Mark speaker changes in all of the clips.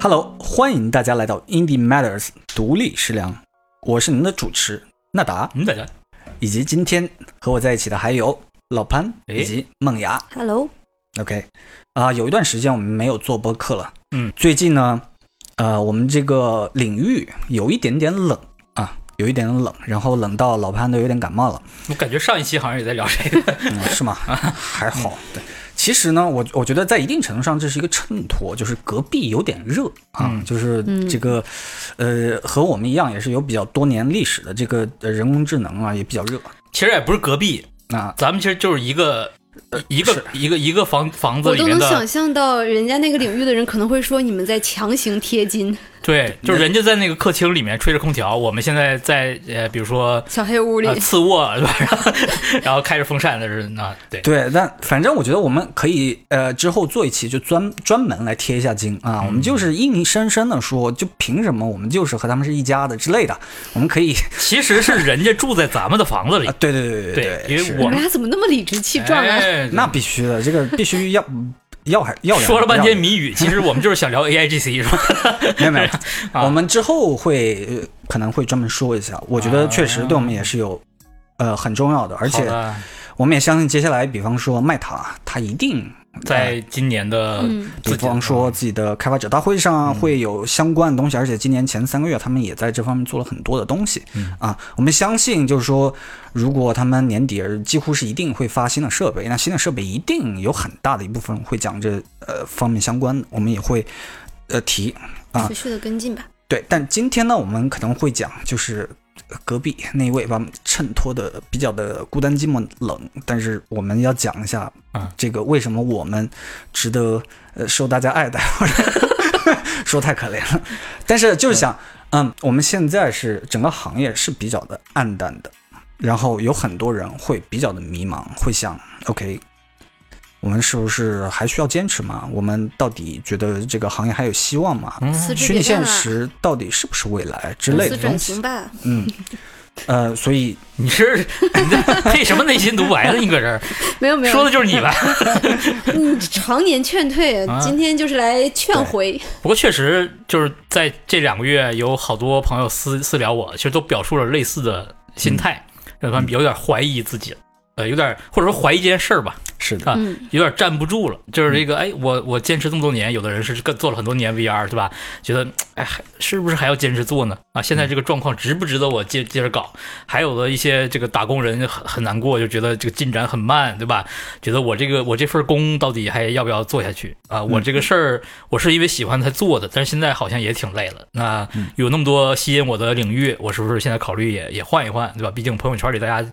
Speaker 1: Hello，欢迎大家来到 Indie Matters 独立食粮，我是您的主持纳达，
Speaker 2: 嗯，大家
Speaker 1: 以及今天和我在一起的还有老潘
Speaker 2: 哎
Speaker 1: 以及梦雅。
Speaker 3: Hello，
Speaker 1: OK，啊、有一段时间我们没有做播客了。
Speaker 2: 嗯，
Speaker 1: 最近呢，呃，我们这个领域有一点点冷啊，有一点点冷，然后冷到老潘都有点感冒了，
Speaker 2: 我感觉上一期好像也在聊这个，
Speaker 1: 嗯、是吗？ 还好。对，其实呢，我我觉得在一定程度上这是一个衬托，就是隔壁有点热啊，
Speaker 2: 嗯
Speaker 1: 就是这个，呃，和我们一样也是有比较多年历史的这个呃人工智能啊，也比较热。
Speaker 2: 其实也不是隔壁，
Speaker 1: 啊，
Speaker 2: 咱们其实就是一个
Speaker 1: 呃
Speaker 2: 一个一个一个房房子
Speaker 3: 我
Speaker 2: 里
Speaker 3: 都
Speaker 2: 面
Speaker 3: 能想
Speaker 2: 的，
Speaker 3: 象到人家那个领域的人可能会说你们在强行贴金，
Speaker 2: 对，就是人家在那个客厅里面吹着空调，我们现在在呃，比如说
Speaker 3: 小黑屋里
Speaker 2: 呃次卧 对吧，然后然后开着风扇在这啊，对，
Speaker 1: 对，但反正我觉得我们可以呃之后做一期，就专专门来贴一下金啊。
Speaker 2: 嗯
Speaker 1: 我们就是硬生生的说，就凭什么我们就是和他们是一家的之类的，我们可以
Speaker 2: 其实是人家住在咱们的房子里
Speaker 1: 啊，，对对对
Speaker 2: 对
Speaker 1: 对，
Speaker 2: 因为
Speaker 1: 是
Speaker 3: 你
Speaker 2: 我
Speaker 3: 们俩怎么那么理直气壮啊？
Speaker 2: 哎
Speaker 1: 那必须的，这个必须要要还要脸
Speaker 2: 说了半天
Speaker 1: 要
Speaker 2: 谜语，其实我们就是想聊 AIGC 是吧？
Speaker 1: 脸 没有没 有，
Speaker 2: 啊
Speaker 1: 我们之后会呃可能会专门说一下。我觉得确实对我们也是有呃很重要的，而
Speaker 2: 啊好
Speaker 1: 且
Speaker 2: 的，
Speaker 1: 我们也相信接下来，比方说麦塔，它一定
Speaker 2: 在今年的
Speaker 3: 嗯
Speaker 1: 嗯比
Speaker 2: 自己的
Speaker 1: 方说自己的开发者大会
Speaker 2: 嗯
Speaker 1: 上会有相关的东西，而且今年前三个月他们也在这方面做了很多的东西、
Speaker 2: 嗯
Speaker 1: 啊。我们相信，就是说，如果他们年底儿几乎是一定会发新的设备，那新的设备一定有很大的一部分会讲这呃方面相关的，我们也会呃提啊
Speaker 3: 持续的跟进吧。
Speaker 1: 对。但今天呢，我们可能会讲就是。呃隔壁那位把我们衬托的比较的孤单寂寞冷，但是我们要讲一下
Speaker 2: 啊
Speaker 1: 这个为什么我们值得呃受大家爱戴， 或者说太可怜了。但是就是想，嗯，我们现在是整个行业是比较的暗淡的，然后有很多人会比较的迷茫，会想，OK，我们是不是还需要坚持吗？我们到底觉得这个行业还有希望吗？
Speaker 2: 嗯
Speaker 3: 辞职
Speaker 1: 虚拟
Speaker 3: 别干
Speaker 1: 现
Speaker 3: 了，
Speaker 1: 实到底是不是未来之
Speaker 3: 公
Speaker 1: 类的
Speaker 3: 司转
Speaker 1: 东西？
Speaker 3: 型吧。
Speaker 1: 嗯，呃，所以
Speaker 2: 你是 你这配什么内心独白呢？你搁这儿
Speaker 3: 没有没有，
Speaker 2: 说的就是你吧？
Speaker 3: 嗯，常年劝退，
Speaker 2: 啊
Speaker 3: 今天就是来劝回。
Speaker 2: 不过确实就是在这两个月，有好多朋友私私聊我，其实都表述了类似的心态，有他们有点怀疑自己，呃，有点或者说怀疑这件事儿吧，
Speaker 1: 是的，
Speaker 2: 啊
Speaker 3: 嗯，
Speaker 2: 有点站不住了。就是这个，哎，我我坚持这么多年，有的人是更做了很多年 VR，对吧？觉得，哎，还是不是还要坚持做呢？啊，现在这个状况值不值得我接接着搞？还有的一些这个打工人很很难过，就觉得这个进展很慢，对吧？觉得我这个我这份工到底还要不要做下去啊？我这个事儿我是因为喜欢才做的，但是现在好像也挺累了。那有那么多吸引我的领域，我是不是现在考虑也也换一换，对吧？毕竟朋友圈里大家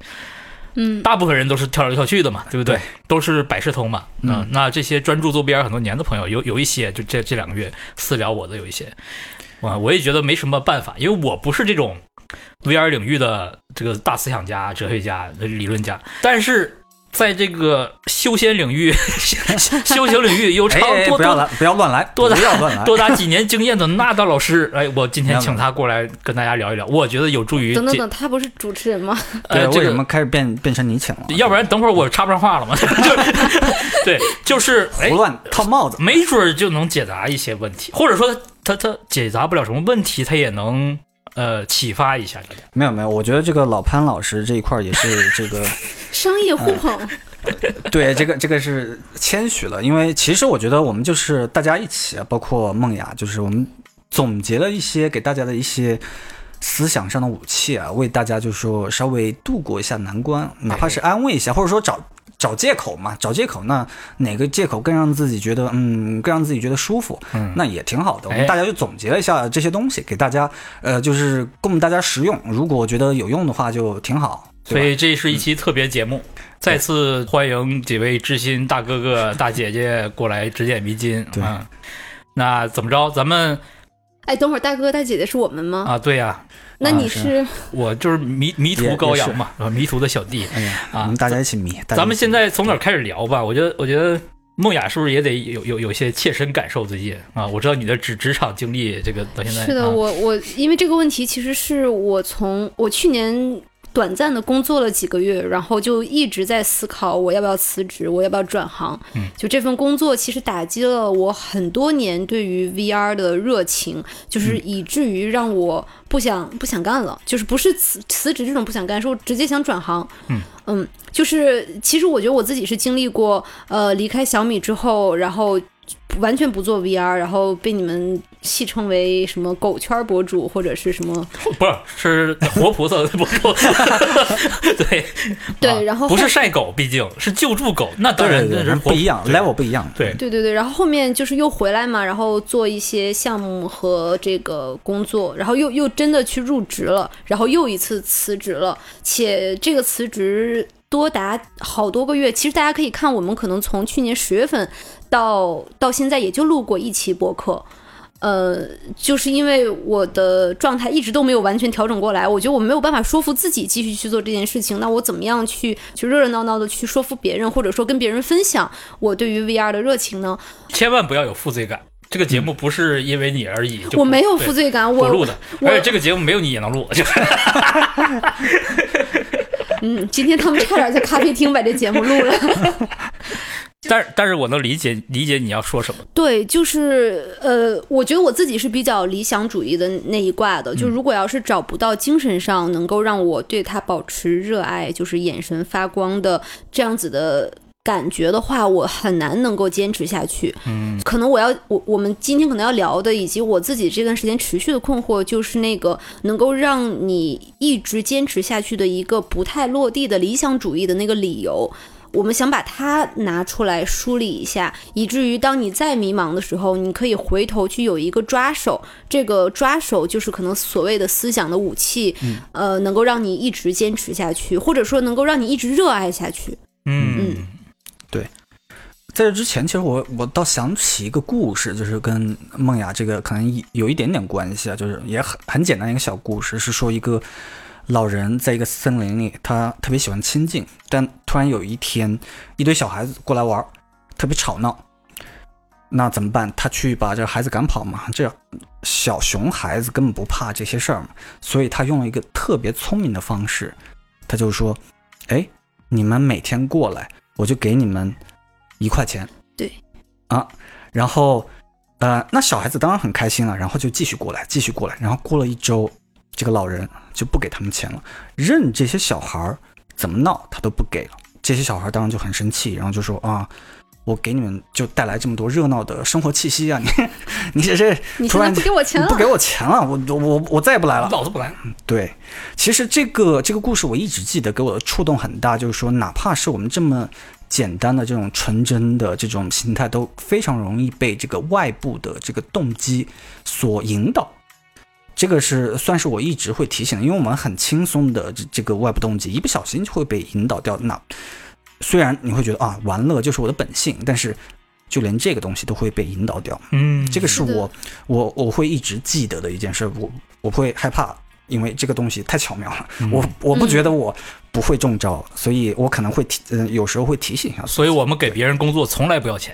Speaker 3: 嗯，
Speaker 2: 大部分人都是跳来跳去的嘛，对不对？
Speaker 1: 对
Speaker 2: 都是百事通嘛。
Speaker 1: 嗯
Speaker 2: 嗯，那这些专注做 VR 很多年的朋友，有有一些就这这两个月私聊我的有一些，啊，我也觉得没什么办法，因为我不是这种 VR 领域的这个大思想家、哲学家、理论家，但是。在这个修仙 领域、修行领域有
Speaker 1: 哎
Speaker 2: 长
Speaker 1: 哎哎
Speaker 2: 多
Speaker 1: 不要
Speaker 2: 多
Speaker 1: 来，不要乱来，
Speaker 2: 多大
Speaker 1: 不要乱来，
Speaker 2: 多达几年经验的纳达老师，哎，我今天请他过来跟大家聊一聊，我觉得有助于
Speaker 3: 等等
Speaker 2: 这
Speaker 3: 等，他不是主持人吗？
Speaker 2: 呃
Speaker 1: 对，
Speaker 2: 这
Speaker 1: 为
Speaker 2: 个
Speaker 1: 什么开始变变成你请了？
Speaker 2: 要不然等会儿我插不上话了嘛， 就是，对，就是哎
Speaker 1: 胡，乱套帽子。
Speaker 2: 没准儿就能解答一些问题，或者说他他他解答不了什么问题，他也能呃启发一下大家。
Speaker 1: 没有没有，我觉得这个老潘老师这一块儿也是这个，
Speaker 3: 商业互捧，
Speaker 2: 哎
Speaker 1: 对这个这个是谦虚了，因为其实我觉得我们就是大家一起，啊包括梦雅，就是我们总结了一些给大家的一些思想上的武器啊，为大家就说稍微度过一下难关，哪怕是安慰一下，或者说找。找借口嘛，找借口，那哪个借口更让自己觉得，嗯，更让自己觉得舒服，
Speaker 2: 嗯
Speaker 1: 那也挺好的。我
Speaker 2: 哎
Speaker 1: 们大家就总结了一下这些东西，给大家，呃，就是供大家食用。如果觉得有用的话，就挺好。对
Speaker 2: 所
Speaker 1: 吧嗯
Speaker 2: 以这是一期特别节目，再次欢迎几位知心大哥哥、大姐姐过来指点迷津。
Speaker 1: 对
Speaker 2: 嗯那怎么着？咱们
Speaker 3: 哎，等会儿大哥大姐姐是我们吗？
Speaker 2: 啊，对呀、
Speaker 3: 那你
Speaker 1: 是
Speaker 3: 是
Speaker 2: 我就是迷迷途
Speaker 1: 也
Speaker 2: 羔
Speaker 1: 也
Speaker 2: 羊
Speaker 1: 是
Speaker 2: 嘛，啊迷途的小弟。
Speaker 1: 哎呀，
Speaker 2: 啊
Speaker 1: 我们大家一起迷。大家
Speaker 2: 咱们
Speaker 1: 一起
Speaker 2: 现在从哪儿开始聊吧？我觉得，我觉得梦雅是不是也得有有有些切身感受最近啊？我知道你的职职场经历，这个到现在
Speaker 3: 是的，
Speaker 2: 啊
Speaker 3: 我我因为这个问题其实是我从我去年短暂的工作了几个月，然后就一直在思考我要不要辞职，我要不要转行。
Speaker 2: 嗯，
Speaker 3: 就这份工作其实打击了我很多年对于 VR 的热情，
Speaker 2: 嗯
Speaker 3: 就是以至于让我不想不想干了，就是不是辞辞职这种不想干，是我直接想转行。
Speaker 2: 嗯
Speaker 3: 就是其实我觉得我自己是经历过，呃，离开小米之后，然后完全不做 VR，然后被你们戏称为什么狗圈博主或者是什么
Speaker 2: 不是是活菩萨的博 主，对
Speaker 3: 对
Speaker 2: 啊
Speaker 3: 然后
Speaker 2: 不是
Speaker 3: 后
Speaker 2: 晒狗，毕竟是救助狗，那当然
Speaker 1: 对对
Speaker 2: 那
Speaker 1: 对，
Speaker 2: 是
Speaker 1: 不一样
Speaker 2: 来我
Speaker 1: ，level 不一样。
Speaker 2: 对
Speaker 3: 对对对，然后后面就是又回来嘛，然后做一些项目和这个工作，然后又又真的去入职了，然后又一次辞职了，且这个辞职多达好多个月。其实大家可以看，我们可能从去年十月份到到现在也就录过一期播客。呃，就是因为我的状态一直都没有完全调整过来，我觉得我没有办法说服自己继续去做这件事情。那我怎么样去去热热闹闹的去说服别人，或者说跟别人分享我对于 VR 的热情呢？
Speaker 2: 千万不要有负罪感。这个节目不是因为你而已，就不
Speaker 3: 我没有
Speaker 2: 对
Speaker 3: 负罪感，
Speaker 2: 不录
Speaker 3: 我
Speaker 2: 的，
Speaker 3: 我
Speaker 2: 而且这个节目没有你也能录， 就是
Speaker 3: 嗯，今天他们差点在咖啡厅把这节目录了。
Speaker 2: 但是但是我能理解理解你要说什么，
Speaker 3: 对，就是呃，我觉得我自己是比较理想主义的那一挂的。就如果要是找不到精神上能够让我对他保持热爱，就是眼神发光的这样子的感觉的话，我很难能够坚持下去。嗯，可能我要我我们今天可能要聊的，以及我自己这段时间持续的困惑，就是那个能够让你一直坚持下去的一个不太落地的理想主义的那个理由。我们想把它拿出来梳理一下，以至于当你再迷茫的时候，你可以回头去有一个抓手。这个抓手就是可能所谓的思想的武器，
Speaker 1: 嗯
Speaker 3: 呃，能够让你一直坚持下去，或者说能够让你一直热爱下去。
Speaker 2: 嗯
Speaker 3: 嗯
Speaker 1: 在这之前，其实我我倒想起一个故事，就是跟梦雅这个可能有一点点关系啊，就是也很很简单一个小故事，是说一个老人在一个森林里，他特别喜欢清静，但突然有一天，一堆小孩子过来玩儿，特别吵闹，那怎么办？他去把这孩子赶跑嘛，这小熊孩子根本不怕这些事儿嘛，所以他用了一个特别聪明的方式，他就说：“哎，你们每天过来，我就给你们一块钱。”
Speaker 3: 对，
Speaker 1: 啊，然后呃，那小孩子当然很开心了，然后就继续过来，继续过来，然后过了一周，这个老人就不给他们钱了，任这些小孩儿怎么闹，他都不给了。这些小孩儿当然就很生气，然后就说啊。我给你们就带来这么多热闹的生活气息啊！你 你这这
Speaker 3: 你
Speaker 1: 突
Speaker 3: 现在
Speaker 1: 然
Speaker 3: 不给我钱
Speaker 1: 你不
Speaker 3: 了，
Speaker 1: 给我钱了，我我我我再也不
Speaker 3: 嗯
Speaker 1: 来了。
Speaker 2: 老子不来，
Speaker 1: 对，其实这个这个故事我一直记得，给我的触动很大，就是说，哪怕是我们这么简单的这种纯真的这种心态，都非常容易被这个外部的这个动机所引导。这个是算是我一直会提醒的，因为我们很轻松的这这个外部动机，一不小心就会被引导掉。那虽然你会觉得啊，玩乐就是我的本性，但是就连这个东西都会被引导掉。
Speaker 2: 嗯，
Speaker 1: 这个是
Speaker 3: 是的
Speaker 1: 我我我会一直记得的一件事，我我会害怕，因为这个东西太巧妙了，
Speaker 2: 嗯
Speaker 1: 我我不觉
Speaker 3: 嗯
Speaker 1: 得我不会中招，所以我可能会提，嗯、有时候会提醒一下。
Speaker 2: 所以我们给别人工作从来不要钱，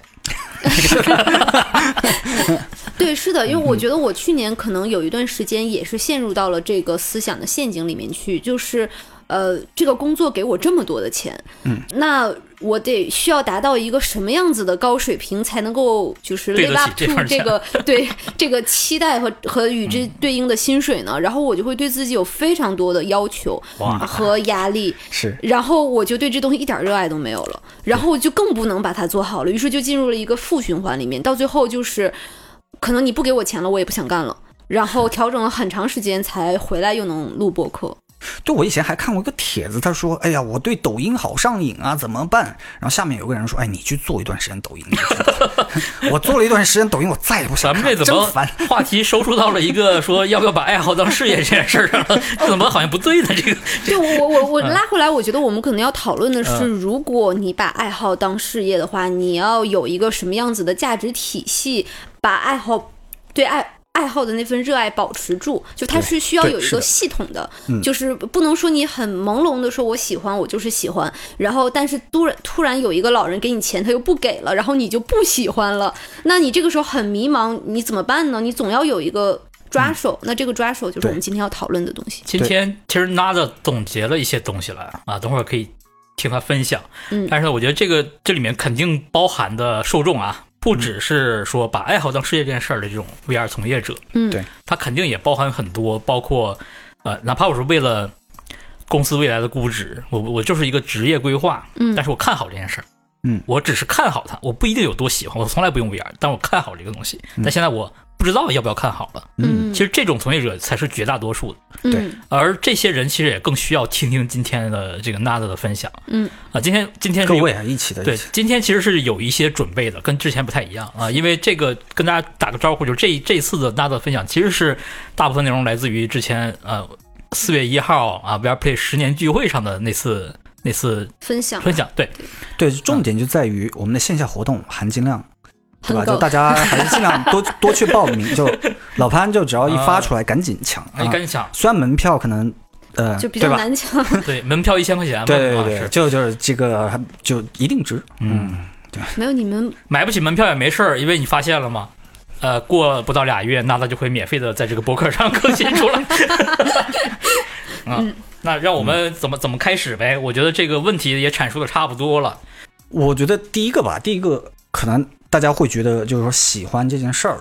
Speaker 3: 对，是的，因为我觉得我去年可能有一段时间也是陷入到了这个思想的陷阱里面去，就是。呃，这个工作给我这么多的钱，嗯，那我得需要达到一个什么样子的高水平才能够就是
Speaker 2: 对得
Speaker 3: live
Speaker 2: 起
Speaker 3: up
Speaker 2: 这份
Speaker 3: to
Speaker 2: 儿
Speaker 3: 这
Speaker 2: 钱 嗯
Speaker 3: 个对这个期待和和与之对应的薪水呢？然后我就会对自己有非常多的要求
Speaker 2: 哇
Speaker 3: 和压力，
Speaker 1: 是
Speaker 3: 然后我就对这东西一点热爱都没有了，然后我就更不能把它做好了，于是就进入了一个负循环里面，到最后就是，可能你不给我钱了，我也不想干了，然后调整了很长时间才回来又能录播客。
Speaker 1: 对我以前还看过一个帖子，他说：“哎呀，我对抖音好上瘾啊，怎么办？”然后下面有个人说：“哎，你去做一段时间抖音。你知道吗”我做了 一段时间抖音，我再也不想
Speaker 2: 咱
Speaker 1: 看
Speaker 2: 们
Speaker 1: 了，
Speaker 2: 这怎 么
Speaker 1: 真烦。
Speaker 2: 话题收束到了一个说要不要把爱好当事业这件事儿上 了？这怎么好像不对呢？这个
Speaker 3: 对我我我我
Speaker 1: 嗯
Speaker 3: 拉回来，我觉得我们可能要讨论的是，如果你把爱好当事业的话，你要有一个什么样子的价值体系，把爱好对爱。爱好的那份热爱保持住，就它是需要
Speaker 1: 对
Speaker 3: 有一
Speaker 1: 是
Speaker 3: 个
Speaker 1: 的嗯
Speaker 3: 系统的，就是不能说你很朦胧的说我喜欢，我就是喜欢，然后但是突然突然有一个老人给你钱，他又不给了，然后你就不喜欢了，那你这个时候很迷茫，你怎么办呢？你总要有一个抓手。那这个抓手就是我
Speaker 1: 嗯
Speaker 3: 们今天要讨论的东西。
Speaker 2: 今天其实 Nada 总结了一些东西来啊，等会儿可以听他分享。
Speaker 3: 嗯
Speaker 2: 但是呢我觉得这个这里面肯定包含的受众啊，不只是说把爱好当事业这件事儿的这种 VR 从业者，
Speaker 3: 嗯，
Speaker 1: 对
Speaker 2: 它肯定也包含很多，包括呃，哪怕我是为了公司未来的估值，我我就是一个职业规划，
Speaker 3: 嗯
Speaker 2: 但是我看好这件事儿，
Speaker 1: 嗯，
Speaker 2: 我只是看好它，我不一定有多喜欢，我从来不用 VR，但我看好这个东西，
Speaker 1: 嗯
Speaker 2: 但现在我不知道要不要看好了。
Speaker 3: 嗯，
Speaker 2: 其实这种从业者才是绝大多数的。
Speaker 1: 对
Speaker 3: 嗯
Speaker 2: 而这些人其实也更需要听听今天的这个 Nada 的分享
Speaker 3: 嗯
Speaker 2: 啊。今天今天是
Speaker 1: 各
Speaker 2: 有
Speaker 1: 位啊，一起的，
Speaker 2: 对
Speaker 1: 一起，
Speaker 2: 今天其实是有一些准备的，跟之前不太一样啊。因为这个跟大家打个招呼，就这这一次的 Nada 分享其实是大部分内容来自于之前呃四月一号啊 VRplay 十年聚会上的那次那次
Speaker 3: 分享
Speaker 2: 分享。对，
Speaker 1: 对，
Speaker 2: 嗯
Speaker 1: 重点就在于我们的线下活动含金量。对吧？
Speaker 3: 很高
Speaker 1: 就大家还是尽量 多多去报名。就老潘，就只要一发出来，赶紧抢
Speaker 2: 哎，
Speaker 1: 啊
Speaker 2: 赶紧抢，
Speaker 1: 虽然门票可能，呃，
Speaker 3: 就比
Speaker 1: 对
Speaker 3: 较
Speaker 1: 吧
Speaker 3: 难抢。
Speaker 2: 对，门票一千块钱嘛，
Speaker 1: 对对
Speaker 2: 啊
Speaker 1: 对，
Speaker 2: 是
Speaker 1: 就就是这个还就一定值。嗯，
Speaker 3: 没有你们，
Speaker 2: 买不起门票也没事儿，因为你发现了吗？呃，过不到俩月，那他就会免费的在这个博客上更新出来。 啊，那让我们怎么怎么开始呗？我觉得这个问题也阐述的差不多了。
Speaker 1: 我觉得第一个吧，第一个可能大家会觉得就是说喜欢这件事儿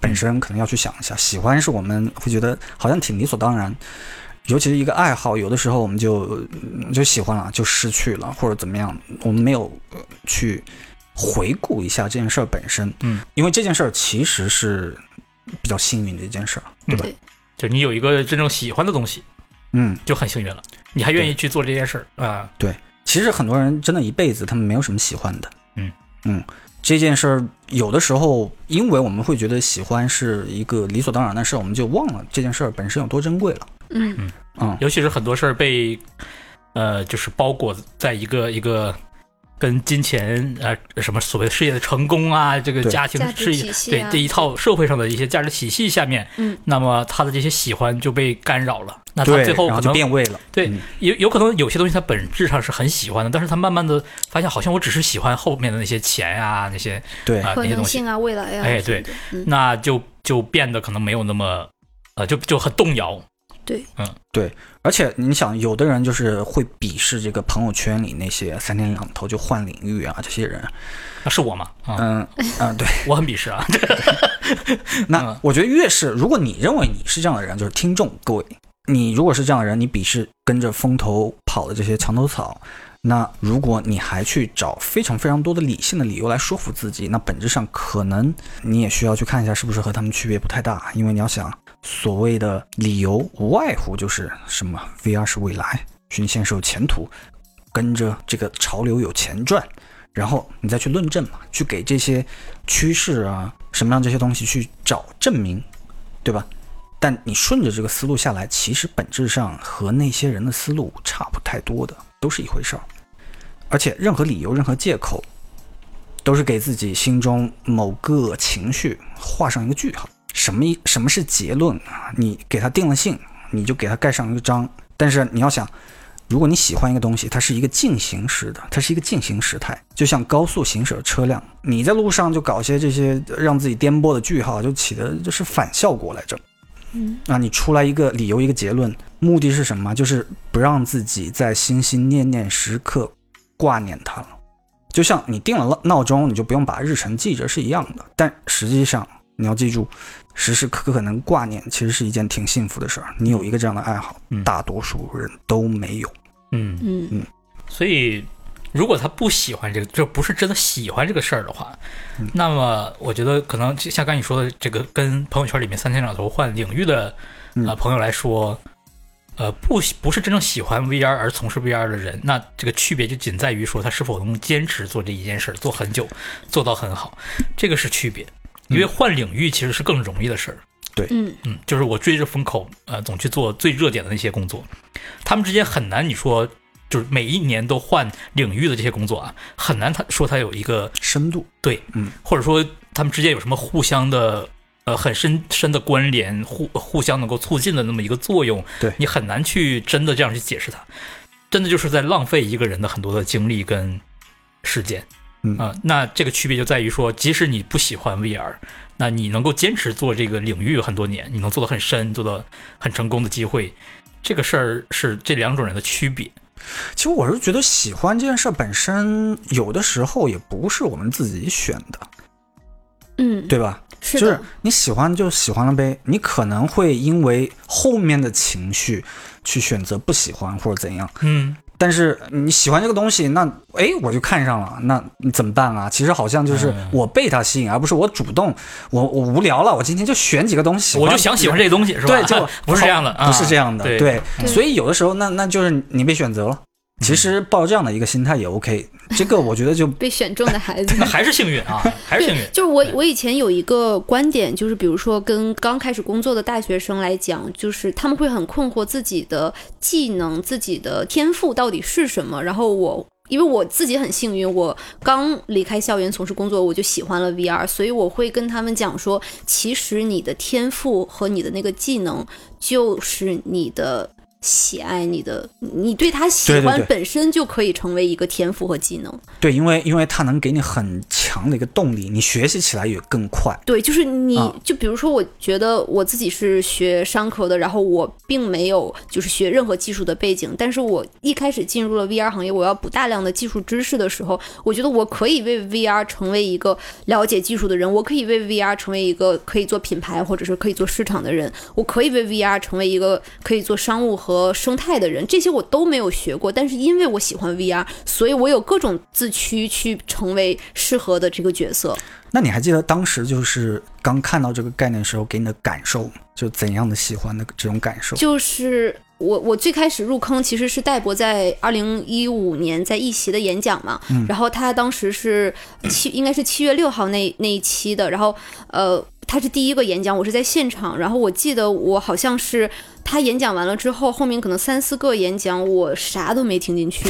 Speaker 1: 本身，可能要去想一下，喜欢是我们会觉得好像挺理所当然。尤其是一个爱好，有的时候我们就嗯就喜欢了，就失去了，或者怎么样，我们没有呃去回顾一下这件事儿本身。
Speaker 2: 嗯，
Speaker 1: 因为这件事儿其实是比较幸运的一件事儿。
Speaker 2: 就你有一个真正喜欢的东西，
Speaker 1: 嗯，
Speaker 2: 就很幸运了。你还愿意去做这件事儿啊？
Speaker 1: 其实很多人真的一辈子他们没有什么喜欢的。
Speaker 2: 嗯
Speaker 1: 嗯，这件事儿有的时候，因为我们会觉得喜欢是一个理所当然的事，我们就忘了这件事儿本身有多珍贵了。
Speaker 3: 嗯
Speaker 1: 嗯，
Speaker 2: 尤其是很多事儿被呃，就是包裹在一个一个跟金钱呃什么所谓的事业的成功啊，这个
Speaker 1: 对
Speaker 2: 家庭
Speaker 3: 价值
Speaker 2: 事业、
Speaker 3: 体系
Speaker 2: 对
Speaker 3: 啊
Speaker 2: 这一套社会上的一些价值体系下面，
Speaker 3: 嗯，
Speaker 2: 那么他的这些喜欢就被干扰了，那他
Speaker 1: 对，
Speaker 2: 最后
Speaker 1: 然后
Speaker 2: 可
Speaker 1: 就
Speaker 2: 能
Speaker 1: 变味了。
Speaker 2: 对
Speaker 1: 嗯
Speaker 2: 有有可能有些东西他本质上是很喜欢的，但是他慢慢的发现好像我只是喜欢后面的那些钱啊那些
Speaker 1: 对
Speaker 2: 啊、
Speaker 3: 可
Speaker 2: 那些
Speaker 3: 能
Speaker 2: 东西，
Speaker 3: 性啊，未来啊，
Speaker 2: 哎
Speaker 3: 什么的，嗯
Speaker 2: 那就就变得可能没有那么呃就就很动摇，
Speaker 1: 而且你想，有的人就是会鄙视这个朋友圈里那些三天两头就换领域啊这些人。
Speaker 2: 那是我嘛啊、
Speaker 1: 嗯嗯，对。
Speaker 2: 我很鄙视啊，
Speaker 1: 那
Speaker 2: 嗯
Speaker 1: 我觉得越是，如果你认为你是这样的人，就是听众各位，你如果是这样的人，你鄙视跟着风头跑的这些墙头草，那如果你还去找非常非常多的理性的理由来说服自己，那本质上可能你也需要去看一下是不是和他们区别不太大，因为你要想，所谓的理由无外乎就是什么 VR 是未来，虚拟现实有前途，跟着这个潮流有钱赚。然后你再去论证嘛，去给这些趋势啊，什么样这些东西去找证明，对吧？但你顺着这个思路下来，其实本质上和那些人的思路差不太多的，都是一回事儿。而且任何理由、任何借口，都是给自己心中某个情绪画上一个句号。什么一什么是结论啊？你给它定了性，你就给它盖上一个章。但是你要想，如果你喜欢一个东西，它是一个进行时的，它是一个进行时态，就像高速行驶的车辆，你在路上就搞些这些呃让自己颠簸的句号，就起的就是反效果来着。
Speaker 3: 嗯
Speaker 1: 那你出来一个理由，一个结论，目的是什么？就是不让自己在心心念念时刻挂念它了。就像你定了闹闹钟，你就不用把日程记着是一样的。但实际上，你要记住，时时刻刻能挂念，其实是一件挺幸福的事儿。你有一个这样的爱好
Speaker 2: 嗯，
Speaker 1: 大多数人都没有。
Speaker 2: 嗯。
Speaker 3: 嗯
Speaker 2: 所以，如果他不喜欢这个，就不是真的喜欢这个事儿的话，那么我觉得可能就像刚才你说的，这个跟朋友圈里面三天两头换领域的呃
Speaker 1: 嗯
Speaker 2: 朋友来说，呃，不喜不是真正喜欢 VR 而从事 VR 的人，那这个区别就仅在于说他是否能坚持做这一件事儿，做很久，做到很好，这个是区别。因为换领域其实是更容易的事儿，
Speaker 3: 嗯
Speaker 2: 嗯，就是我追着风口，呃，总去做最热点的那些工作，他们之间很难，你说就是每一年都换领域的这些工作啊，很难他说他有一个
Speaker 1: 深度，
Speaker 2: 对，
Speaker 1: 嗯，
Speaker 2: 或者说他们之间有什么互相的呃很深深的关联，互互相能够促进的那么一个作用，
Speaker 1: 对
Speaker 2: 你很难去真的这样去解释它，真的就是在浪费一个人的很多的精力跟时间，
Speaker 1: 嗯
Speaker 2: 啊、那这个区别就在于说，即使你不喜欢 VR，那你能够坚持做这个领域很多年，你能做得很深，做得很成功的机会，这个事儿是这两种人的区别。
Speaker 1: 其实我是觉得喜欢这件事本身，有的时候也不是我们自己选的，
Speaker 3: 嗯，
Speaker 1: 对吧？
Speaker 3: 是
Speaker 1: 就是
Speaker 3: 的，
Speaker 1: 你喜欢就喜欢了呗，你可能会因为后面的情绪去选择不喜欢或者怎样，
Speaker 2: 嗯，
Speaker 1: 但是你喜欢这个东西，那哎我就看上了，那你怎么办啊？其实好像就是
Speaker 3: 嗯
Speaker 1: 我被它吸引，而不是我主动，我我无聊了，我今天就选几个东西，
Speaker 2: 我就想喜欢这个东西，是吧？
Speaker 1: 对，就
Speaker 2: 不是这样的，
Speaker 1: 不是这
Speaker 2: 样。
Speaker 1: 样的，
Speaker 2: 对
Speaker 1: 对，
Speaker 3: 对
Speaker 1: 所以有的时候那那就是你被选择了。
Speaker 2: 嗯
Speaker 1: 其实抱这样的一个心态也 OK，这个我觉得就
Speaker 3: 被选中的孩子
Speaker 2: 那。还是幸运啊，还是幸
Speaker 3: 对
Speaker 2: 运，。
Speaker 3: 就是我
Speaker 2: 对
Speaker 3: 我以前有一个观点，就是比如说跟刚开始工作的大学生来讲，就是他们会很困惑自己的技能、自己的天赋到底是什么。然后我因为我自己很幸运，我刚离开校园从事工作，我就喜欢了 VR，所以我会跟他们讲说，其实你的天赋和你的那个技能就是你的。喜爱你的，你对他喜
Speaker 1: 对对
Speaker 3: 欢
Speaker 1: 对
Speaker 3: 本身就可以成为一个天赋和技能。
Speaker 1: 对，因为因为它能给你很强的一个动力，你学习起来也更快。
Speaker 3: 对，就是你、
Speaker 1: 啊
Speaker 3: 就比如说，我觉得我自己是学商科的，然后我并没有就是学任何技术的背景，但是我一开始进入了 VR 行业，我要补大量的技术知识的时候，我觉得我可以为 VR 成为一个了解技术的人，我可以为 VR 成为一个可以做品牌或者是可以做市场的人，我可以为 VR 成为一个可以做商务和生态的人，这些我都没有学过，但是因为我喜欢 VR，所以我有各种自驱去成为适合的这个角色。
Speaker 1: 那你还记得当时就是刚看到这个概念的时候给你的感受吗，就怎样的喜欢的这种感受？
Speaker 3: 就是我我最开始入坑其实是戴博在二零一五年在一席的演讲嘛，然后他当时是七应该是七月六号那那一期的，然后呃他是第一个演讲，我是在现场，然后我记得我好像是。他演讲完了之后，后面可能三四个演讲，我啥都没听进 去，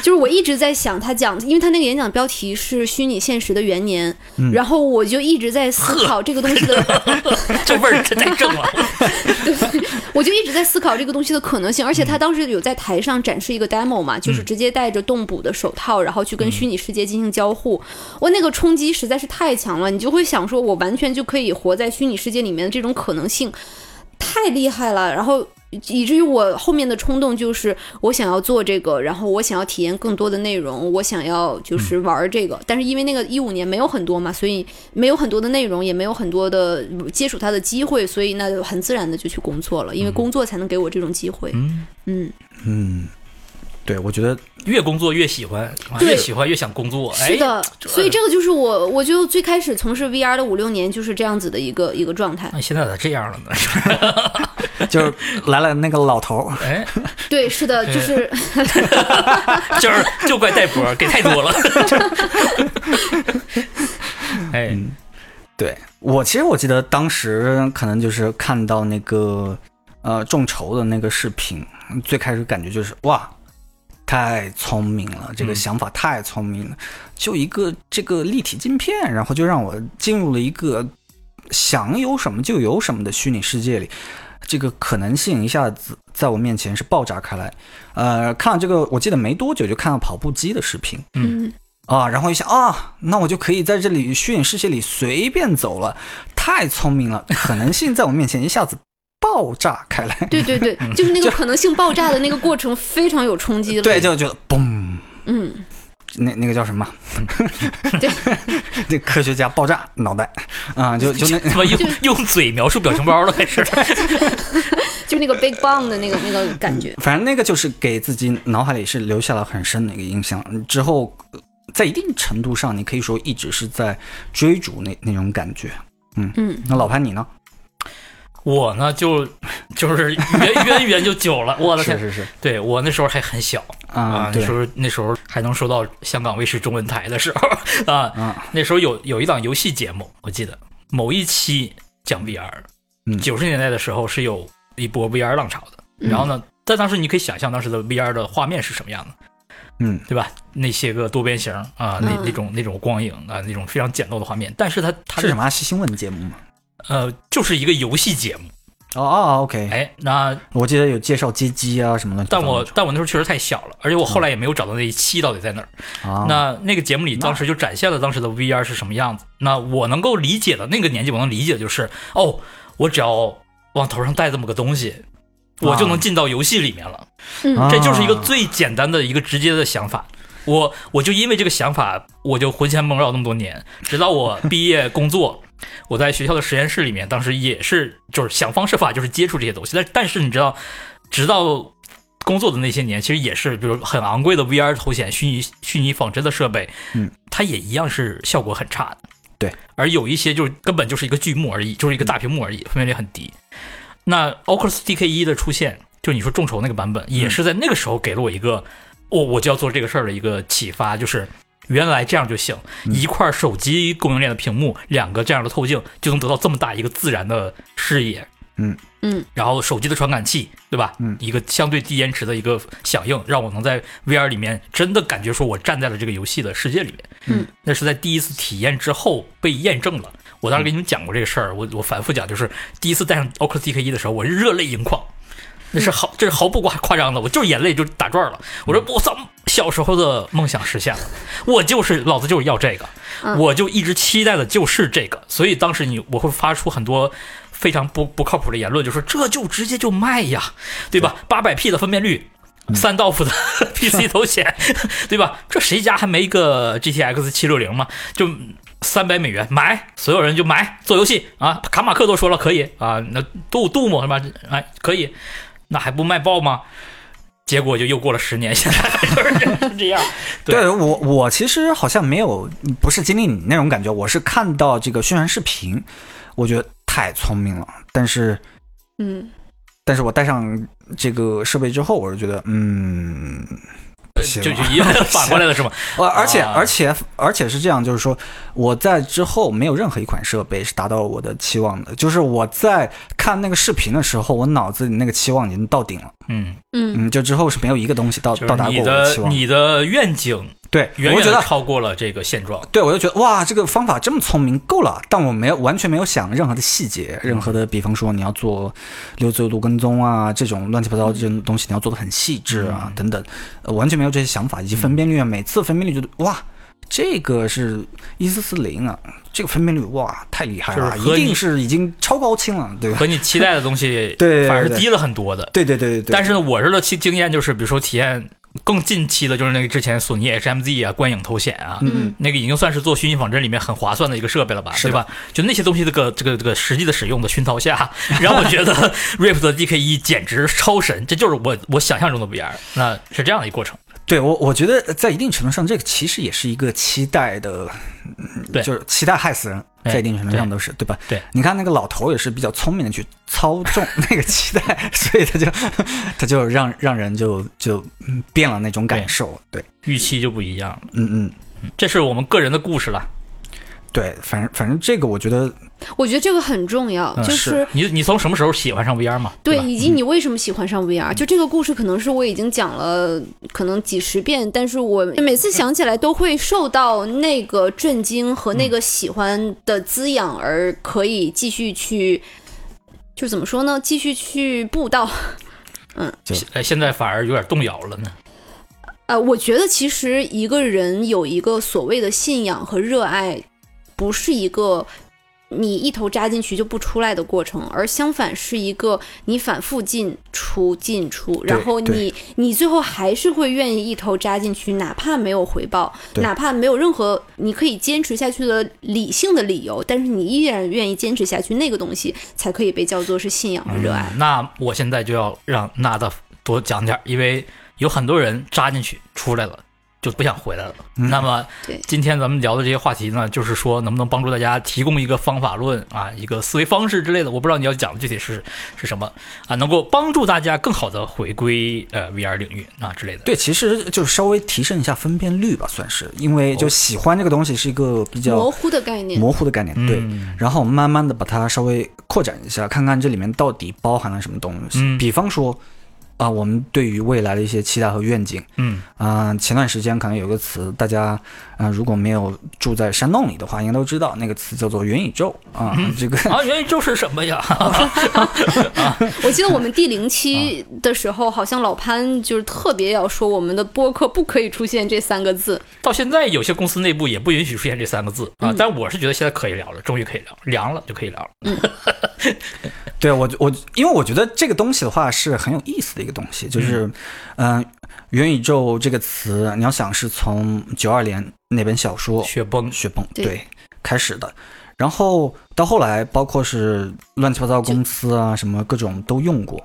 Speaker 3: 就是我一直在想他讲，因为他那个演讲标题是“虚拟现实的元年”，然后我就一直在思考嗯 这个东西的
Speaker 2: 这味儿真太正了。
Speaker 3: 我就一直在思考这个东西的可能性，而且他当时有在台上展示一个 demo 嘛，就是直接戴着动捕的手套，然后去跟虚拟世界进行交互。哇，那个冲击实在是太强了，你就会想说，我完全就可以活在虚拟世界里面的这种可能性，太厉害了。然后。以至于我后面的冲动就是我想要做这个，然后我想要体验更多的内容，我想要就是玩儿这个。但是因为那个一五年没有很多嘛，所以没有很多的内容，也没有很多的接触它的机会，所以那就很自然的就去工作了，因为工作才能给我这种机会。
Speaker 2: 嗯，
Speaker 3: 嗯，
Speaker 1: 嗯，对，我觉得
Speaker 2: 越工作越喜欢，啊
Speaker 3: 对
Speaker 2: 越喜欢越想工作。哎
Speaker 3: 是，的，
Speaker 2: 这
Speaker 3: 所以这个就是我，我就最开始从事 VR 的五六年就是这样子的一个一个状态。
Speaker 2: 那现在咋这样了呢？
Speaker 1: 就是来了那个老头儿，
Speaker 2: 哎，
Speaker 3: 对，是的，就是
Speaker 2: 就是就怪戴博给太多了。哎，
Speaker 1: 对我其实我记得当时可能就是看到那个呃众筹的那个视频，最开始感觉就是哇，太聪明了，这个
Speaker 2: 嗯
Speaker 1: 想法太聪明了，就一个这个立体镜片，然后就让我进入了一个想有什么就有什么的虚拟世界里。这个可能性一下子在我面前是爆炸开来，呃，看了这个，我记得没多久就看到跑步机的视频，
Speaker 3: 嗯，
Speaker 1: 啊，然后一想啊，那我就可以在这里虚拟世界里随便走了，太聪明了，可能性在我面前一下子爆炸开来，
Speaker 3: 对对对，就是那个可能性爆炸的那个过程非常有冲击力。
Speaker 1: 对，就觉得嘣，
Speaker 3: 嗯，
Speaker 1: 那那个叫什么？
Speaker 3: 对，
Speaker 1: 这科学家爆炸脑袋啊，就 就那
Speaker 2: 他妈用用嘴描述表情包了，开始。
Speaker 3: 就那个 big bang 的那个那个感觉。
Speaker 1: 反正那个就是给自己脑海里是留下了很深的一个印象。之后，呃在一定程度上，你可以说一直是在追逐那那种感觉。
Speaker 3: 嗯，
Speaker 1: 那老潘你呢？
Speaker 2: 我呢，就就是渊渊源就久了，我的
Speaker 1: 是
Speaker 2: 天！
Speaker 1: 是是
Speaker 2: 对我那时候还很小
Speaker 1: 啊，
Speaker 2: 那
Speaker 1: 对
Speaker 2: 时，候那时候还能收到香港卫视中文台的时候 啊，
Speaker 1: 啊
Speaker 2: 那时候有有一档游戏节目，我记得某一期讲 VR，
Speaker 1: 嗯
Speaker 2: 九十年代的时候是有一波 VR 浪潮的。然后呢，在当时你可以想象当时的 VR 的画面是什么样的，
Speaker 1: 嗯
Speaker 2: 对吧？那些个多边形啊，那
Speaker 3: 嗯
Speaker 2: 那种那种光影啊，那种非常简陋的画面。但是它它
Speaker 1: 是什么啊？是新闻节目吗？
Speaker 2: 呃，就是一个游戏节目，
Speaker 1: 哦哦，OK，
Speaker 2: 哎，那
Speaker 1: 我记得有介绍街机啊什么的，
Speaker 2: 但我但我那时候确实太小了，而且我后来也没有找到那一期到底在哪儿。
Speaker 1: 啊，
Speaker 2: 那那个节目里当时就展现了当时的 VR 是什么样子。那我能够理解的那个年纪，我能理解就是哦，我只要往头上戴这么个东西，我就能进到游戏里面了。
Speaker 3: 嗯
Speaker 1: 啊
Speaker 2: 这就是一个最简单的一个直接的想法。我我就因为这个想法，我就魂牵梦绕那么多年，直到 我毕业工作，我在学校的实验室里面，当时也是就是想方设法就是接触这些东西。但但是你知道，直到工作的那些年，其实也是，比如很昂贵的 VR 头显、虚拟虚拟仿真的设备，
Speaker 1: 嗯，
Speaker 2: 它也一样是效果很差的。
Speaker 1: 对，
Speaker 2: 而有一些就是根本就是一个剧目而已，就是一个大屏幕而已，分辨率很低。那 Oculus DK 一的出现，就你说众筹那个版本，也是在那个时候给了我一个，我、我就要做这个事儿的一个启发，就是原来这样就行，一块手机供应链的屏幕，两个这样的透镜，就能得到这么大一个自然的视野。
Speaker 3: 嗯，
Speaker 2: 然后手机的传感器，对吧？
Speaker 1: 嗯
Speaker 2: 一个相对低延迟的一个响应，让我能在 VR 里面真的感觉说我站在了这个游戏的世界里面。
Speaker 3: 嗯，
Speaker 2: 那是在第一次体验之后被验证了。我当时给你们讲过这个事儿，我我反复讲，就是第一次戴上 Oculus DK E 一的时候，我热泪盈眶，那是毫这是毫不夸夸张的，我就是眼泪就打转了。我
Speaker 3: 嗯
Speaker 2: 说我操，小时候的梦想实现了，我就是老子就是要这个，
Speaker 3: 嗯
Speaker 2: 我就一直期待的就是这个，所以当时你我会发出很多非常不不靠谱的言论，就说这就直接就卖呀，对吧？八百 P 的分辨率。
Speaker 1: 嗯
Speaker 2: 三道 夫的 PC 头显，对吧？这谁家还没一个 GTX 七六零嘛？就三百美元买，所有人就买做游戏啊。卡马克都说了可以啊，那杜杜某什么哎可以，那还不卖爆吗？结果就又过了十年，现在就是这样。对
Speaker 1: 对我，我其实好像没有，不是经历你那种感觉，我是看到这个宣传视频，我觉得太聪明了。但是，
Speaker 3: 嗯，
Speaker 1: 但是我戴上这个设备之后，我是觉得，嗯， 不行啊
Speaker 2: 就就一样反过来了是吗？
Speaker 1: 呃，而且
Speaker 2: 啊
Speaker 1: 而且而且是这样，就是说我在之后没有任何一款设备是达到我的期望的，就是我在看那个视频的时候，我脑子里那个期望已经到顶了，
Speaker 2: 嗯，
Speaker 3: 嗯
Speaker 1: 嗯，就之后是没有一个东西到
Speaker 2: 就
Speaker 1: 到达
Speaker 2: 是
Speaker 1: 过
Speaker 2: 你
Speaker 1: 我的期
Speaker 2: 的
Speaker 1: 望。
Speaker 2: 你的愿景
Speaker 1: 对，
Speaker 2: 远
Speaker 1: 我
Speaker 2: 远
Speaker 1: 觉
Speaker 2: 地
Speaker 1: 得
Speaker 2: 超过了这个现状。
Speaker 1: 对，我就觉得哇，这个方法这么聪明，够了。但我没有完全没有想任何的细节，任何的，
Speaker 2: 嗯
Speaker 1: 比方说你要做六自由度跟踪啊，这种乱七八糟这
Speaker 2: 嗯
Speaker 1: 种东西，你要做的很细致啊，等等、呃完全没有这些想法，以及分辨
Speaker 2: 嗯
Speaker 1: 率啊，每次分辨率就哇，这个是一四四零啊，这个分辨率哇太厉害了，啊
Speaker 2: 就是和
Speaker 1: 一
Speaker 2: 你
Speaker 1: 定是已经超高清了，对吧？
Speaker 2: 和你期待的东西
Speaker 1: 对
Speaker 2: 反而是
Speaker 1: 对
Speaker 2: 低了很多的。
Speaker 1: 对对对对对。
Speaker 2: 但是呢，我这的经经验就是，比如说体验更近期的，就是那个之前索尼 HMZ 啊、观影头显啊，
Speaker 1: 嗯
Speaker 2: 那个已经算是做虚拟仿真里面很划算的一个设备了吧，
Speaker 1: 是
Speaker 2: 对
Speaker 1: 的
Speaker 2: 吧？就那些东西这个这个这个实际的使用的熏陶下， 让我 觉得 Rift 的 DK 一简直超神，这就是我我想象中的 VR，那是这样的一个过程。
Speaker 1: 对我，我觉得在一定程度上，这个其实也是一个期待的，嗯
Speaker 2: 对
Speaker 1: 就是期待害死人，
Speaker 2: 对
Speaker 1: 在一定程度上都是，对吧？
Speaker 2: 对，
Speaker 1: 你看那个老头也是比较聪明的去操纵那个期待， 所以他就他就让让人就就嗯变了那种感受，对，
Speaker 2: 预期就不一样了，
Speaker 1: 嗯嗯，
Speaker 2: 这是我们个人的故事了。
Speaker 1: 对，反正反正这个我觉得
Speaker 3: 我觉得这个很重要，
Speaker 2: 嗯
Speaker 3: 就是
Speaker 2: 你你从什么时候喜欢上 VR 嘛？
Speaker 3: 对，
Speaker 2: 吧
Speaker 3: 以及你为什么喜欢上 VR？、就这个故事，可能是我已经讲了可能几十遍，但是我每次想起来都会受到那个震惊和那个喜欢的滋养，而可以继续去，就怎么说呢？继续去布道。
Speaker 2: 哎，现在反而有点动摇了呢。
Speaker 3: 呃，我觉得其实一个人有一个所谓的信仰和热爱，不是一个你一头扎进去就不出来的过程，而相反是一个你反复进出进出，然后
Speaker 1: 对
Speaker 3: 你你最后还是会愿意一头扎进去，哪怕没有回报，
Speaker 1: 对
Speaker 3: 哪怕没有任何你可以坚持下去的理性的理由，但是你依然愿意坚持下去，那个东西才可以被叫做是信仰和热爱。
Speaker 2: 嗯那我现在就要让娜达多讲点儿，因为有很多人扎进去出来了。就不想回来了。
Speaker 1: 嗯
Speaker 2: 那么
Speaker 3: 对，
Speaker 2: 今天咱们聊的这些话题呢，就是说能不能帮助大家提供一个方法论啊，一个思维方式之类的。我不知道你要讲的具体是是什么啊，能够帮助大家更好的回归呃 VR 领域啊之类的。
Speaker 1: 对，其实就稍微提升一下分辨率吧，算是，因为
Speaker 2: 哦
Speaker 1: 就喜欢这个东西是一个比较
Speaker 3: 模糊的概
Speaker 1: 嗯
Speaker 3: 念，
Speaker 1: 模糊的概念，对，
Speaker 2: 嗯
Speaker 1: 然后慢慢的把它稍微扩展一下，看看这里面到底包含了什么东西。
Speaker 2: 嗯
Speaker 1: 比方说，啊、我们对于未来的一些期待和愿景。
Speaker 2: 嗯
Speaker 1: 啊、前段时间可能有个词，大家啊、如果没有住在山洞里的话，应该都知道那个词叫做元宇宙啊、这个
Speaker 2: 啊，元宇宙是什么呀？
Speaker 3: 我记得我们第零期
Speaker 1: 啊
Speaker 3: 的时候，好像老潘就是特别要说我们的播客不可以出现这三个字。
Speaker 2: 到现在有些公司内部也不允许出现这三个字啊，但我是觉得现在可以聊了，终于可以聊了，凉了就可以聊了。
Speaker 1: 对我我因为我觉得这个东西的话是很有意思的一个东西，就是嗯、呃元宇宙这个词，你要想是从九二年那本小说
Speaker 2: 雪崩，
Speaker 1: 雪崩
Speaker 3: 对
Speaker 1: 对开始的，然后到后来包括是乱七八糟公司啊什么各种都用过，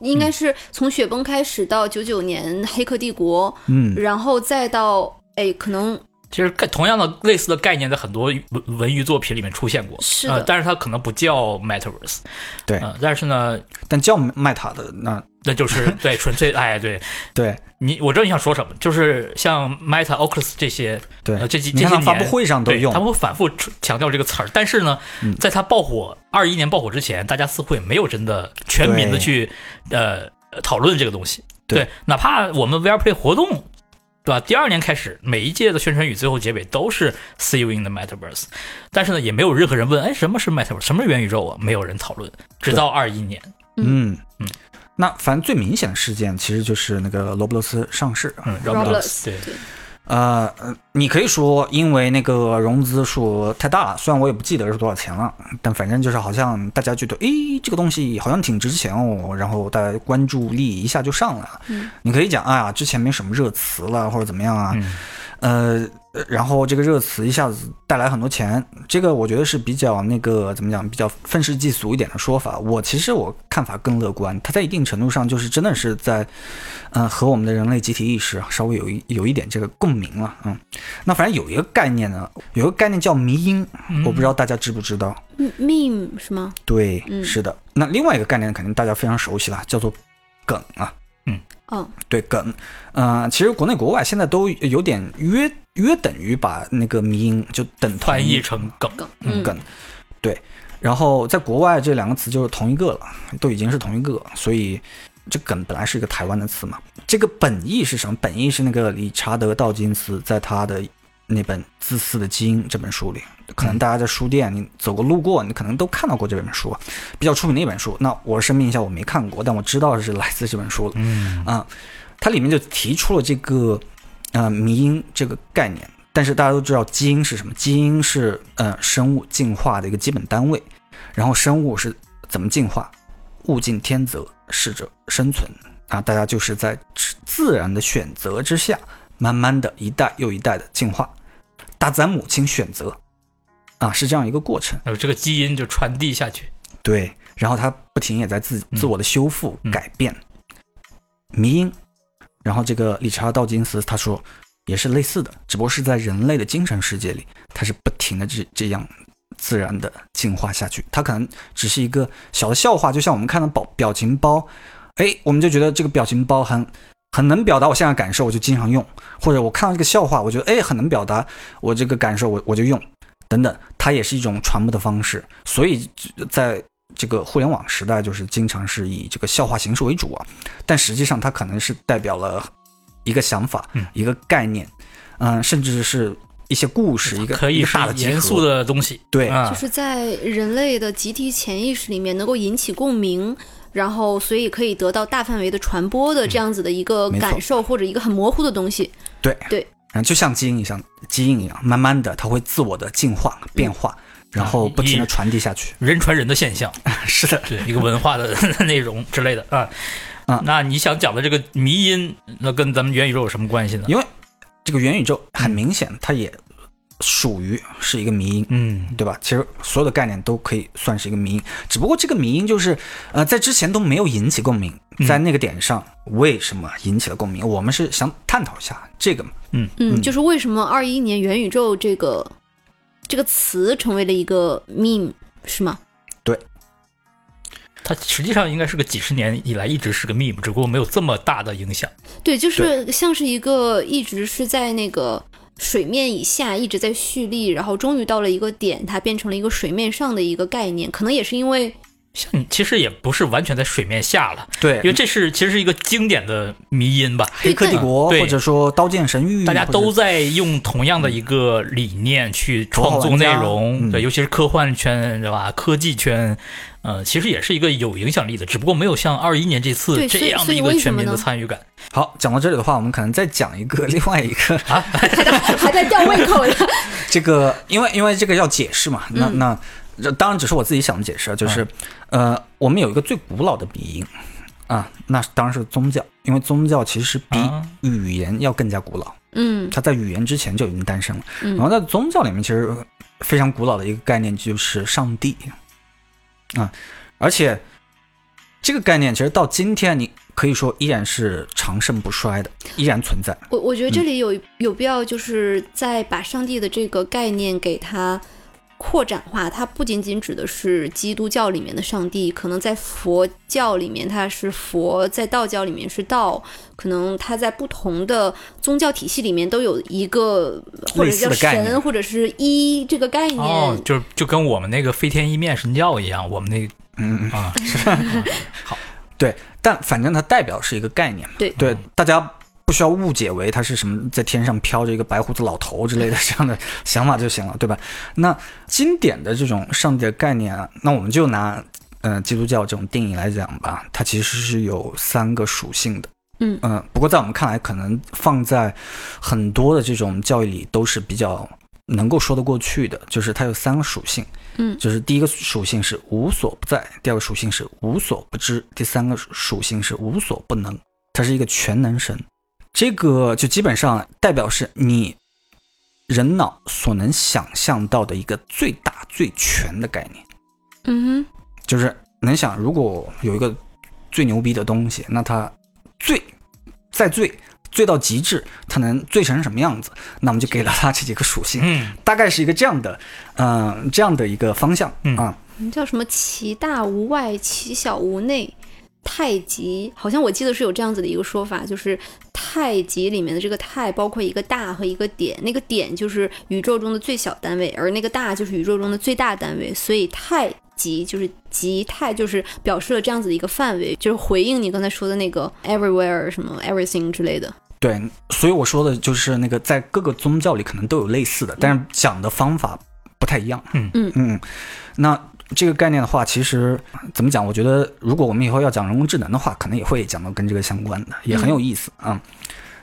Speaker 3: 应该是从雪崩开始到九九年《黑客帝国》
Speaker 1: 嗯，
Speaker 3: 然后再到哎，可能
Speaker 2: 其实概同样的类似的概念在很多文文娱作品里面出现过，
Speaker 3: 是的
Speaker 2: 啊，但是它可能不叫 Metaverse，
Speaker 1: 对
Speaker 2: 啊但是呢，
Speaker 1: 但叫卖塔的那
Speaker 2: 那就是 对纯粹哎，对
Speaker 1: 对
Speaker 2: 你，我知道你想说什么，就是像 Meta、Oculus 这些，
Speaker 1: 对，
Speaker 2: 呃，这几
Speaker 1: 你
Speaker 2: 这
Speaker 1: 看
Speaker 2: 些
Speaker 1: 他
Speaker 2: 年
Speaker 1: 发布会上都
Speaker 2: 对
Speaker 1: 用嗯
Speaker 2: 他，们会反复出强调这个词儿，但是呢，在它爆火二一年爆火之前，大家似乎也没有真的全民的
Speaker 1: 对
Speaker 2: 去呃讨论这个东西。
Speaker 1: 对
Speaker 2: 哪怕我们 VR Play 活动，对吧？第二年开始，每一届的宣传语最后结尾都是 “See you in the Metaverse”，但是呢，也没有任何人问，哎，什么是 Metaverse？什么是元宇宙啊？没有人讨论，直到二一年。
Speaker 1: 嗯
Speaker 2: 嗯。
Speaker 1: 那反正最明显的事件其实就是那个罗布罗斯上市，
Speaker 2: 嗯
Speaker 3: Roblox
Speaker 1: 哎啊
Speaker 2: 对，
Speaker 1: 呃，呃你可以说因为那个融资数额太大了，虽然我也不记得是多少钱了，但反正就是好像大家觉得，诶，这个东西好像挺值钱哦，然后大家关注力一下就上来了。
Speaker 3: 嗯
Speaker 1: 你可以讲，哎呀，之前没什么热词了，或者怎么样啊，
Speaker 2: 嗯
Speaker 1: 呃，然后这个热词一下子带来很多钱，这个我觉得是比较那个怎么讲，比较愤世嫉俗一点的说法。我其实我看法更乐观，它在一定程度上就是真的是在，嗯、和我们的人类集体意识啊稍微有一有一点这个共鸣了，嗯。那反正有一个概念呢，有一个概念叫迷因，
Speaker 2: 嗯
Speaker 1: 我不知道大家知不知道。
Speaker 3: meme 是吗？
Speaker 1: 对，
Speaker 3: 嗯
Speaker 1: 是的。那另外一个概念肯定大家非常熟悉了，叫做梗啊。
Speaker 3: 嗯，
Speaker 1: 对梗，呃，其实国内国外现在都有点约约等于把那个迷音就等同
Speaker 2: 翻嗯译
Speaker 1: 于
Speaker 2: 成梗。
Speaker 3: 梗，
Speaker 2: 嗯
Speaker 3: 嗯，
Speaker 1: 梗，对。然后在国外这两个词就是同一个了，都已经是同一个了，所以这梗本来是一个台湾的词嘛。这个本意是什么？本意是那个理查德·道金斯在他的那本《自私的基因》这本书里，可
Speaker 2: 嗯
Speaker 1: 能大家在书店你走过路过，你可能都看到过这本书，啊比较出名的一本书。那我声明一下，我没看过，但我知道是来自这本书了。
Speaker 2: 嗯
Speaker 1: 它里面就提出了这个呃迷因这个概念，但是大家都知道基因是什么？基因是呃生物进化的一个基本单位，然后生物是怎么进化？物竞天择，适者生存啊！大家就是在自自然的选择之下，慢慢的一代又一代的进化，大自然母亲选择啊，是这样一个过程。
Speaker 2: 呃这个基因就传递下去。
Speaker 1: 对，然后它不停也在自
Speaker 2: 嗯
Speaker 1: 自我的修复、
Speaker 2: 嗯
Speaker 1: 改变、迷因。然后这个理查德·道金斯他说也是类似的，只不过是在人类的精神世界里，它是不停的这这样自然的进化下去。它可能只是一个小的笑话，就像我们看到表表情包，哎，我们就觉得这个表情包很很能表达我现在的感受，我就经常用；或者我看到这个笑话，我觉得哎很能表达我这个感受，我我就用。等等，它也是一种传播的方式，所以这在这个互联网时代，就是经常是以这个笑话形式为主啊，但实际上它可能是代表了一个想法、
Speaker 2: 嗯
Speaker 1: 一个概念，嗯、甚至是一些故事，一个
Speaker 2: 可
Speaker 1: 一
Speaker 2: 以
Speaker 1: 个
Speaker 2: 是
Speaker 1: 大的集合
Speaker 2: 严肃的东西，
Speaker 1: 对
Speaker 2: 啊
Speaker 3: 就是在人类的集体潜意识里面能够引起共鸣，然后所以可以得到大范围的传播的这样子的一个
Speaker 1: 没错
Speaker 3: 感受或者一个很模糊的东西。
Speaker 1: 对
Speaker 3: 对，
Speaker 1: 嗯，就像基因一样，基因一样，慢慢的它会自我的进化、
Speaker 2: 嗯
Speaker 1: 变化，然后不停的传递下去。
Speaker 2: 人传人嗯的现象，
Speaker 1: 是的，
Speaker 2: 对一个文化的 内容之类的啊。
Speaker 1: 啊
Speaker 2: 那你想讲的这个迷因，那跟咱们元宇宙有什么关系呢？
Speaker 1: 因为这个元宇宙很明显，它也属于是一个迷因。
Speaker 2: 嗯，
Speaker 1: 对吧？其实所有的概念都可以算是一个迷因，只不过这个迷因就是，呃，在之前都没有引起共鸣，
Speaker 2: 嗯
Speaker 1: 在那个点上为什么引起了共鸣？我们是想探讨一下这个嘛。
Speaker 3: 嗯，
Speaker 1: 嗯
Speaker 3: 就是为什么二一年元宇宙这个这个词成为了一个 meme 是吗？
Speaker 2: 它实际上应该是个几十年以来一直是个 meme，只不过没有这么大的影响。
Speaker 3: 对，就是像是一个一直是在那个水面以下一直在蓄力，然后终于到了一个点，它变成了一个水面上的一个概念。可能也是因为
Speaker 2: 像你其实也不是完全在水面下了，
Speaker 1: 对
Speaker 2: 因为这是其实是一个经典的迷因吧，《
Speaker 1: 黑客帝国》
Speaker 2: 对
Speaker 1: 或者说《刀剑神域》，
Speaker 2: 大家
Speaker 1: 嗯或
Speaker 2: 都
Speaker 1: 者
Speaker 2: 在用同样的一个理念去创作内
Speaker 1: 头号玩
Speaker 2: 容，
Speaker 1: 家嗯
Speaker 2: 对，尤其是科幻圈，对吧？科技圈，呃，其实也是一个有影响力的，只不过没有像二一年这次
Speaker 3: 对
Speaker 2: 这
Speaker 3: 所以
Speaker 2: 样的
Speaker 3: 所以
Speaker 2: 一个
Speaker 3: 为什
Speaker 2: 全
Speaker 3: 么
Speaker 2: 民的
Speaker 3: 呢
Speaker 2: 参与感。
Speaker 1: 好。讲到这里的话，我们可能再讲一个 另外一个
Speaker 3: 还在吊胃口呢。
Speaker 1: 这个，因为因为这个要解释嘛，那、那这当然只是我自己想的解释，啊就是、呃，我们有一个最古老的迷因啊，那当然是宗教，因为宗教其实比
Speaker 2: 啊
Speaker 1: 语言要更加古老，
Speaker 3: 嗯
Speaker 1: 它在语言之前就已经诞生了。然后
Speaker 3: 嗯
Speaker 1: 在宗教里面，其实非常古老的一个概念就是上帝啊，而且这个概念其实到今天，你可以说依然是长盛不衰的，依然存在。
Speaker 3: 我我觉
Speaker 1: 嗯
Speaker 3: 得这里有有必要，就是再把上帝的这个概念给它扩展化。它不仅仅指的是基督教里面的上帝，可能在佛教里面它是佛，在道教里面是道，可能它在不同的宗教体系里面都有一个或
Speaker 1: 类
Speaker 3: 者
Speaker 1: 似
Speaker 3: 叫
Speaker 1: 的概念
Speaker 3: 神或者是一这个概念。
Speaker 2: 哦，就是就跟我们那个飞天一面神教一样，我们那个
Speaker 1: 嗯，嗯
Speaker 2: 啊，
Speaker 1: 对，但反正它代表是一个概念嘛。
Speaker 3: 对
Speaker 1: 对，大家不需要误解为它是什么在天上飘着一个白胡子老头之类的这样的想法就行了，对吧？那经典的这种上帝的概念啊，那我们就拿呃基督教这种定义来讲吧，它其实是有三个属性的。
Speaker 3: 嗯
Speaker 1: 嗯、不过在我们看来，可能放在很多的这种教育里都是比较能够说得过去的，就是它有三个属性。
Speaker 3: 嗯
Speaker 1: 就是第一个属性是无所不在，第二个属性是无所不知，第三个属性是无所不能。他是一个全能神，这个就基本上代表是你人脑所能想象到的一个最大最全的概念。
Speaker 3: 嗯哼
Speaker 1: 就是能想，如果有一个最牛逼的东西，那它最再最最到极致，它能最成什么样子？那我们就给了它这几个属性，
Speaker 2: 嗯，
Speaker 1: 大概是一个这样的，嗯、这样的一个方向
Speaker 2: 嗯
Speaker 1: 啊。
Speaker 3: 叫什么其大无外，其小无内。太极好像我记得是有这样子的一个说法，就是太极里面的这个太包括一个大和一个点，那个点就是宇宙中的最小单位，而那个大就是宇宙中的最大单位，所以太极就是极太，就是表示了这样子的一个范围，就是回应你刚才说的那个 everywhere 什么 everything 之类的。
Speaker 1: 对，所以我说的就是那个在各个宗教里可能都有类似的，但是讲的方法不太一样。
Speaker 2: 嗯
Speaker 3: 嗯
Speaker 1: 嗯，那这个概念的话，其实怎么讲？我觉得如果我们以后要讲人工智能的话，可能也会讲到跟这个相关的，也很有意思啊、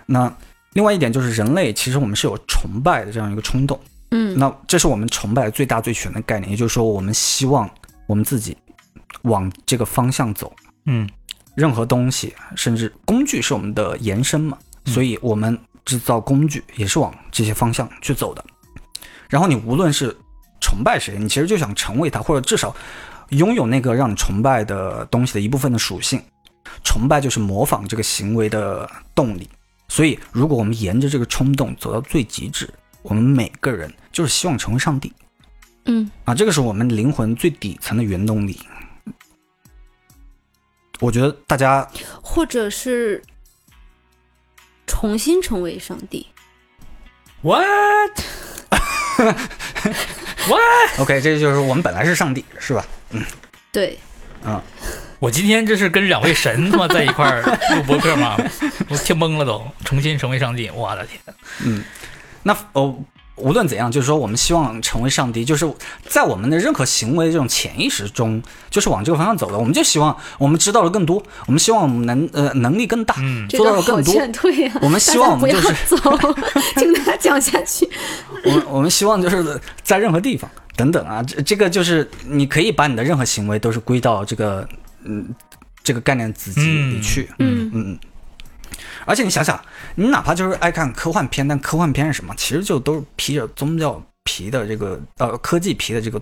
Speaker 1: 那另外一点就是人类其实我们是有崇拜的这样一个冲动，
Speaker 3: 嗯
Speaker 1: 那这是我们崇拜最大最全的概念，也就是说我们希望我们自己往这个方向走。
Speaker 2: 嗯，
Speaker 1: 任何东西，甚至工具是我们的延伸嘛，
Speaker 2: 嗯
Speaker 1: 所以我们制造工具也是往这些方向去走的。然后你无论是崇拜谁，你其实就想成为他，或者至少拥有那个让你崇拜的东西的一部分的属性。崇拜就是模仿这个行为的动力。所以，如果我们沿着这个冲动走到最极致，我们每个人就是希望成为上帝
Speaker 3: 嗯
Speaker 1: 啊，这个是我们灵魂最底层的原动力。我觉得大家
Speaker 3: 或者是重新成为上帝。
Speaker 2: What？
Speaker 1: OK，这就是我们本来是上帝，是吧？
Speaker 3: 对，
Speaker 2: 我今天这是跟两位神他妈在一块儿录播客吗？ 我听懵了都，重新成为上帝，我的天！
Speaker 1: 那哦，无论怎样，就是说我们希望成为上帝，就是在我们的任何行为这种潜意识中，就是往这个方向走的。我们就希望我们知道了更多，我们希望我们能呃能力更大，
Speaker 2: 嗯
Speaker 3: 这
Speaker 1: 做到
Speaker 3: 个
Speaker 1: 了
Speaker 3: 好
Speaker 1: 更多。
Speaker 3: 劝退啊！
Speaker 1: 我们希望我
Speaker 3: 大
Speaker 1: 们
Speaker 3: 家
Speaker 1: 就
Speaker 3: 不要
Speaker 1: 是
Speaker 3: 走，请大家讲下去。
Speaker 1: 我们我们希望就是在任何地方等等啊，这这个就是你可以把你的任何行为都是归到这个嗯这个概念子集里去，
Speaker 3: 嗯
Speaker 1: 嗯嗯。而且你想想，你哪怕就是爱看科幻片，但科幻片是什么？其实就都是披着宗教皮的这个呃科技皮的这个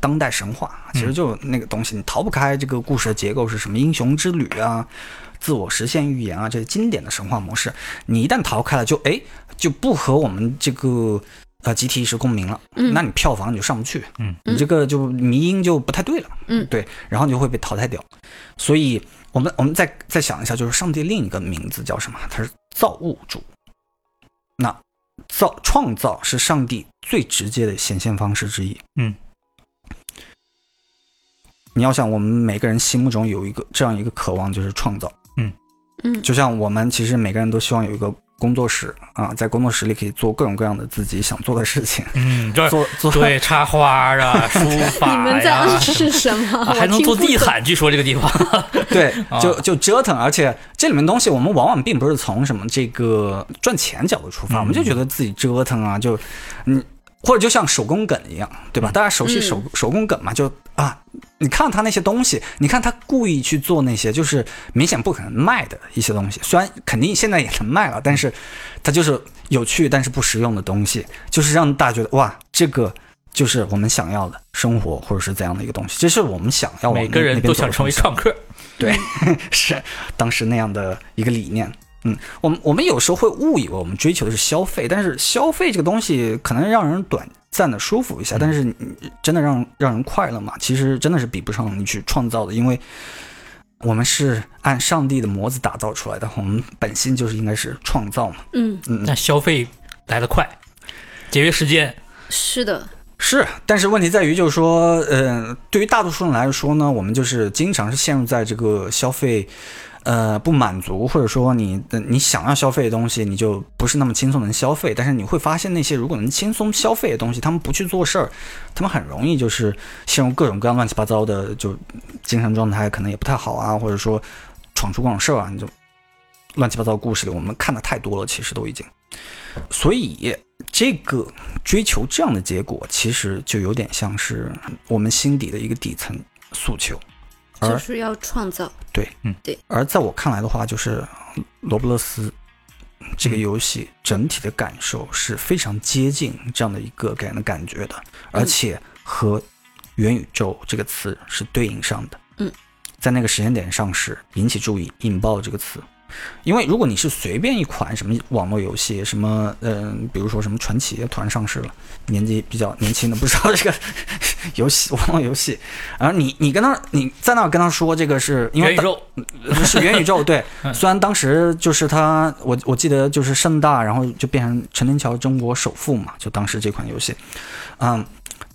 Speaker 1: 当代神话，其实就那个东西，你逃不开这个故事的结构是什么英雄之旅啊、自我实现预言啊这些经典的神话模式。你一旦逃开了，就哎就不和我们这个呃集体意识共鸣了，
Speaker 3: 嗯
Speaker 1: 那你票房你就上不去，
Speaker 2: 嗯，
Speaker 1: 你这个就迷因就不太对了，
Speaker 3: 嗯
Speaker 1: 对，然后你就会被淘汰掉。所以我们我们再再想一下，就是上帝另一个名字叫什么？他是造物主。那造创造是上帝最直接的显现方式之一。
Speaker 2: 嗯，
Speaker 1: 你要想，我们每个人心目中有一个这样一个渴望，就是创造。
Speaker 3: 嗯
Speaker 1: 就像我们其实每个人都希望有一个工作室啊，在工作室里可以做各种各样的自己想做的事情，
Speaker 2: 嗯，对
Speaker 1: 做做
Speaker 2: 对，插花啊，书法
Speaker 3: 你
Speaker 2: 呀，
Speaker 3: 们在暗示什 么？
Speaker 2: 啊
Speaker 3: 我
Speaker 2: 还能
Speaker 3: 听
Speaker 2: 做
Speaker 3: 不
Speaker 2: 地
Speaker 3: 懂
Speaker 2: 毯，据说这个地方
Speaker 1: 对
Speaker 2: 啊，
Speaker 1: 就就折腾，而且这里面东西我们往往并不是从什么这个赚钱角度出发，
Speaker 2: 嗯
Speaker 1: 我们就觉得自己折腾啊，就嗯，或者就像手工梗一样，对
Speaker 2: 嗯
Speaker 1: 吧？大家熟悉手手工梗嘛，就啊，你看他那些东西，你看他故意去做那些就是明显不可能卖的一些东西，虽然肯定现在也能卖了，但是它就是有趣但是不实用的东西，就是让大家觉得哇，这个。就是我们想要的生活，或者是怎样的一个东西，这是我们想要往
Speaker 2: 每个
Speaker 1: 那
Speaker 2: 人
Speaker 1: 那哦边
Speaker 2: 都
Speaker 1: 走的
Speaker 2: 想成为
Speaker 1: 方向
Speaker 2: 创客。
Speaker 1: 是当时那样的一个理念。嗯，我们我们有时候会误以为我们追求的是消费，但是消费这个东西可能让人短暂的舒服一下，但是你真的让让人快乐嘛？其实真的是比不上你去创造的，因为我们是按上帝的模子打造出来的，我们本性就是应该是创造嘛。
Speaker 3: 嗯，
Speaker 1: 嗯，
Speaker 2: 但消费来得快，节约时间，
Speaker 3: 是的，
Speaker 1: 是，但是问题在于，就是说，呃，对于大多数人来说呢，我们就是经常是陷入在这个消费，呃，不满足，或者说你呃你想要消费的东西，你就不是那么轻松能消费。但是你会发现，那些如果能轻松消费的东西，他们不去做事儿，他们很容易就是陷入各种各样乱七八糟的，就精神状态可能也不太好啊，或者说闯出各种事儿啊，你就乱七八糟的故事里，我们看的太多了，其实都已经。所以这个追求这样的结果，其实就有点像是我们心底的一个底层诉求。而
Speaker 3: 就是要创造。
Speaker 1: 而在我看来的话，就是呃罗布勒斯这
Speaker 2: 嗯
Speaker 1: 个游戏整体的感受是非常接近这样的一个给人的感觉的，而
Speaker 2: 嗯
Speaker 1: 且和元宇宙这个词是对应上的。
Speaker 3: 嗯，
Speaker 1: 在那个时间点上是引起注意、引爆这个词。因为如果你是随便一款什么网络游戏，什么嗯、比如说什么传奇突然上市了，年纪比较年轻的不知道这个游戏网络游戏，然后你你跟他你在那儿跟他说这个是因为
Speaker 2: 元宇宙
Speaker 1: 是元宇宙， 对。
Speaker 2: 嗯
Speaker 1: 虽然当时就是他，我我记得就是盛大，然后就变成陈天桥中国首富嘛，就当时这款游戏，嗯。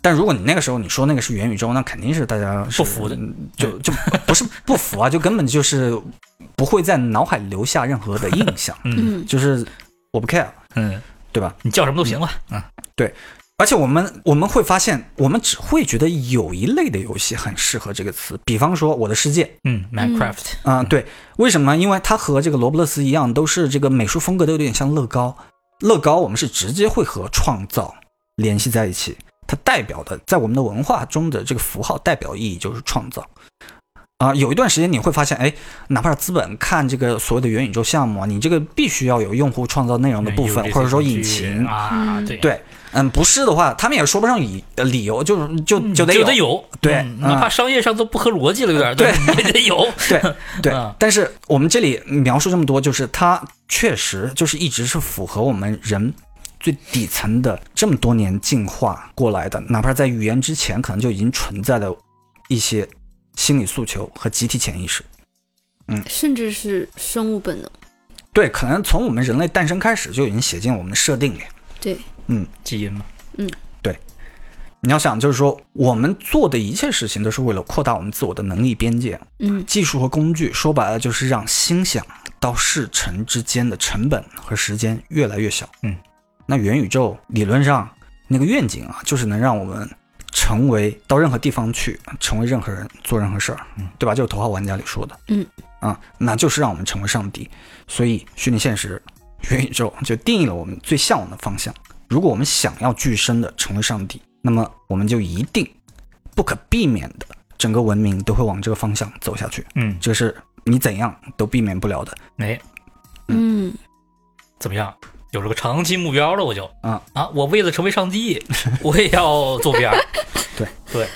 Speaker 1: 但如果你那个时候你说那个是元宇宙，那肯定是大家是
Speaker 2: 不服的，
Speaker 1: 就就不是不服啊，就根本就是不会在脑海留下任何的印象，
Speaker 2: 嗯
Speaker 3: 嗯，
Speaker 1: 就是我不 care，
Speaker 2: 嗯，
Speaker 1: 对吧？
Speaker 2: 你叫什么都行了，嗯，
Speaker 1: 而且我们我们会发现，我们只会觉得有一类的游戏很适合这个词，比方说《我的世界》，
Speaker 2: 嗯，Minecraft，
Speaker 1: 啊、对，为什么？因为它和这个罗布勒斯一样，都是这个美术风格都有点像乐高。乐高我们是直接会和创造联系在一起，它代表的在我们的文化中的这个符号代表意义就是创造。啊、有一段时间你会发现，哎，哪怕是资本看这个所谓的元宇宙项目啊，你这个必须要有用户创造内容的部分，或者说引擎。
Speaker 2: 啊，
Speaker 3: 嗯
Speaker 2: 对
Speaker 1: 对嗯，不是的话，他们也说不上理呃理由，就是就
Speaker 2: 嗯
Speaker 1: 就得
Speaker 2: 就得有，
Speaker 1: 对
Speaker 2: 嗯哪怕商业上都不合逻辑了，有点儿，
Speaker 1: 对
Speaker 2: 但是也得 有，
Speaker 1: 对对
Speaker 2: 嗯，
Speaker 1: 但是我们这里描述这么多，就是它确实就是一直是符合我们人最底层的这么多年进化过来的，哪怕在语言之前可能就已经存在的一些心理诉求和集体潜意识。
Speaker 3: 嗯甚至是生物本能。
Speaker 1: 对，可能从我们人类诞生开始就已经写进我们的设定里。
Speaker 3: 对，
Speaker 2: 基因 嘛，
Speaker 1: 你要想，就是说我们做的一切事情都是为了扩大我们自我的能力边界，
Speaker 3: 嗯，
Speaker 1: 技术和工具，说白了就是让心想到事成之间的成本和时间越来越小。
Speaker 2: 嗯，
Speaker 1: 那元宇宙理论上那个愿景啊，就是能让我们成为到任何地方去，成为任何人，做任何事儿，
Speaker 2: 嗯
Speaker 1: 对吧？就是《头号玩家》里说的。
Speaker 3: 嗯，
Speaker 1: 啊，那就是让我们成为上帝。所以，虚拟现实、元宇宙就定义了我们最向往的方向。如果我们想要具身的成为上帝，那么我们就一定不可避免的，整个文明都会往这个方向走下去。
Speaker 2: 嗯，
Speaker 1: 这是你怎样都避免不了的。
Speaker 2: 哎，
Speaker 3: 嗯，
Speaker 2: 怎么样？有了个长期目标了，我就
Speaker 1: 啊
Speaker 2: 啊，我为了成为上帝，我也要 做 VR，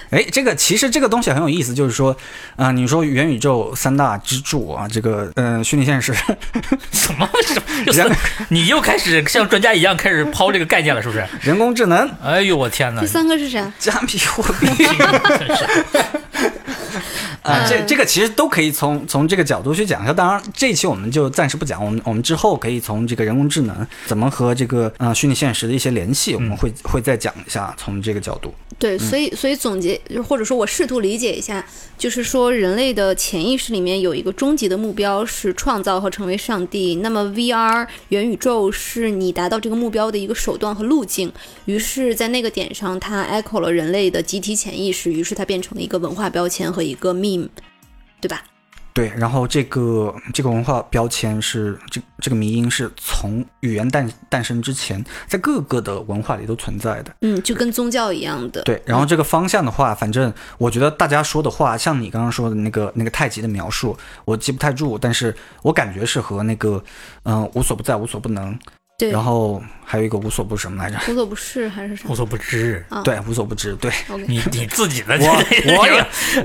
Speaker 1: 哎，这个其实这个东西很有意思，就是说，啊、你说元宇宙三大支柱啊，这个呃，虚拟现实，
Speaker 2: 什么 什么，就
Speaker 1: 人
Speaker 2: 是你又开始像专家一样开始抛这个概念了，是不是？
Speaker 1: 人工智能、
Speaker 2: 哎呦，我天哪
Speaker 3: 第！三个是啥？
Speaker 1: 加密货币，啊、
Speaker 3: 嗯
Speaker 1: 这这个其实都可以从从这个角度去讲一下。啊当然，这一期我们就暂时不讲，我们我们之后可以从这个人工智能怎么和这个呃虚拟现实的一些联系，我们会会再讲一下，从这个角度。
Speaker 3: 对，所以所以总结，就是或者说我试图理解一下，就是说人类的潜意识里面有一个终极的目标是创造和成为上帝。那么 VR 元宇宙是你达到这个目标的一个手段和路径。于是，在那个点上，它 echo 了人类的集体潜意识，于是它变成了一个文化标签和一个 meme，对吧？
Speaker 1: 对，然后这个这个文化标签是这这个迷因是从语言诞诞生之前，在各个的文化里都存在的。
Speaker 3: 嗯，就跟宗教一样的。
Speaker 1: 对，然后这个方向的话，反正我觉得大家说的话，像你刚刚说的那个那个太极的描述，我记不太住，但是我感觉是和那个嗯、呃无所不在、无所不能，
Speaker 3: 对，
Speaker 1: 然后哦还有一个无所不什么来着？
Speaker 3: 无所不是还是啥
Speaker 2: 无所不知。
Speaker 3: 啊？
Speaker 1: 对，无所不知。 对
Speaker 3: OK
Speaker 2: 你你自己的，
Speaker 1: 我， 我也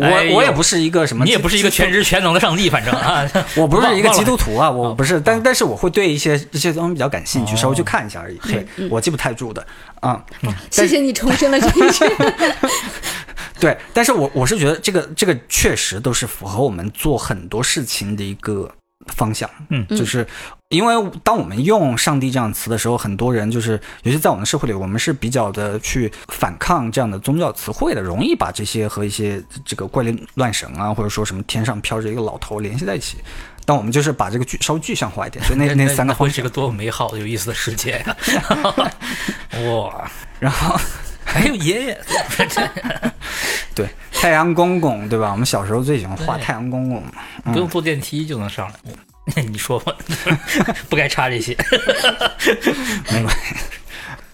Speaker 2: 哎呦
Speaker 1: 我我也不是一个什么，
Speaker 2: 你也不是一个全知全能的上帝，反 正啊，
Speaker 1: 我不是一个
Speaker 2: 忘了
Speaker 1: 基督徒啊，我
Speaker 2: 哦
Speaker 1: 不是，但但是我会对一些一些东西比较感兴趣，
Speaker 2: 哦嗯
Speaker 1: 稍微去看一下而已。对，我记不太住的啊、
Speaker 3: 谢谢你重申了这一 句。
Speaker 1: 对，但是我我是觉得这个这个确实都是符合我们做很多事情的一个方向。
Speaker 2: 嗯
Speaker 1: 就是因为当我们用“上帝”这样的词的时候，很多人就是，尤其在我们社会里，我们是比较的去反抗这样的宗教词汇的，容易把这些和一些这个怪力乱神啊，或者说什么天上飘着一个老头联系在一起。但我们就是把这个具稍微具象化一点，所以那那三个
Speaker 2: 会
Speaker 1: 方
Speaker 2: 是
Speaker 1: 向
Speaker 2: 个，多么美好的、有意思的世 界呀！哇，
Speaker 1: 然后
Speaker 2: 还有爷爷，
Speaker 1: 对太阳公公，对吧？我们小时候最喜欢画
Speaker 2: 对
Speaker 1: 太阳公公嘛。
Speaker 2: 不用坐电梯就能上来。 你说吧，不该插这些。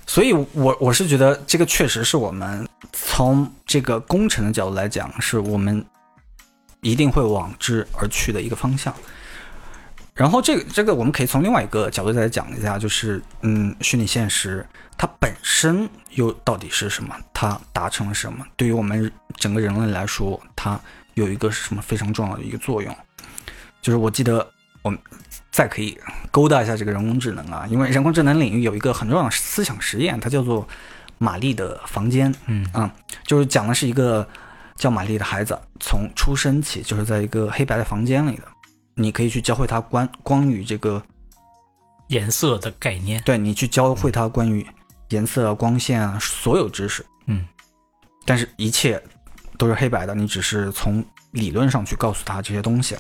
Speaker 1: 所以我，我是觉得这个确实是我们从这个工程的角度来讲，是我们一定会往之而去的一个方向。然后，这个这个我们可以从另外一个角度再讲一下，就是嗯，虚拟现实它本身又到底是什么？它达成了什么？对于我们整个人类来说，它有一个什么非常重要的一个作用？就是我记得我们再可以勾搭一下这个人工智能啊，因为人工智能领域有一个很重要的思想实验，它叫做玛丽的房间，
Speaker 2: 嗯
Speaker 1: 啊、就是讲的是一个叫玛丽的孩子从出生起就是在一个黑白的房间里的，你可以去教会他关关于这个，
Speaker 2: 颜色的概念，
Speaker 1: 对你去教会他关于颜色啊、光线啊所有知识，
Speaker 2: 嗯，
Speaker 1: 但是一切都是黑白的，你只是从理论上去告诉他这些东西。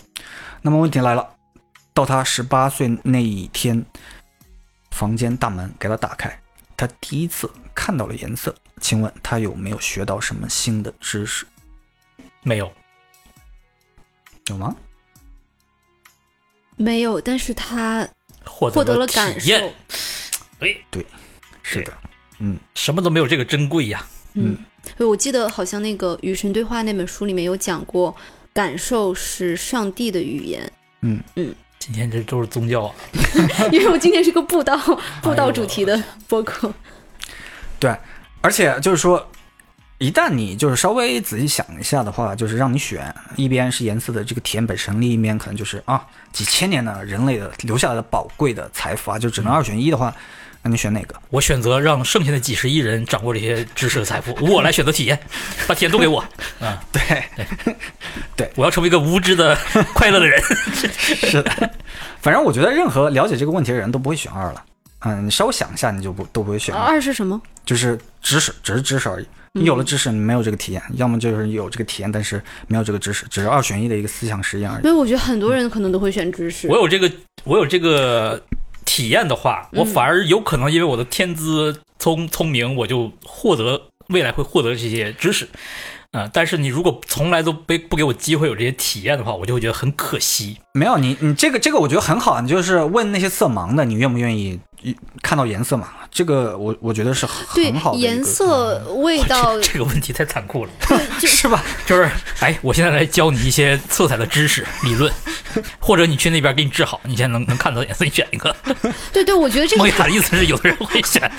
Speaker 1: 那么问题来了，到他十八岁那一天，房间大门给他打开，他第一次看到了颜色。请问他有没有学到什么新的知识？
Speaker 2: 没有，
Speaker 1: 有吗？
Speaker 3: 没有，但是他
Speaker 2: 获
Speaker 3: 获得
Speaker 2: 了
Speaker 3: 了感
Speaker 2: 体
Speaker 3: 受。
Speaker 2: 验，哎，
Speaker 1: 是的，
Speaker 2: 什么都没有这个珍贵呀。
Speaker 1: 嗯
Speaker 3: 嗯，对，我记得好像那个《与神对话》那本书里面有讲过，感受是上帝的 语言。
Speaker 2: 今天这都是宗教啊，
Speaker 3: 因为我今天是个布
Speaker 1: 哎
Speaker 3: 道布道主题的播客，
Speaker 1: 而且就是说，一旦你就是稍微仔细想一下的话，就是让你选，一边是颜色的这个体验本身，另一边可能就是啊几千年的人类的留下来的宝贵的财富啊，就只能二选一的话，那你选哪个？
Speaker 2: 我选择让剩下的几十亿人掌握这些知识和财富，我来选择体验，把体验都给我。啊，
Speaker 1: 对，
Speaker 2: 我要成为一个无知的 快乐的 人。
Speaker 1: 是的，反正我觉得任何了解这个问题的人都不会选二了。嗯，你稍微想一下，你就不都不会选二，
Speaker 3: 啊二是什么？
Speaker 1: 就是知识，只是知识而已。你有了知识，你没有这个体验，要么就是有这个体验，但是没有这个知识，只是二选一的一个思想实验而已。
Speaker 3: 因为我觉得很多人可能都会选知识
Speaker 2: 我。有这个，我有这个体验的话，
Speaker 3: 嗯
Speaker 2: 我反而有可能因为我的天资聪聪明，我就获得未来会获得这些知识。啊、但是你如果从来都不不给我机会有这些体验的话，我就会觉得很可惜。
Speaker 1: 没有你，你这个这个我觉得很好，你就是问那些色盲的，你愿不愿意看到颜色嘛？这个我我觉得是很
Speaker 3: 对
Speaker 1: 很好的一个嗯
Speaker 3: 颜色、味道
Speaker 2: 这，这个问题太残酷了。
Speaker 3: 就是
Speaker 1: 吧？
Speaker 2: 就是，哎，我现在来教你一些色彩的知识理 论，或者你去那边给你治好，你现在能能看到颜色，你选一个。
Speaker 3: 对对，我觉得这
Speaker 2: 梦
Speaker 3: 个，
Speaker 2: 雅的意思是，有的人会 选，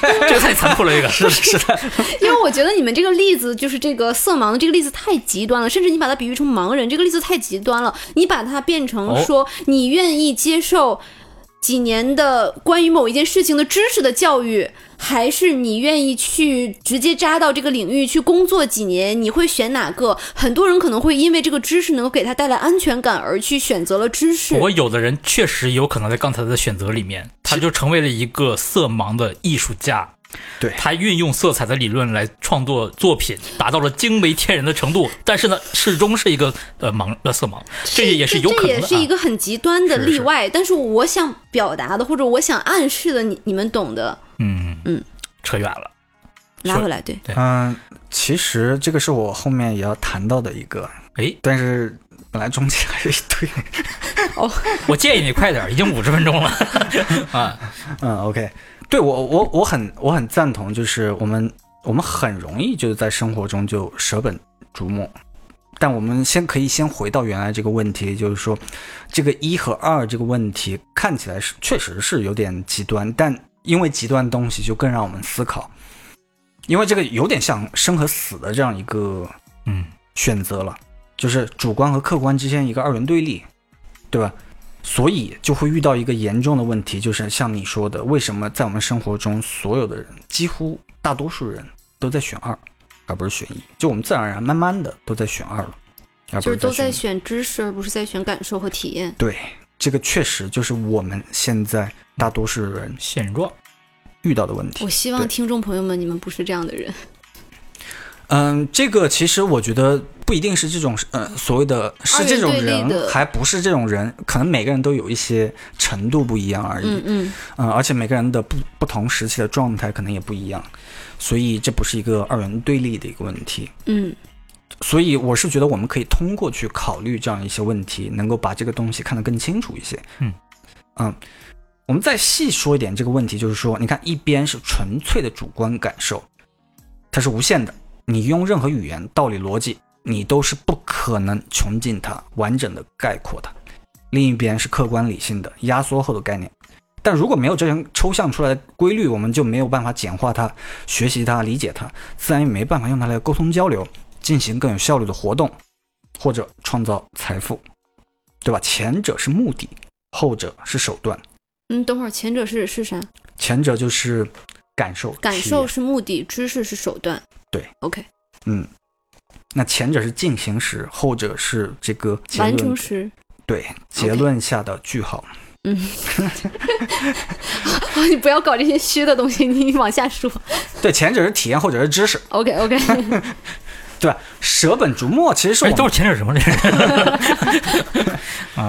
Speaker 2: 这个太残酷了，这个是是的，
Speaker 3: 因为我觉得你们这个例子就是这个色盲的这个例子太极端了，甚至你把它比喻成盲人，这个例子太极端了。你把它变成
Speaker 2: 哦
Speaker 3: 说你愿意接受几年的关于某一件事情的知识的教育，还是你愿意去直接扎到这个领域去工作几年，你会选哪个？很多人可能会因为这个知识能够给他带来安全感而去选择了知识
Speaker 2: 不。过有的人确实有可能在刚才的选择里面，他就成为了一个色盲的艺术家。
Speaker 1: 对
Speaker 2: 他运用色彩的理论来创作作品，达到了惊为天人的程度，但是呢，始终是一个呃盲呃色盲，这也是有可能
Speaker 3: 这
Speaker 2: 的、
Speaker 3: 也
Speaker 2: 啊。
Speaker 3: 是一个很极端的
Speaker 2: 是
Speaker 3: 例外。但是我想表达的，或者我想暗示的，你你们懂的，
Speaker 2: 嗯
Speaker 3: 嗯，
Speaker 2: 扯远了。
Speaker 3: 拉
Speaker 2: 说
Speaker 3: 回来。对，
Speaker 1: 嗯，其实这个是我后面也要谈到的一个，
Speaker 2: 哎，
Speaker 1: 但是本来中间还有一堆。
Speaker 2: 我建议你快点，已经五十分钟了 啊。
Speaker 1: 嗯，OK，对我我我很我很赞同，就是我们我们很容易就是在生活中就舍本逐末，但我们先可以先回到原来这个问题，就是说这个一和二这个问题看起来是确实是有点极端，但因为极端的东西就更让我们思考，因为这个有点像生和死的这样一个
Speaker 2: 嗯，
Speaker 1: 选择了，就是主观和客观之间一个二元对立，对吧？所以就会遇到一个严重的问题，就是像你说的，为什么在我们生活中所有的人，几乎大多数人都在选二，而不是选一？就我们自然而然慢慢的都在选二了，而
Speaker 3: 就
Speaker 1: 啊不
Speaker 3: 是都
Speaker 1: 在
Speaker 3: 在
Speaker 1: 选一。
Speaker 3: 选知识，而不是在选感受和体验。
Speaker 1: 对，这个确实就是我们现在大多数人
Speaker 2: 现状。
Speaker 1: 遇到的问题
Speaker 3: 我。希
Speaker 1: 对
Speaker 3: 望听众朋友们，你们不是这样的人。
Speaker 1: 嗯，这个其实我觉得不一定是这种，呃，所谓的是这种
Speaker 3: 二元对立
Speaker 1: 人
Speaker 3: 的，
Speaker 1: 还不是这种人，可能每个人都有一些程度不一样而已。
Speaker 3: 嗯嗯，
Speaker 1: 嗯，而且每个人的不不同时期的状态可能也不一样，所以这不是一个二元对立的一个问题。
Speaker 3: 嗯，
Speaker 1: 所以我是觉得我们可以通过去考虑这样一些问题，能够把这个东西看得更清楚一些。
Speaker 2: 嗯
Speaker 1: 嗯，我们再细说一点这个问题，就是说，你看一边是纯粹的主观感受，它是无限的，你用任何语言、道理、逻辑，你都是不可能穷尽它、完整的概括它；另一边是客观理性的压缩后的概念。但如果没有这种抽象出来的规律，我们就没有办法简化它、学习它、理解它，自然也没办法用它来沟通交流。进行更有效率的活动，或者创造财富，对吧？前者是目的，后者是手段。
Speaker 3: 嗯，等会儿前者是是啥？
Speaker 1: 前者就是感受，
Speaker 3: 感
Speaker 1: 体
Speaker 3: 受
Speaker 1: 验
Speaker 3: 是目的，知识是手段。
Speaker 1: 对
Speaker 3: ，OK，
Speaker 1: 嗯。那前者是进行时，后者是这个结
Speaker 3: 完
Speaker 1: 论
Speaker 3: 成，时。
Speaker 1: 对结论下的句号。
Speaker 3: 嗯，好，你不要搞这些虚的东西，你往下说。
Speaker 1: 对，前者是体验，后者是知识，
Speaker 3: OK OK，
Speaker 1: 对吧？舍本逐末其实是我
Speaker 2: 哎，
Speaker 1: 们
Speaker 2: 都是前者什么人？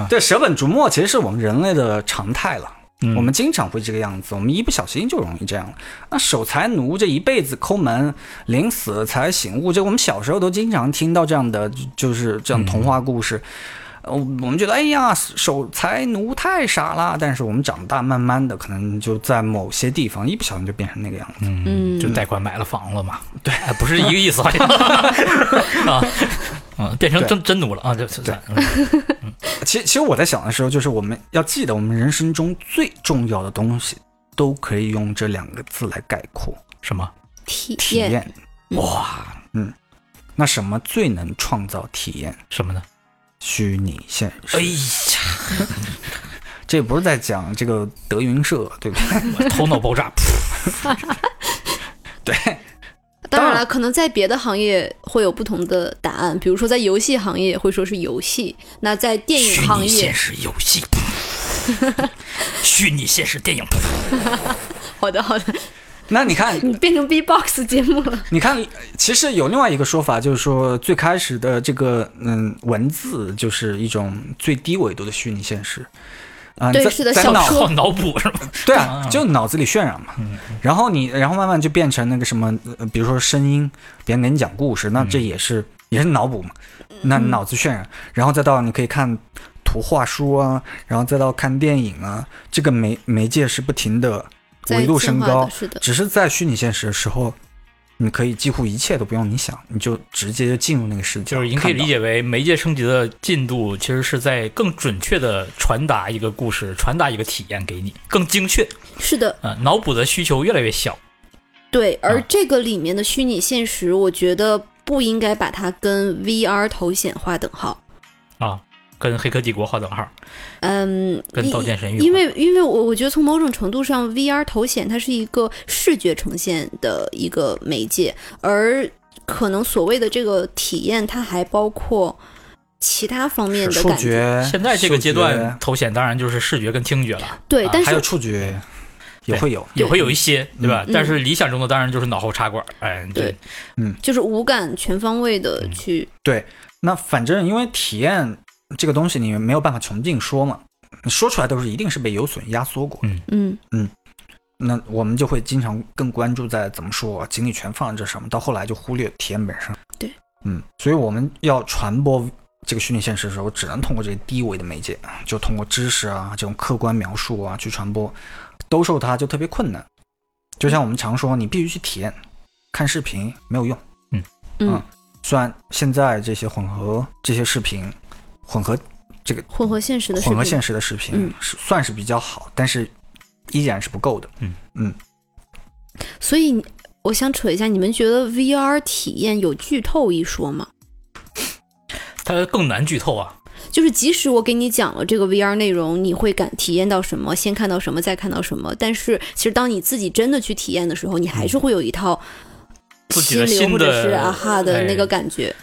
Speaker 1: 对舍本逐末其实是我们人类的常态了。
Speaker 2: 嗯
Speaker 1: 我们经常会这个样子，我们一不小心就容易这样了。那守财奴这一辈子抠门，临死才醒悟，这我们小时候都经常听到这样的，就就是这样童话故事。呃，我们觉得哎呀，守财奴太傻了。但是我们长大，慢慢的可能就在某些地方一不小心就变成那个样子。
Speaker 2: 嗯，就贷款买了房了嘛。对，不是一个意思， 好像 啊，嗯，变成真真奴了啊，这这
Speaker 1: 对其实，其实我在想的时候，就是我们要记得，我们人生中最重要的东西，都可以用这两个字来概括。
Speaker 2: 什么？
Speaker 3: 体
Speaker 1: 体
Speaker 3: 验
Speaker 1: 验，哇，嗯，那什么最能创造体验？
Speaker 2: 什么呢？
Speaker 1: 虚拟现实，
Speaker 2: 哎呀，
Speaker 1: 这不是在讲这个德云社，对不 对？
Speaker 2: 我头脑爆炸！噗
Speaker 1: 对，
Speaker 3: 当然
Speaker 1: 当
Speaker 3: 了，可能在别的行业会有不同的答案，比如说在游戏行业会说是游戏，那在电影
Speaker 2: 虚
Speaker 3: 哎行
Speaker 2: 拟现
Speaker 3: 业，
Speaker 2: 实游戏， 噗虚拟现实电影，噗
Speaker 3: 好的好的，
Speaker 1: 那你看，
Speaker 3: 你变成 B-box 节目了，
Speaker 1: 你看，其实有另外一个说法，就是说最开始的这个嗯文字就是一种最低维度的虚拟现实啊、
Speaker 3: 对
Speaker 1: 在
Speaker 3: 是的
Speaker 1: 在
Speaker 3: 小
Speaker 1: 脑
Speaker 3: 说
Speaker 2: 靠脑补是吗？
Speaker 1: 对啊，
Speaker 2: 嗯
Speaker 1: 就脑子里渲染嘛，然后你，然后慢慢就变成那个什么，呃比如说声音，别人给你讲故事，
Speaker 2: 嗯
Speaker 1: 那这也是、也是脑补嘛，那脑子渲染，然后再到你可以看图画书啊，然后再到看电影啊，这个媒媒介是不停的
Speaker 3: 在
Speaker 1: 维度
Speaker 3: 进
Speaker 1: 升
Speaker 3: 化的
Speaker 1: 高，
Speaker 3: 是的，
Speaker 1: 只是在虚拟现实的时候，你可以几乎一切都不用你想，你就直接就进入那个世界，
Speaker 2: 就是已经可以
Speaker 1: 看到
Speaker 2: 理解为媒介升级的进度，其实是在更准确的传达一个故事，传达一个体验给你，更精确
Speaker 3: 是的，
Speaker 2: 啊、脑补的需求越来越小。
Speaker 3: 对，而
Speaker 2: 啊
Speaker 3: 这个里面的虚拟现实，我觉得不应该把它跟 VR 头显划等号。
Speaker 2: 啊，跟《黑客帝国》划等号，
Speaker 3: 嗯，
Speaker 2: 跟《
Speaker 3: 因
Speaker 2: 刀剑神域》
Speaker 3: 因为因为我我觉得从某种程度上，VR 头显它是一个视觉呈现的一个媒介，而可能所谓的这个体验，它还包括其他方面的
Speaker 1: 触
Speaker 3: 感觉。
Speaker 1: 觉，
Speaker 2: 现在这个阶
Speaker 1: 嗅
Speaker 2: 段
Speaker 1: 觉，
Speaker 2: 头显当然就是视觉跟听觉了，
Speaker 3: 对，
Speaker 2: 啊
Speaker 3: 但
Speaker 1: 还有
Speaker 3: 是
Speaker 1: 触觉也会有，
Speaker 2: 也会有一些，对吧？
Speaker 3: 嗯
Speaker 2: 但是理想中的当然就是脑后插管，哎，
Speaker 3: 对就是五感全方位的
Speaker 1: 嗯
Speaker 3: 去，
Speaker 1: 那反正因为体验这个东西，你没有办法穷尽说嘛，你说出来都是一定是被有损压缩过。
Speaker 3: 嗯
Speaker 1: 那我们就会经常更关注在怎么说精力全放在这上面，到后来就忽略体验本身。
Speaker 3: 对，
Speaker 1: 嗯，所以我们要传播这个虚拟现实的时候，只能通过这些低维的媒介，就通过知识啊这种客观描述啊去传播，兜售它就特别困难。就像我们常说，你必须去体验，看视频没有用。
Speaker 3: 嗯
Speaker 1: 嗯，虽然现在这些混合这些视频，混合这个
Speaker 3: 混合现实的视
Speaker 1: 混合
Speaker 3: 频，
Speaker 1: 现实的视频
Speaker 3: 嗯
Speaker 1: 是算是比较好，但是依然是不够的。
Speaker 3: 所以我想扯一下，你们觉得 VR 体验有剧透一说吗？
Speaker 2: 它更难剧透啊。
Speaker 3: 就是即使我给你讲了这个 VR 内容，你会感体验到什么，先看到什么，再看到什么。但是其实当你自己真的去体验的时候，你还是会有一套
Speaker 2: 自己的
Speaker 3: 心流
Speaker 2: 新
Speaker 3: 或
Speaker 2: 的
Speaker 3: 者是啊哈的那个感觉。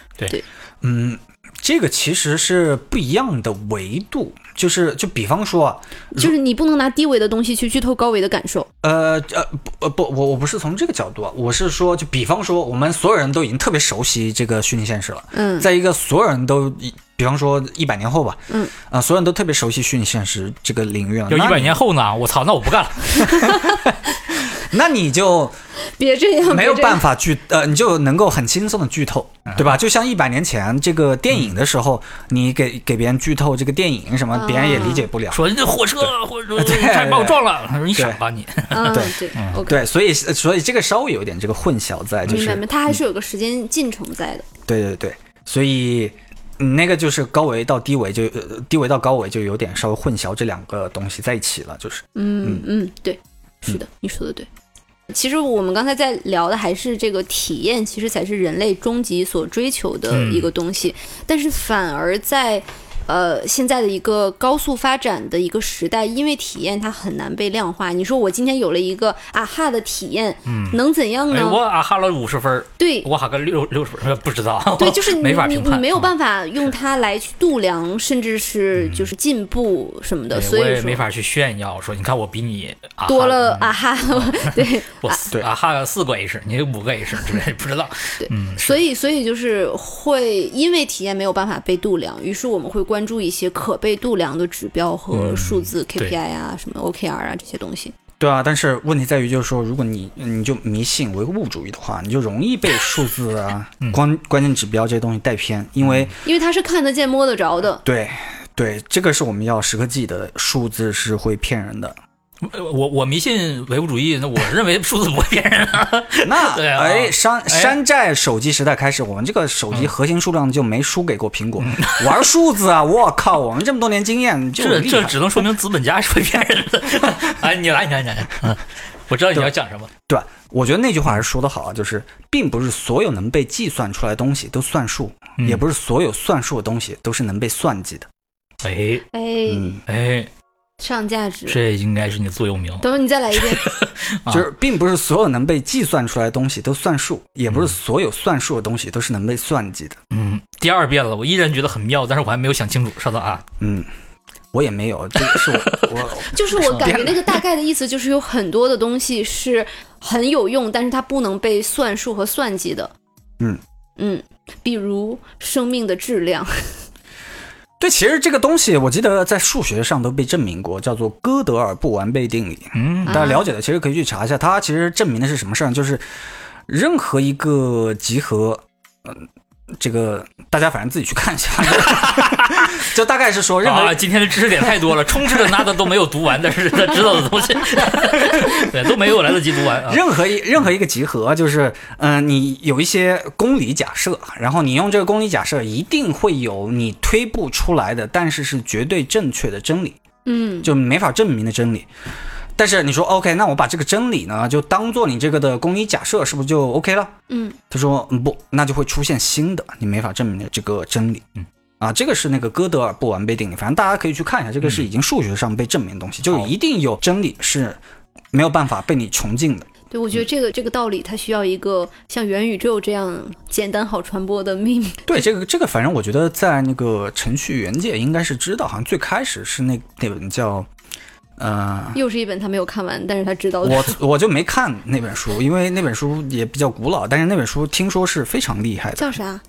Speaker 1: 嗯，这个其实是不一样的维度，就是就比方说啊，
Speaker 3: 就是你不能拿低维的东西去剧透高维的感受。
Speaker 1: 呃呃不呃不，我我不是从这个角度啊，我是说，就比方说，我们所有人都已经特别熟悉这个虚拟现实了，
Speaker 3: 嗯
Speaker 1: 在一个所有人都，比方说一百年后吧，
Speaker 3: 嗯
Speaker 1: 啊、所有人都特别熟悉虚拟现实这个领域了，啊
Speaker 2: 要
Speaker 1: 那
Speaker 2: 一
Speaker 1: 你
Speaker 2: 百
Speaker 1: 哎
Speaker 2: 年后呢，我操，那我不干了。
Speaker 1: 那你就
Speaker 3: 别这 样，
Speaker 1: 没有
Speaker 3: 别这样嗯
Speaker 1: 办。法剧呃，你就能够很轻松的剧透，对吧？就像一百年前这个电影的时候，你给给别人剧透这个电影
Speaker 3: 哦
Speaker 1: 什么，别人也理解不了。
Speaker 2: 说你这火车，火车
Speaker 1: 对
Speaker 2: 差点把我撞了。他说你傻吧你？
Speaker 3: 嗯，
Speaker 1: 对
Speaker 3: 对，OK，
Speaker 1: 对，所以所以这个稍微有一点这个混淆在，就
Speaker 3: 明白
Speaker 1: 是
Speaker 3: 明白，它还是有个时间进程在的。
Speaker 1: 对对对，所以嗯那个就是高维到低维就、呃、低维到高维就有点稍微混淆这两个东西在一起了，就是
Speaker 3: 嗯嗯，对，是的，你说的对。其实我们刚才在聊的还是这个体验，其实才是人类终极所追求的
Speaker 2: 嗯
Speaker 3: 一个东西。但是反而在呃现在的一个高速发展的一个时代，因为体验它很难被量化。你说我今天有了一个啊哈的体验，能怎样
Speaker 2: 哎，
Speaker 3: 呢？
Speaker 2: 我啊哈了五十分儿，
Speaker 3: 对
Speaker 2: 我哈个六六十分儿，不知道。
Speaker 3: 对，就是你
Speaker 2: 没法
Speaker 3: 你
Speaker 2: 评
Speaker 3: 你
Speaker 2: 判，嗯啊
Speaker 3: 没有
Speaker 2: 法。
Speaker 3: 办法用它来去度量，甚至是就是进步什么的。所
Speaker 2: 嗯
Speaker 3: 以
Speaker 2: 我也
Speaker 3: 说
Speaker 2: 没法去炫耀，说你看我比你啊哈
Speaker 3: 多了，啊哈，
Speaker 2: 嗯
Speaker 3: 对，
Speaker 2: 我四
Speaker 1: 对
Speaker 2: 啊哈四个 A 式，你五个 A 式之类的，不知道。
Speaker 3: 所以，所以就是会因为体验没有办法被度量，于是我们会关注一些可被度量的指标和
Speaker 1: 嗯
Speaker 3: 数字、
Speaker 2: 对
Speaker 3: KPI 啊、什么 OKR 啊这些东西。
Speaker 1: 对啊。但是问题在于，就是说，如果你你就迷信唯物主义的话，你就容易被数字啊、
Speaker 3: 嗯
Speaker 1: 关关键指标这些东西带偏，因为。
Speaker 3: 因为它是看得见、摸得着的，
Speaker 1: 对对，这个是我们要时刻记得，数字是会骗人的。
Speaker 2: 呃我我迷信唯物主义，那我认为数字不会骗人 啊。
Speaker 1: 那
Speaker 2: 对啊
Speaker 1: 哎，山
Speaker 2: 哎嗯
Speaker 1: 山寨手机时代开始，我们这个手机核心数量就没输给过苹果。玩数字啊，我靠，我们这么多年经验就
Speaker 2: 这
Speaker 1: 厉
Speaker 2: 这
Speaker 1: 害。
Speaker 2: 只能说明资本家是会骗人 的。哎，你来，你来，你来。嗯，我知道你要讲什么。
Speaker 1: 对吧？我觉得那句话还是说得好啊，就是并不是所有能被计算出来的东西都算数，
Speaker 2: 嗯
Speaker 1: 也不是所有算数的东西都是能被算计的。
Speaker 2: 哎
Speaker 3: 哎，
Speaker 1: 嗯，
Speaker 2: 哎，
Speaker 3: 上价值。
Speaker 2: 这应该是你的座右铭。
Speaker 3: 等会儿你再来 一遍，
Speaker 2: 啊
Speaker 1: 就是并不是所有能被计算出来的东西都算数，也不是所有算数的东西都是能被算计的。
Speaker 2: 嗯，第二遍了，我依然觉得很妙，但是我还没有想清楚。稍等啊，
Speaker 1: 嗯，我也没有，这个是我 我
Speaker 3: 就是我感觉那个大概的意思就是有很多的东西是很有用，但是它不能被算数和算计的。
Speaker 1: 嗯
Speaker 3: 嗯，比如生命的质量。
Speaker 1: 对，其实这个东西我记得在数学上都被证明过，叫做哥德尔不完备定理。
Speaker 2: 嗯
Speaker 1: 大家了解的其实可以去查一下，它其实证明的是什么事儿呢？就是任何一个集合，嗯、这个大家反正自己去看一下， 就大概是说任何、
Speaker 2: 啊，今天的知识点太多了，充斥着 nada 都没有读完，但 是他知道的东西，对，都没有来得及读完啊。
Speaker 1: 任何一任何一个集合，就是嗯、呃你有一些公理假设，然后你用这个公理假设，一定会有你推不出来的，但是是绝对正确的真理。
Speaker 3: 嗯，
Speaker 1: 就没法证明的真理。但是你说 OK，那我把这个真理呢，就当做你这个的公理假设，是不是就 OK 了？
Speaker 3: 嗯，
Speaker 1: 他说嗯不，那就会出现新的你没法证明的这个真理。啊，这个是那个哥德尔不完备定理，反正大家可以去看一下，这个是已经数学上被证明的东西，就
Speaker 2: 好
Speaker 1: 一定有真理是没有办法被你穷尽的。
Speaker 3: 对，我觉得
Speaker 1: 嗯
Speaker 3: 这个这个道理，它需要一个像元宇宙这样简单好传播的秘密。
Speaker 1: 对这个这个，反正我觉得在那个程序员界应该是知道，好像最开始是那那本叫，呃，
Speaker 3: 又是一本他没有看完，但是他知道的。
Speaker 1: 我我就没看那本书，因为那本书也比较古老，但是那本书听说是非常厉害的，
Speaker 3: 叫啥？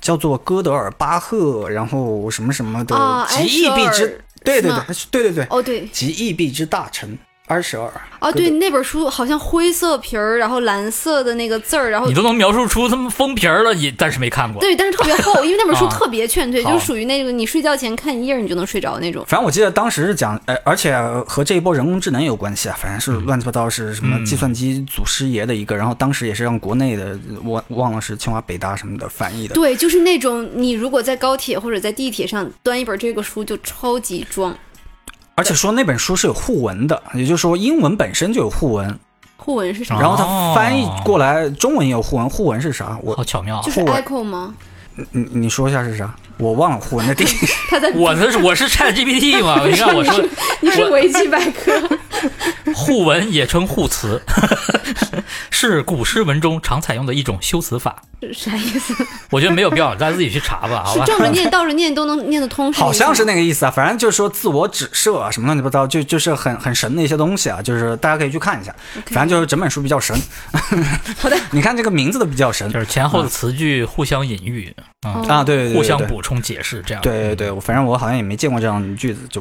Speaker 1: 叫做哥德尔巴赫，然后什么什么的
Speaker 3: 啊
Speaker 1: 集义
Speaker 3: 埃
Speaker 1: 必
Speaker 3: 舍
Speaker 1: 之
Speaker 3: 尔，
Speaker 1: 对对
Speaker 3: 是吗
Speaker 1: 对对对对，
Speaker 3: 哦，对，
Speaker 1: 集义必之大成二十二
Speaker 3: 哦，
Speaker 1: 哥德
Speaker 3: 对，那本书好像灰色皮儿，然后蓝色的那个字儿，然后
Speaker 2: 你都能描述出他们封皮儿了，也但是没看过。
Speaker 3: 对，但是特别厚，因为那本书
Speaker 2: 啊
Speaker 3: 特别劝退，
Speaker 2: 好
Speaker 3: 就是属于那个你睡觉前看一页儿你就能睡着那种。
Speaker 1: 反正我记得当时是讲，呃，而且和这一波人工智能也有关系啊，反正是乱七八糟，是什么计算机祖师爷的一个，然后当时也是让国内的，我忘了是清华北大什么的翻译的。
Speaker 3: 对，就是那种你如果在高铁或者在地铁上端一本这个书，就超级装
Speaker 1: 而且说那本书是有互文的，也就是说英文本身就有互文，
Speaker 3: 互文是啥？
Speaker 2: 哦
Speaker 1: 然后它翻译过来中文也有互文，互文是啥？我
Speaker 2: 好巧妙啊
Speaker 3: 就！是
Speaker 1: 互文
Speaker 3: echo 吗？
Speaker 1: 你你说一下是啥？我忘了互文的定义。
Speaker 3: 他在
Speaker 2: 我那是我是 Chat GPT 嘛？你看我说
Speaker 3: 你是
Speaker 2: 我
Speaker 3: 维基百科，
Speaker 2: 互文也称互词，是古诗文中常采用的一种修辞法。
Speaker 3: 是啥意思？
Speaker 2: 我觉得没有必要，大家自己去查吧，好
Speaker 3: 是
Speaker 2: 吧？
Speaker 3: 正着念、倒着念都能念得通，
Speaker 1: 好像是
Speaker 3: 那
Speaker 1: 那个意思啊，反正就是说自我指涉啊，什么乱七八糟，就就是很很神的一些东西啊，就是大家可以去看一下。反正就是整本书比较神。
Speaker 3: 好的，
Speaker 1: 你看这个名字都比较神
Speaker 2: 就是前后的词句互相隐喻，
Speaker 3: 哦
Speaker 2: 啊、
Speaker 1: 啊，对对对，
Speaker 2: 互相
Speaker 1: 对。
Speaker 2: 补充解释，这样
Speaker 1: 对对对，我反正我好像也没见过这样的句子，就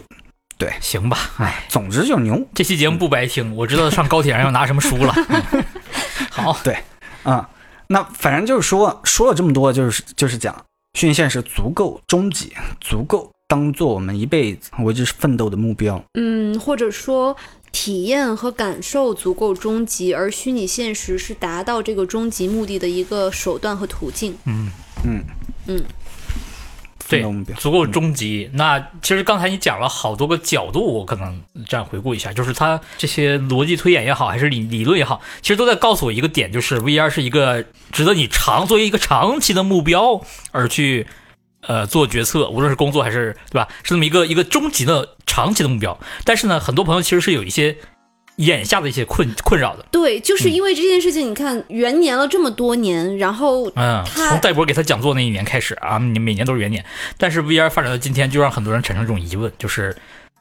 Speaker 2: 行吧？哎，
Speaker 1: 总之就是牛
Speaker 2: 这期节目不白听，我知道上高铁上要拿什么 书了。嗯好，
Speaker 1: 啊、那反正就是说说了这么多，就是就是讲虚拟现实足够终极，足够当做我们一辈子为之奋斗的目标。
Speaker 3: 嗯，或者说体验和感受足够终极，而虚拟现实是达到这个终极目的的一个手段和途径。
Speaker 2: 嗯，
Speaker 1: 嗯
Speaker 3: 嗯，
Speaker 1: 奋
Speaker 2: 对
Speaker 1: 斗目标，嗯
Speaker 2: 足够终极。那其实刚才你讲了好多个角度，我可能这样回顾一下，就是它这些逻辑推演也好，还是理理论也好，其实都在告诉我一个点，就是 VR 是一个值得你长作为一个长期的目标而去。呃，做决策，无论是工作还是对吧，是这么一个一个终极的长期的目标。但是呢，很多朋友其实是有一些眼下的一些困困扰的。
Speaker 3: 对，就是因为这件事情，你看元年了这么多年，然后
Speaker 2: 嗯，
Speaker 3: 他
Speaker 2: 从戴博给他讲座那一年开始啊，你每年都是元年，但是 VR 发展到今天，就让很多人产生这种疑问，就是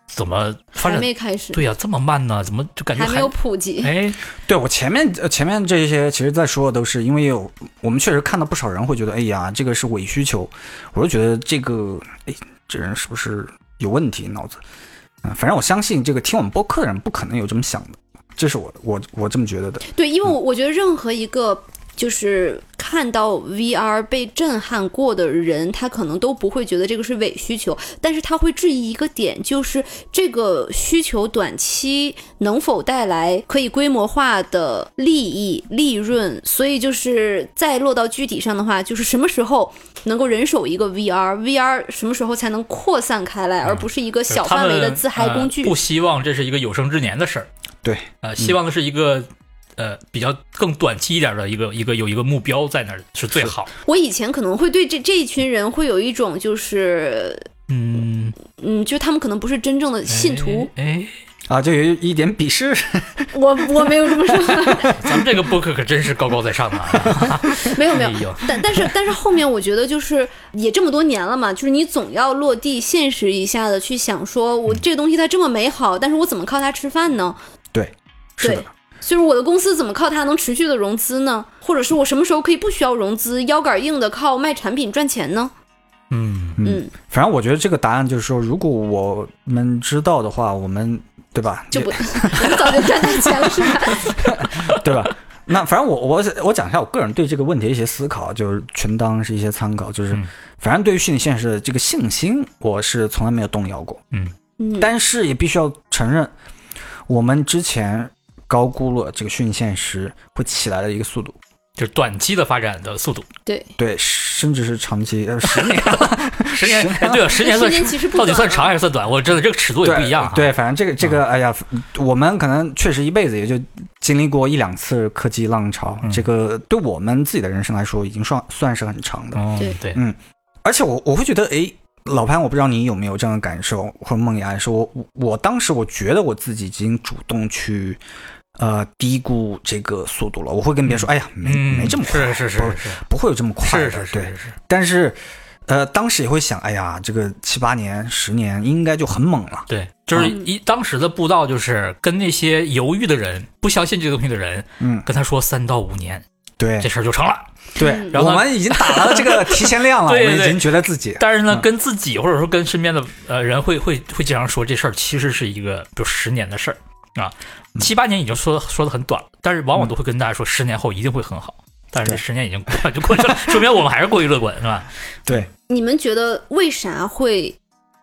Speaker 2: 怎么发
Speaker 3: 还
Speaker 2: 展？
Speaker 3: 没开始，
Speaker 2: 对呀、这么慢呢？怎么就感觉
Speaker 3: 还没
Speaker 2: 还
Speaker 3: 有普及。
Speaker 2: 哎？
Speaker 1: 对我前面呃前面这些，其实在说的都是因为有我们确实看到不少人会觉得，哎呀，这个是伪需求，我就觉得这个，哎，这人是不是有问题脑子？嗯、反正我相信这个听我们播客的人不可能有这么想的，这是我我我这么觉得的。
Speaker 3: 对，
Speaker 2: 嗯
Speaker 3: 因为我我觉得任何一个就是看到 VR 被震撼过的人，他可能都不会觉得这个是伪需求，但是他会质疑一个点，就是这个需求短期能否带来可以规模化的利益、利润。所以就是再落到具体上的话，就是什么时候能够人手一个 VR，VR 什么时候才能扩散开来，而不是一个小
Speaker 2: 嗯他
Speaker 3: 范
Speaker 2: 们
Speaker 3: 围的自嗨工具
Speaker 2: 呃。不希望这是一个有生之年的事儿。
Speaker 1: 对，嗯
Speaker 2: 呃，希望的是一个、呃比较更短期一点的一个一个有一个目标在那儿是最好。
Speaker 3: 我以前可能会对这这一群人会有一种就是
Speaker 2: 嗯，
Speaker 3: 嗯，就他们可能不是真正的信徒，
Speaker 2: 哎，
Speaker 1: 啊，就有一点鄙视，
Speaker 3: 我我没有这么说，
Speaker 2: 哎咱们这个播客可真是高高在上的啊！
Speaker 3: 没 有没
Speaker 2: 哎
Speaker 3: 有。
Speaker 2: 呦，
Speaker 3: 但但是但是后面我觉得就是也这么多年了嘛，就是你总要落地现实一下的去想说，
Speaker 2: 嗯
Speaker 3: 我这个东西它这么美好，但是我怎么靠它吃饭呢？
Speaker 1: 是的
Speaker 3: 对，就是我的公司怎么靠它能持续的融资呢？或者是我什么时候可以不需要融资，腰杆硬的靠卖产品赚钱呢？
Speaker 2: 嗯。
Speaker 3: 嗯，
Speaker 1: 反正我觉得这个答案就是说，如果我们知道的话，我们对吧？
Speaker 3: 就不，我 们早就赚大钱了是吧？
Speaker 1: 对吧？ 那反正我我我讲一下我个人对这个问题的一些思考，就是全当是一些参考，就是
Speaker 2: 嗯
Speaker 1: 反正对于虚拟现实的这个信心，我是从来没有动摇过。
Speaker 3: 嗯，
Speaker 1: 但是也必须要承认，我们之前高估了这个虚拟现实会起来的一个速度，
Speaker 2: 就是短期的发展的速度，
Speaker 3: 对，
Speaker 1: 对，甚至是长期呃十 年
Speaker 2: 十年
Speaker 1: 十年
Speaker 2: 哎对啊，十年算
Speaker 3: 十年其实 不
Speaker 2: 到底
Speaker 3: 短
Speaker 2: 算
Speaker 3: 啊
Speaker 2: 长还是算短？我真的这个尺度也不一样啊。
Speaker 1: 对，对反正这个这个，哎呀，我们可能确实一辈子也就经历过一两次科技浪潮，
Speaker 2: 嗯
Speaker 1: 这个对我们自己的人生来说已经算算是很长的。
Speaker 2: 嗯
Speaker 3: 对
Speaker 2: 对，
Speaker 1: 而且我我会觉得，哎，老潘，我不知道你有没有这样的感受，或者梦牙说，我我当时我觉得我自己已经主动去呃低估这个速度了，我会跟别人说，哎呀，没
Speaker 2: 嗯，
Speaker 1: 没这么快，
Speaker 2: 是是是
Speaker 1: 不
Speaker 2: 是
Speaker 1: 不会有这么快的，
Speaker 2: 是是是
Speaker 1: 对
Speaker 2: 是。是，
Speaker 1: 但是呃，当时也会想，哎呀，这个七八年、十年应该就很猛了。
Speaker 2: 对，就是
Speaker 1: 嗯
Speaker 2: 一当时的步道就是跟那些犹豫的人、不相信这个东西的人，
Speaker 1: 嗯，
Speaker 2: 跟他说三到五年
Speaker 1: 对
Speaker 2: 这事儿就成了。
Speaker 1: 对，
Speaker 2: 然后
Speaker 1: 我
Speaker 2: 呢
Speaker 1: 们已经打了这个提前量了，
Speaker 2: 对对
Speaker 1: 我们
Speaker 2: 对
Speaker 1: 已经觉得自己
Speaker 2: 但是呢，
Speaker 1: 嗯
Speaker 2: 跟自己或者说跟身边的呃人会会会经常说这事儿其实是一个比如十年的事儿啊，
Speaker 1: 嗯
Speaker 2: 七八年已经说说的很短了，但是往往都会跟大家说十年后一定会很好。但是这
Speaker 1: 对
Speaker 2: 十年已经过就过去了， 说明我们还是过于乐观，是吧？
Speaker 1: 对
Speaker 3: 你们觉得为啥会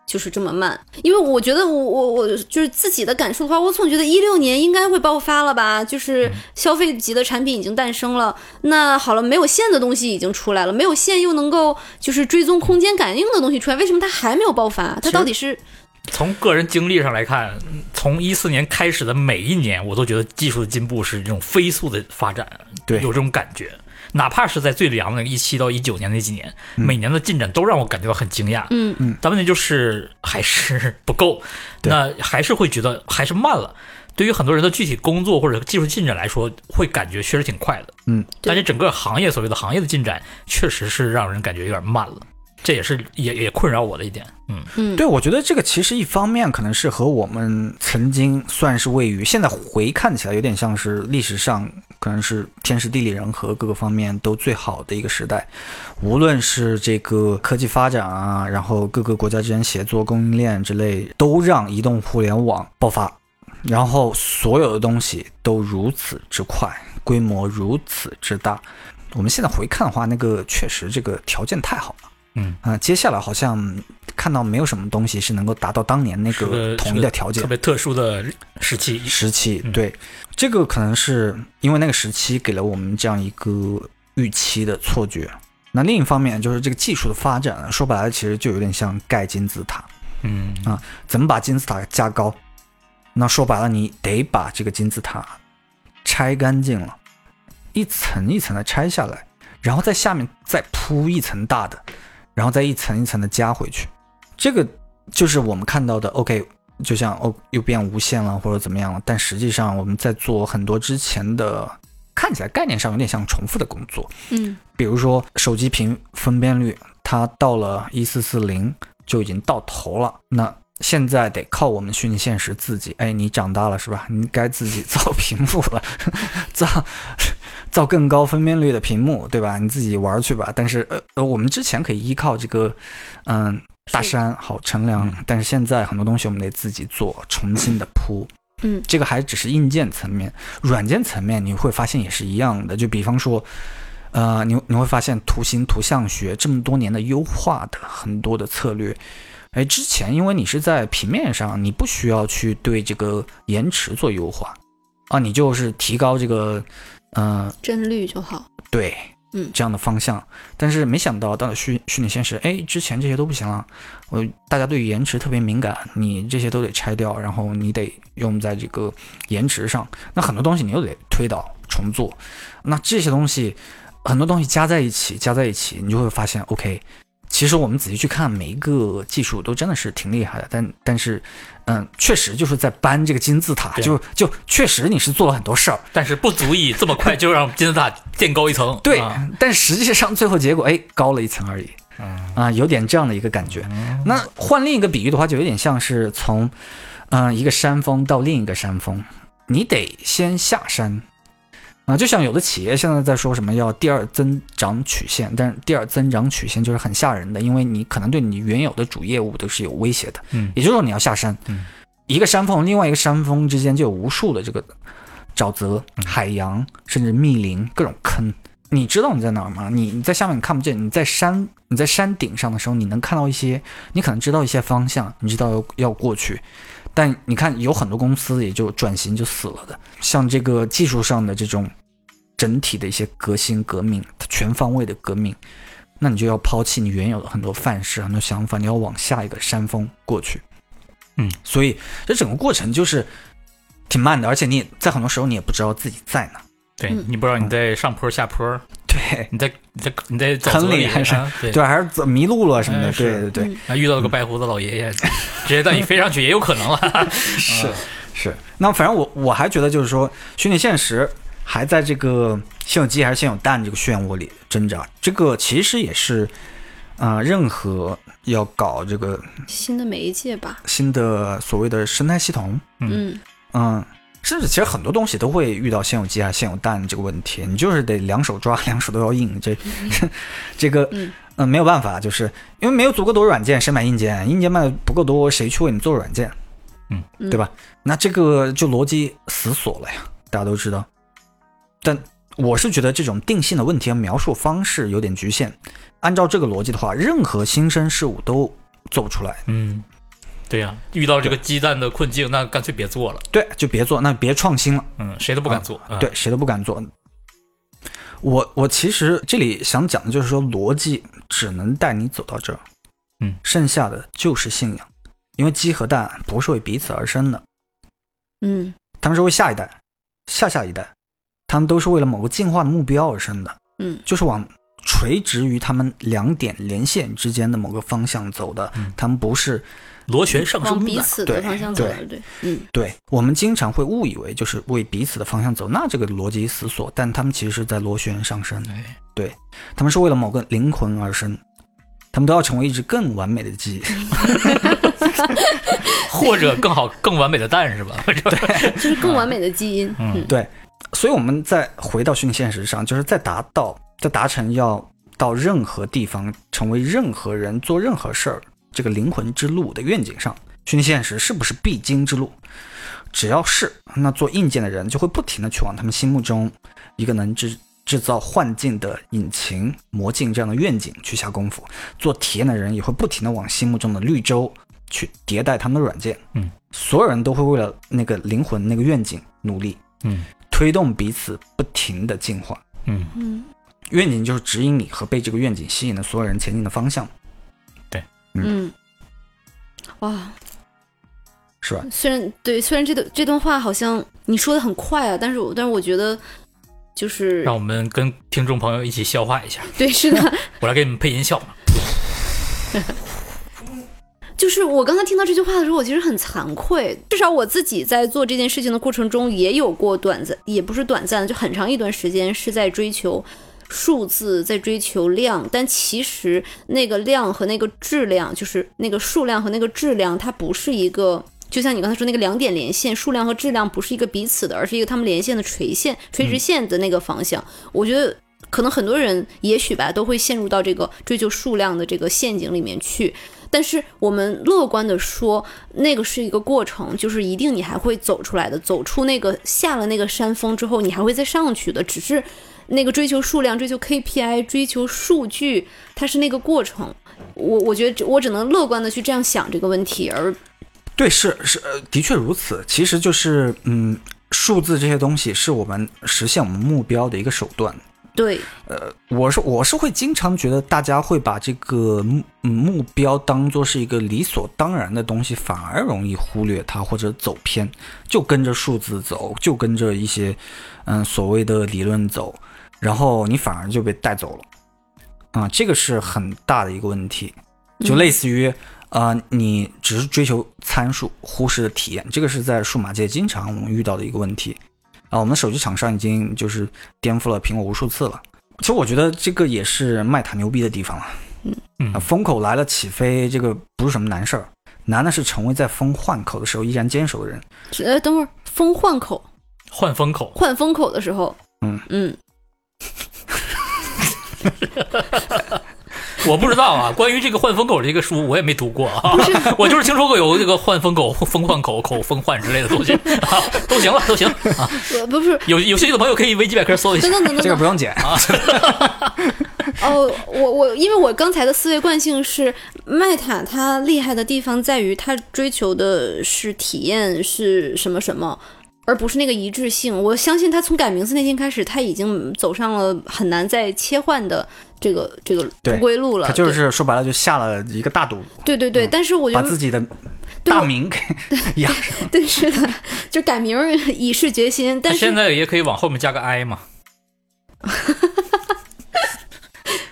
Speaker 3: 就是这么慢？因为我觉得我我我就是自己的感受的话，我总觉得一六年应该会爆发了吧，就是消费级的产品已经诞生了。那好了，没有线的东西已经出来了，没有线又能够就是追踪空间感应的东西出来，为什么它还没有爆发？它到底是
Speaker 2: 从个人经历上来看，嗯从一四年开始的每一年，我都觉得技术的进步是这种飞速的发展，
Speaker 1: 对
Speaker 2: 有这种感觉。哪怕是在最凉的一七到一九年那几年，每年的进展都让我感觉到很惊讶。
Speaker 3: 嗯
Speaker 1: 嗯，
Speaker 2: 但问题就是还是不够，
Speaker 1: 对
Speaker 2: 那还是会觉得还是慢了。对于很多人的具体工作或者技术进展来说，会感觉确实挺快的。
Speaker 1: 嗯，
Speaker 2: 但是整个行业所谓的行业的进展，确实是让人感觉有点慢了。这也是也也困扰我的一点。嗯，
Speaker 3: 嗯
Speaker 1: 对，我觉得这个其实一方面可能是和我们曾经算是位于，现在回看起来有点像是历史上可能是天时地利人和各个方面都最好的一个时代，无论是这个科技发展啊，然后各个国家之间协作、供应链之类，都让移动互联网爆发，然后所有的东西都如此之快，规模如此之大。我们现在回看的话，那个确实这个条件太好了。
Speaker 2: 嗯
Speaker 1: 啊、接下来好像看到没有什么东西是能够达到当年那
Speaker 2: 是
Speaker 1: 个
Speaker 2: 个
Speaker 1: 统一的条件
Speaker 2: 特别特殊的时期。
Speaker 1: 时期。
Speaker 2: 嗯
Speaker 1: 对，这个可能是因为那个时期给了我们这样一个预期的错觉。那另一方面就是这个技术的发展，说白了其实就有点像盖金字塔，
Speaker 2: 嗯
Speaker 1: 啊怎么把金字塔加高？那说白了，你得把这个金字塔拆干净了，一层一层的拆下来，然后在下面再铺一层大的，然后再一层一层的加回去。这个就是我们看到的。OK，就像哦，又变无限了或者怎么样了，但实际上我们在做很多之前的看起来概念上有点像重复的工作，
Speaker 3: 嗯
Speaker 1: 比如说手机屏分辨率，它到了一四四零就已经到头了，那现在得靠我们虚拟现实自己，哎，你长大了是吧？你该自己造屏幕了， 造造更高分辨率的屏幕，对吧？你自己玩去吧。但是呃呃，我们之前可以依靠这个，嗯。大
Speaker 3: 是
Speaker 1: 山好乘凉
Speaker 2: 嗯，
Speaker 1: 但是现在很多东西我们得自己做，重新的铺。
Speaker 3: 嗯
Speaker 1: 这个还只是硬件层面，软件层面你会发现也是一样的。就比方说，呃，你你会发现图形图像学这么多年的优化的很多的策略，哎，之前因为你是在平面上，你不需要去对这个延迟做优化啊，你就是提高这个，嗯、
Speaker 3: 帧率就好。
Speaker 1: 对，
Speaker 3: 嗯
Speaker 1: 这样的方向。但是没想到到了虚虚拟现实，哎，之前这些都不行了，我大家对于延迟特别敏感，你这些都得拆掉，然后你得用在这个延迟上。那很多东西你又得推倒重做，那这些东西很多东西加在一起，加在一起，你就会发现，OK。其实我们仔细去看，每一个技术都真的是挺厉害的，但但是，嗯，确实就是在搬这个金字塔，
Speaker 2: 对
Speaker 1: 就就确实你是做了很多事儿，
Speaker 2: 但是不足以这么快就让金字塔建高一层。
Speaker 1: 对，
Speaker 2: 啊
Speaker 1: 但实际上最后结果哎高了一层而已，
Speaker 2: 嗯
Speaker 1: 啊、有点这样的一个感觉。那换另一个比喻的话，就有点像是从，嗯、一个山峰到另一个山峰，你得先下山。啊、就像有的企业现在在说什么要第二增长曲线，但是第二增长曲线就是很吓人的，因为你可能对你原有的主业务都是有威胁的。
Speaker 2: 嗯
Speaker 1: 也就是说你要下山，
Speaker 2: 嗯
Speaker 1: 一个山峰另外一个山峰之间就有无数的这个沼泽、海洋，甚至密林各种坑。你知道你在哪儿吗？你你在下面你看不见，你在山你在山顶上的时候，你能看到一些，你可能知道一些方向，你知道要要过去。但你看，有很多公司也就转型就死了的，像这个技术上的这种整体的一些革新革命，它全方位的革命，那你就要抛弃你原有的很多范式、很多想法，你要往下一个山峰过去。
Speaker 2: 嗯，
Speaker 1: 所以这整个过程就是挺慢的，而且你也在很多时候你也不知道自己在哪。
Speaker 2: 对
Speaker 3: 嗯
Speaker 2: 你不知道你在上坡下坡，
Speaker 1: 对
Speaker 2: 你在你在你在沼
Speaker 1: 坑
Speaker 2: 泽
Speaker 1: 里还是
Speaker 2: 啊对
Speaker 1: 对，还是走迷路了什么的，
Speaker 2: 哎
Speaker 1: 对
Speaker 2: 是
Speaker 1: 对
Speaker 3: 嗯
Speaker 1: 对，
Speaker 2: 啊遇到了个白胡子老 爷爷，直接带你飞上去也有可能了。
Speaker 1: 是嗯是。那反正我我还觉得就是说，虚拟现实还在这个先有鸡还是先有蛋这个漩涡里挣扎，这个其实也是，啊，任何要搞这个
Speaker 3: 新的媒介吧，
Speaker 1: 新的所谓的生态系统，
Speaker 3: 嗯，
Speaker 1: 嗯，甚至其实很多东西都会遇到先有鸡还是先有蛋这个问题，你就是得两手抓，两手都要硬。这 这个，
Speaker 3: 嗯
Speaker 1: 嗯、没有办法，就是因为没有足够多软件，谁买硬件？硬件卖的不够多，谁去为你做软件？
Speaker 3: 嗯
Speaker 1: 对吧？那这个就逻辑死锁了呀，大家都知道。但我是觉得这种定性的问题和描述方式有点局限。按照这个逻辑的话，任何新生事物都做不出来。
Speaker 2: 嗯，对呀、遇到这个鸡蛋的困境，那干脆别做了。
Speaker 1: 对，就别做，那别创新了。
Speaker 2: 嗯，谁都不敢做。啊
Speaker 1: 对，，谁都不敢做。我我其实这里想讲的就是说，逻辑只能带你走到这儿，
Speaker 2: 嗯，
Speaker 1: 剩下的就是信仰，因为鸡和蛋不是为彼此而生的，
Speaker 3: 嗯
Speaker 1: 他们是为下一代、下下一代，他们都是为了某个进化的目标而生的，
Speaker 3: 嗯
Speaker 1: 就是往垂直于他们两点连线之间的某个方向走的，
Speaker 2: 嗯
Speaker 1: 他们不是
Speaker 2: 螺旋上
Speaker 3: 往
Speaker 2: 升
Speaker 3: 彼
Speaker 2: 的。
Speaker 3: 此的
Speaker 1: 对
Speaker 3: 方向走
Speaker 1: 对
Speaker 3: 了，对，嗯
Speaker 1: 对我们经常会误以为就是为彼此的方向走，那这个逻辑思索，但他们其实是在螺旋上升的。
Speaker 2: 哎
Speaker 1: 他们是为了某个灵魂而生，他们都要成为一只更完美的鸡。
Speaker 2: 或者更好、更完美的蛋是吧？
Speaker 3: 就是更完美的基因，嗯
Speaker 1: 对，所以我们再回到虚拟现实上，就是在达到、在达成要到任何地方、成为任何人、做任何事儿这个灵魂之路的愿景上，虚拟现实是不是必经之路？只要是，那做硬件的人就会不停的去往他们心目中一个能制制造幻境的引擎、魔镜这样的愿景去下功夫。做体验的人也会不停的往心目中的绿洲去迭代他们的软件。
Speaker 2: 嗯，
Speaker 1: 所有人都会为了那个灵魂、那个愿景努力。
Speaker 2: 嗯
Speaker 1: 推动彼此不停的进化。
Speaker 2: 嗯，
Speaker 3: 嗯
Speaker 1: 愿景就是指引你和被这个愿景吸引的所有人前进的方向，
Speaker 3: 嗯，哇，
Speaker 1: 是吧？
Speaker 3: 虽然对，虽然这段这段话好像你说的很快啊，但是我但是我觉得就是
Speaker 2: 让我们跟听众朋友一起消化一下。
Speaker 3: 对，是的，
Speaker 2: 我来给你们配音效嘛。
Speaker 3: 就是我刚才听到这句话的时候，我其实很惭愧。至少我自己在做这件事情的过程中，也有过短暂，也不是短暂的，就很长一段时间是在追求数字，在追求量。但其实那个量和那个质量，就是那个数量和那个质量，它不是一个。就像你刚才说那个两点连线，数量和质量不是一个彼此的，而是一个他们连线的垂线、垂直线的那个方向。我觉得可能很多人也许吧，都会陷入到这个追求数量的这个陷阱里面去。但是我们乐观的说，那个是一个过程，就是一定你还会走出来的，走出那个下了那个山峰之后，你还会再上去的，只是那个追求数量、追求 KPI、追求数据，它是那个过程。我我觉得这我只能乐观的去这样想这个问题，而
Speaker 1: 对，是是，呃的确如此。其实就是，嗯，数字这些东西是我们实现我们目标的一个手段。
Speaker 3: 对，
Speaker 1: 呃，我是我是会经常觉得大家会把这个目嗯目标当做是一个理所当然的东西，反而容易忽略它或者走偏，就跟着数字走，就跟着一些嗯所谓的理论走，然后你反而就被带走了。啊、这个是很大的一个问题，就类似于。啊，你只是追求参数，忽视了体验，这个是在数码界经常我们遇到的一个问题。啊，我们手机厂商已经就是颠覆了苹果无数次了。其实我觉得这个也是卖塔牛逼的地方了。
Speaker 2: 嗯
Speaker 1: 啊，风口来了起飞，这个不是什么难事儿，难的是成为在风换口的时候依然坚守的人。
Speaker 3: 呃，等会儿风换口
Speaker 2: 换风口，
Speaker 3: 换风口的时候，
Speaker 1: 嗯
Speaker 3: 嗯，
Speaker 2: 我不知道啊。关于这个换风口这个书，我也没读过啊。 我就是听说过有这个换风口、风换口、口风换之类的东西， 啊、都行了，都行啊。
Speaker 3: 呃不是，
Speaker 2: 有有兴趣的朋友可以维基百科搜一下
Speaker 3: 等。等等等
Speaker 1: 这个
Speaker 3: 等
Speaker 1: 不，用剪，
Speaker 3: 哦，我我因为我刚才的思维惯性是麦塔，它厉害的地方在于它追求的是体验是什么什么，而不是那个一致性。我相信他从改名字那天开始，他已经走上了很难再切换的这个这个
Speaker 1: 对
Speaker 3: 不归路了。
Speaker 1: 他就是说白了就下了一个大赌，
Speaker 3: 对对对对，但是我觉
Speaker 1: 把
Speaker 3: 得
Speaker 1: 自己的
Speaker 3: 对
Speaker 1: 大
Speaker 3: 我
Speaker 1: 名给压
Speaker 3: 对是的，就改名儿以示决心，但是
Speaker 2: 现在也可以往后面加个 i 嘛。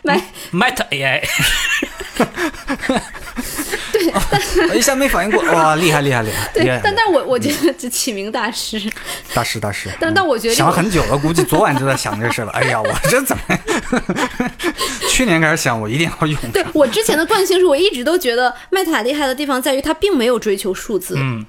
Speaker 3: 买
Speaker 1: 嗯
Speaker 2: Meta AI，
Speaker 1: 哎我一下没反应 过，哇，厉害厉害厉害！
Speaker 3: 对
Speaker 1: 厉害，嗯
Speaker 3: 但但我我觉得这起名 大师，
Speaker 1: 大师大师，嗯
Speaker 3: 但但我觉得
Speaker 1: 想了很久了，估计昨晚就在想这事了。哎呀，我这怎么？ 去年开始想，我一定要用。
Speaker 3: 对我之前的惯性是我一直都觉得麦塔厉害的地方在于他并没有追求数字，
Speaker 2: 嗯，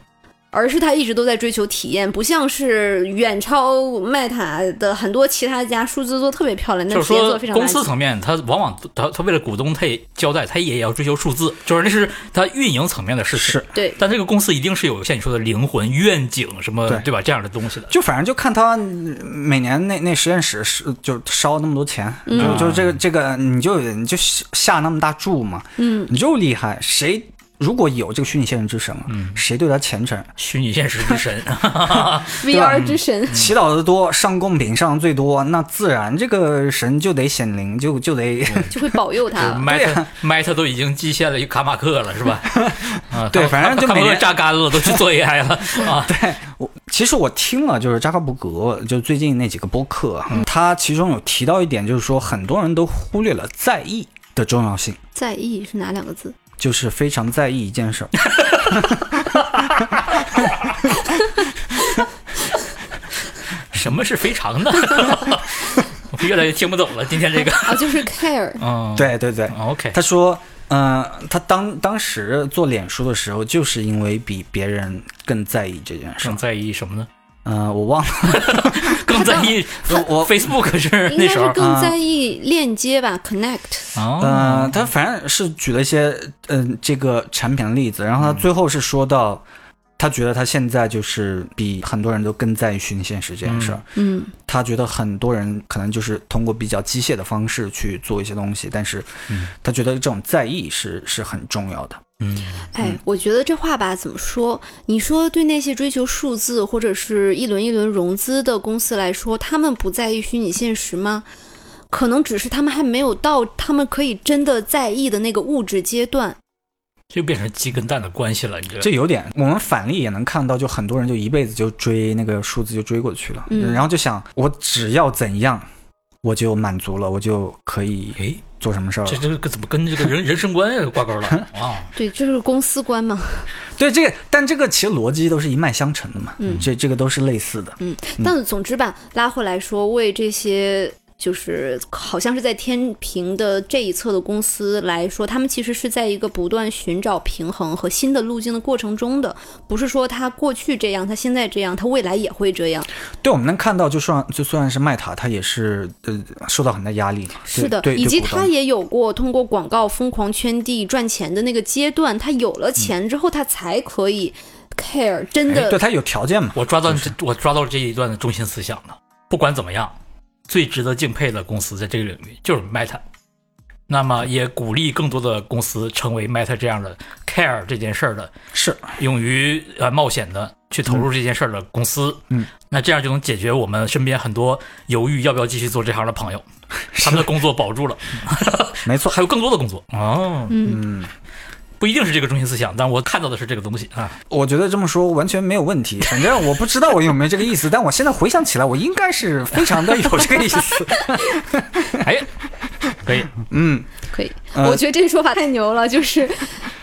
Speaker 3: 而是他一直都在追求体验，不像是远超麦塔的很多其他家数字做特别漂亮，但
Speaker 2: 就是
Speaker 3: 体验做
Speaker 2: 说
Speaker 3: 得非常
Speaker 2: 公司
Speaker 3: 垃圾。
Speaker 2: 层面，他往往他他为了股东，他也交代，他也要追求数字，就是那是他运营层面的事情。
Speaker 1: 是，
Speaker 3: 对，
Speaker 2: 但这个公司一定是有像你说的灵魂、愿景什么，
Speaker 1: 对
Speaker 2: 对吧？这样的东西的。
Speaker 1: 就反正就看他嗯每年那那实验室是就烧那么多钱，就就这个这个你就你就下那么大注嘛，
Speaker 3: 嗯，
Speaker 1: 你就厉害。谁如果有这个虚拟现实之神了，谁对他虔诚，
Speaker 2: 虚拟现实之神，
Speaker 1: 吧
Speaker 3: VR 之神，
Speaker 1: 祈祷的多，上贡品上的最多，那自然这个神就得显灵，就就得
Speaker 3: 就会保佑
Speaker 1: 啊
Speaker 2: 就是
Speaker 3: 他。
Speaker 2: Meta Meta 都已经蓟县了一个卡马克了， 是吧？啊，
Speaker 1: 对
Speaker 2: 卡
Speaker 1: 反正就
Speaker 2: 卡马
Speaker 1: 每
Speaker 2: 克
Speaker 1: 年
Speaker 2: 榨干了，都去 做 AI 了啊。
Speaker 1: 我 其实我听了，就是扎克伯格，就最近那几个播客啊，他其中有提到一点，就是说很多人都忽略了在意的重要性，
Speaker 3: 在意是哪两个字？
Speaker 1: 就是非常在意一件事儿。
Speaker 2: 什么是非常 的？我越来越听不懂了，今天这个，
Speaker 3: 啊，就是 care。
Speaker 2: 嗯，
Speaker 1: 对对对，
Speaker 2: ，OK，
Speaker 1: 他说，嗯、他当当时做脸书的时候，就是因为比别人更在意这件事
Speaker 2: 更
Speaker 1: 儿。
Speaker 2: 在意什么呢？
Speaker 1: 嗯、我忘了，
Speaker 2: 更 在意我 Facebook 是
Speaker 3: 应
Speaker 2: 那
Speaker 3: 该
Speaker 2: 时
Speaker 3: 是
Speaker 2: 候
Speaker 3: 更在意链接吧、c o n n e c t
Speaker 2: 啊，
Speaker 1: 嗯、他反正是举了一些嗯、这个产品的例子，然后他最后是说到，他觉得他现在就是比很多人都更在意虚拟现实这件事儿。
Speaker 3: 嗯，
Speaker 1: 他觉得很多人可能就是通过比较机械的方式去做一些东西，但是
Speaker 2: 嗯
Speaker 1: 他觉得这种在意是是很重要的。
Speaker 2: 嗯，
Speaker 3: 哎，我觉得这话吧，怎么说？你说对那些追求数字或者是一轮一轮融资的公司来说，他们不在意虚拟现实吗？可能只是他们还没有到他们可以真的在意的那个物质阶段。
Speaker 2: 就变成鸡跟蛋的关系了，你这
Speaker 1: 这有点我们反例也能看到，就很多人就一辈子就追那个数字就追过去了，
Speaker 3: 嗯
Speaker 1: 然后就想我只要怎样我就满足了，我就可以
Speaker 2: 哎，
Speaker 1: 做什么事儿了
Speaker 2: 这。这个怎么跟这个人人生观挂 钩了啊？
Speaker 3: 对，这就是公司观嘛。
Speaker 1: 对这个，但这个其实逻辑都是一脉相承的嘛，
Speaker 3: 嗯
Speaker 1: 这这个都是类似的。
Speaker 3: 嗯，但总之吧，拉回来说，为这些就是好像是在天平的这一侧的公司来说，他们其实是在一个不断寻找平衡和新的路径的过程中的，不是说他过去这样，他现在这样，他未来也会这样。
Speaker 1: 对，我们能看到，就算就算是麦塔，他也是呃受到很大压力嘛，
Speaker 3: 是的
Speaker 1: 对，，对
Speaker 3: 以及
Speaker 1: 股东
Speaker 3: 他也有过通过广告疯狂圈地赚钱的那个阶段，他有了钱之后，他才可以 care 真
Speaker 1: 嗯哎对
Speaker 3: 的。
Speaker 1: 他有条件嘛。
Speaker 2: 我抓到这，我抓到这一段的中心思想了。不管怎么样，最值得敬佩的公司在这个领域就是 Meta。那么也鼓励更多的公司成为 Meta 这样的 care 这件事儿的，
Speaker 1: 是
Speaker 2: 勇于呃冒险的去投入这件事儿的公司。
Speaker 1: 嗯，
Speaker 2: 那这样就能解决我们身边很多犹豫要不要继续做这行的朋友，他们的工作保住了，
Speaker 1: 没错，
Speaker 2: 还有更多的工作。哦，
Speaker 3: 嗯，
Speaker 1: 嗯，
Speaker 2: 不一定是这个中心思想，但我看到的是这个东西啊。
Speaker 1: 我觉得这么说完全没有问题。反正我不知道我有没有这个意思，但我现在回想起来，我应该是非常的有这个意思。
Speaker 2: 哎，可以，
Speaker 1: 嗯，
Speaker 3: 可以。
Speaker 1: 呃
Speaker 3: 我觉得这个说法太牛了，就是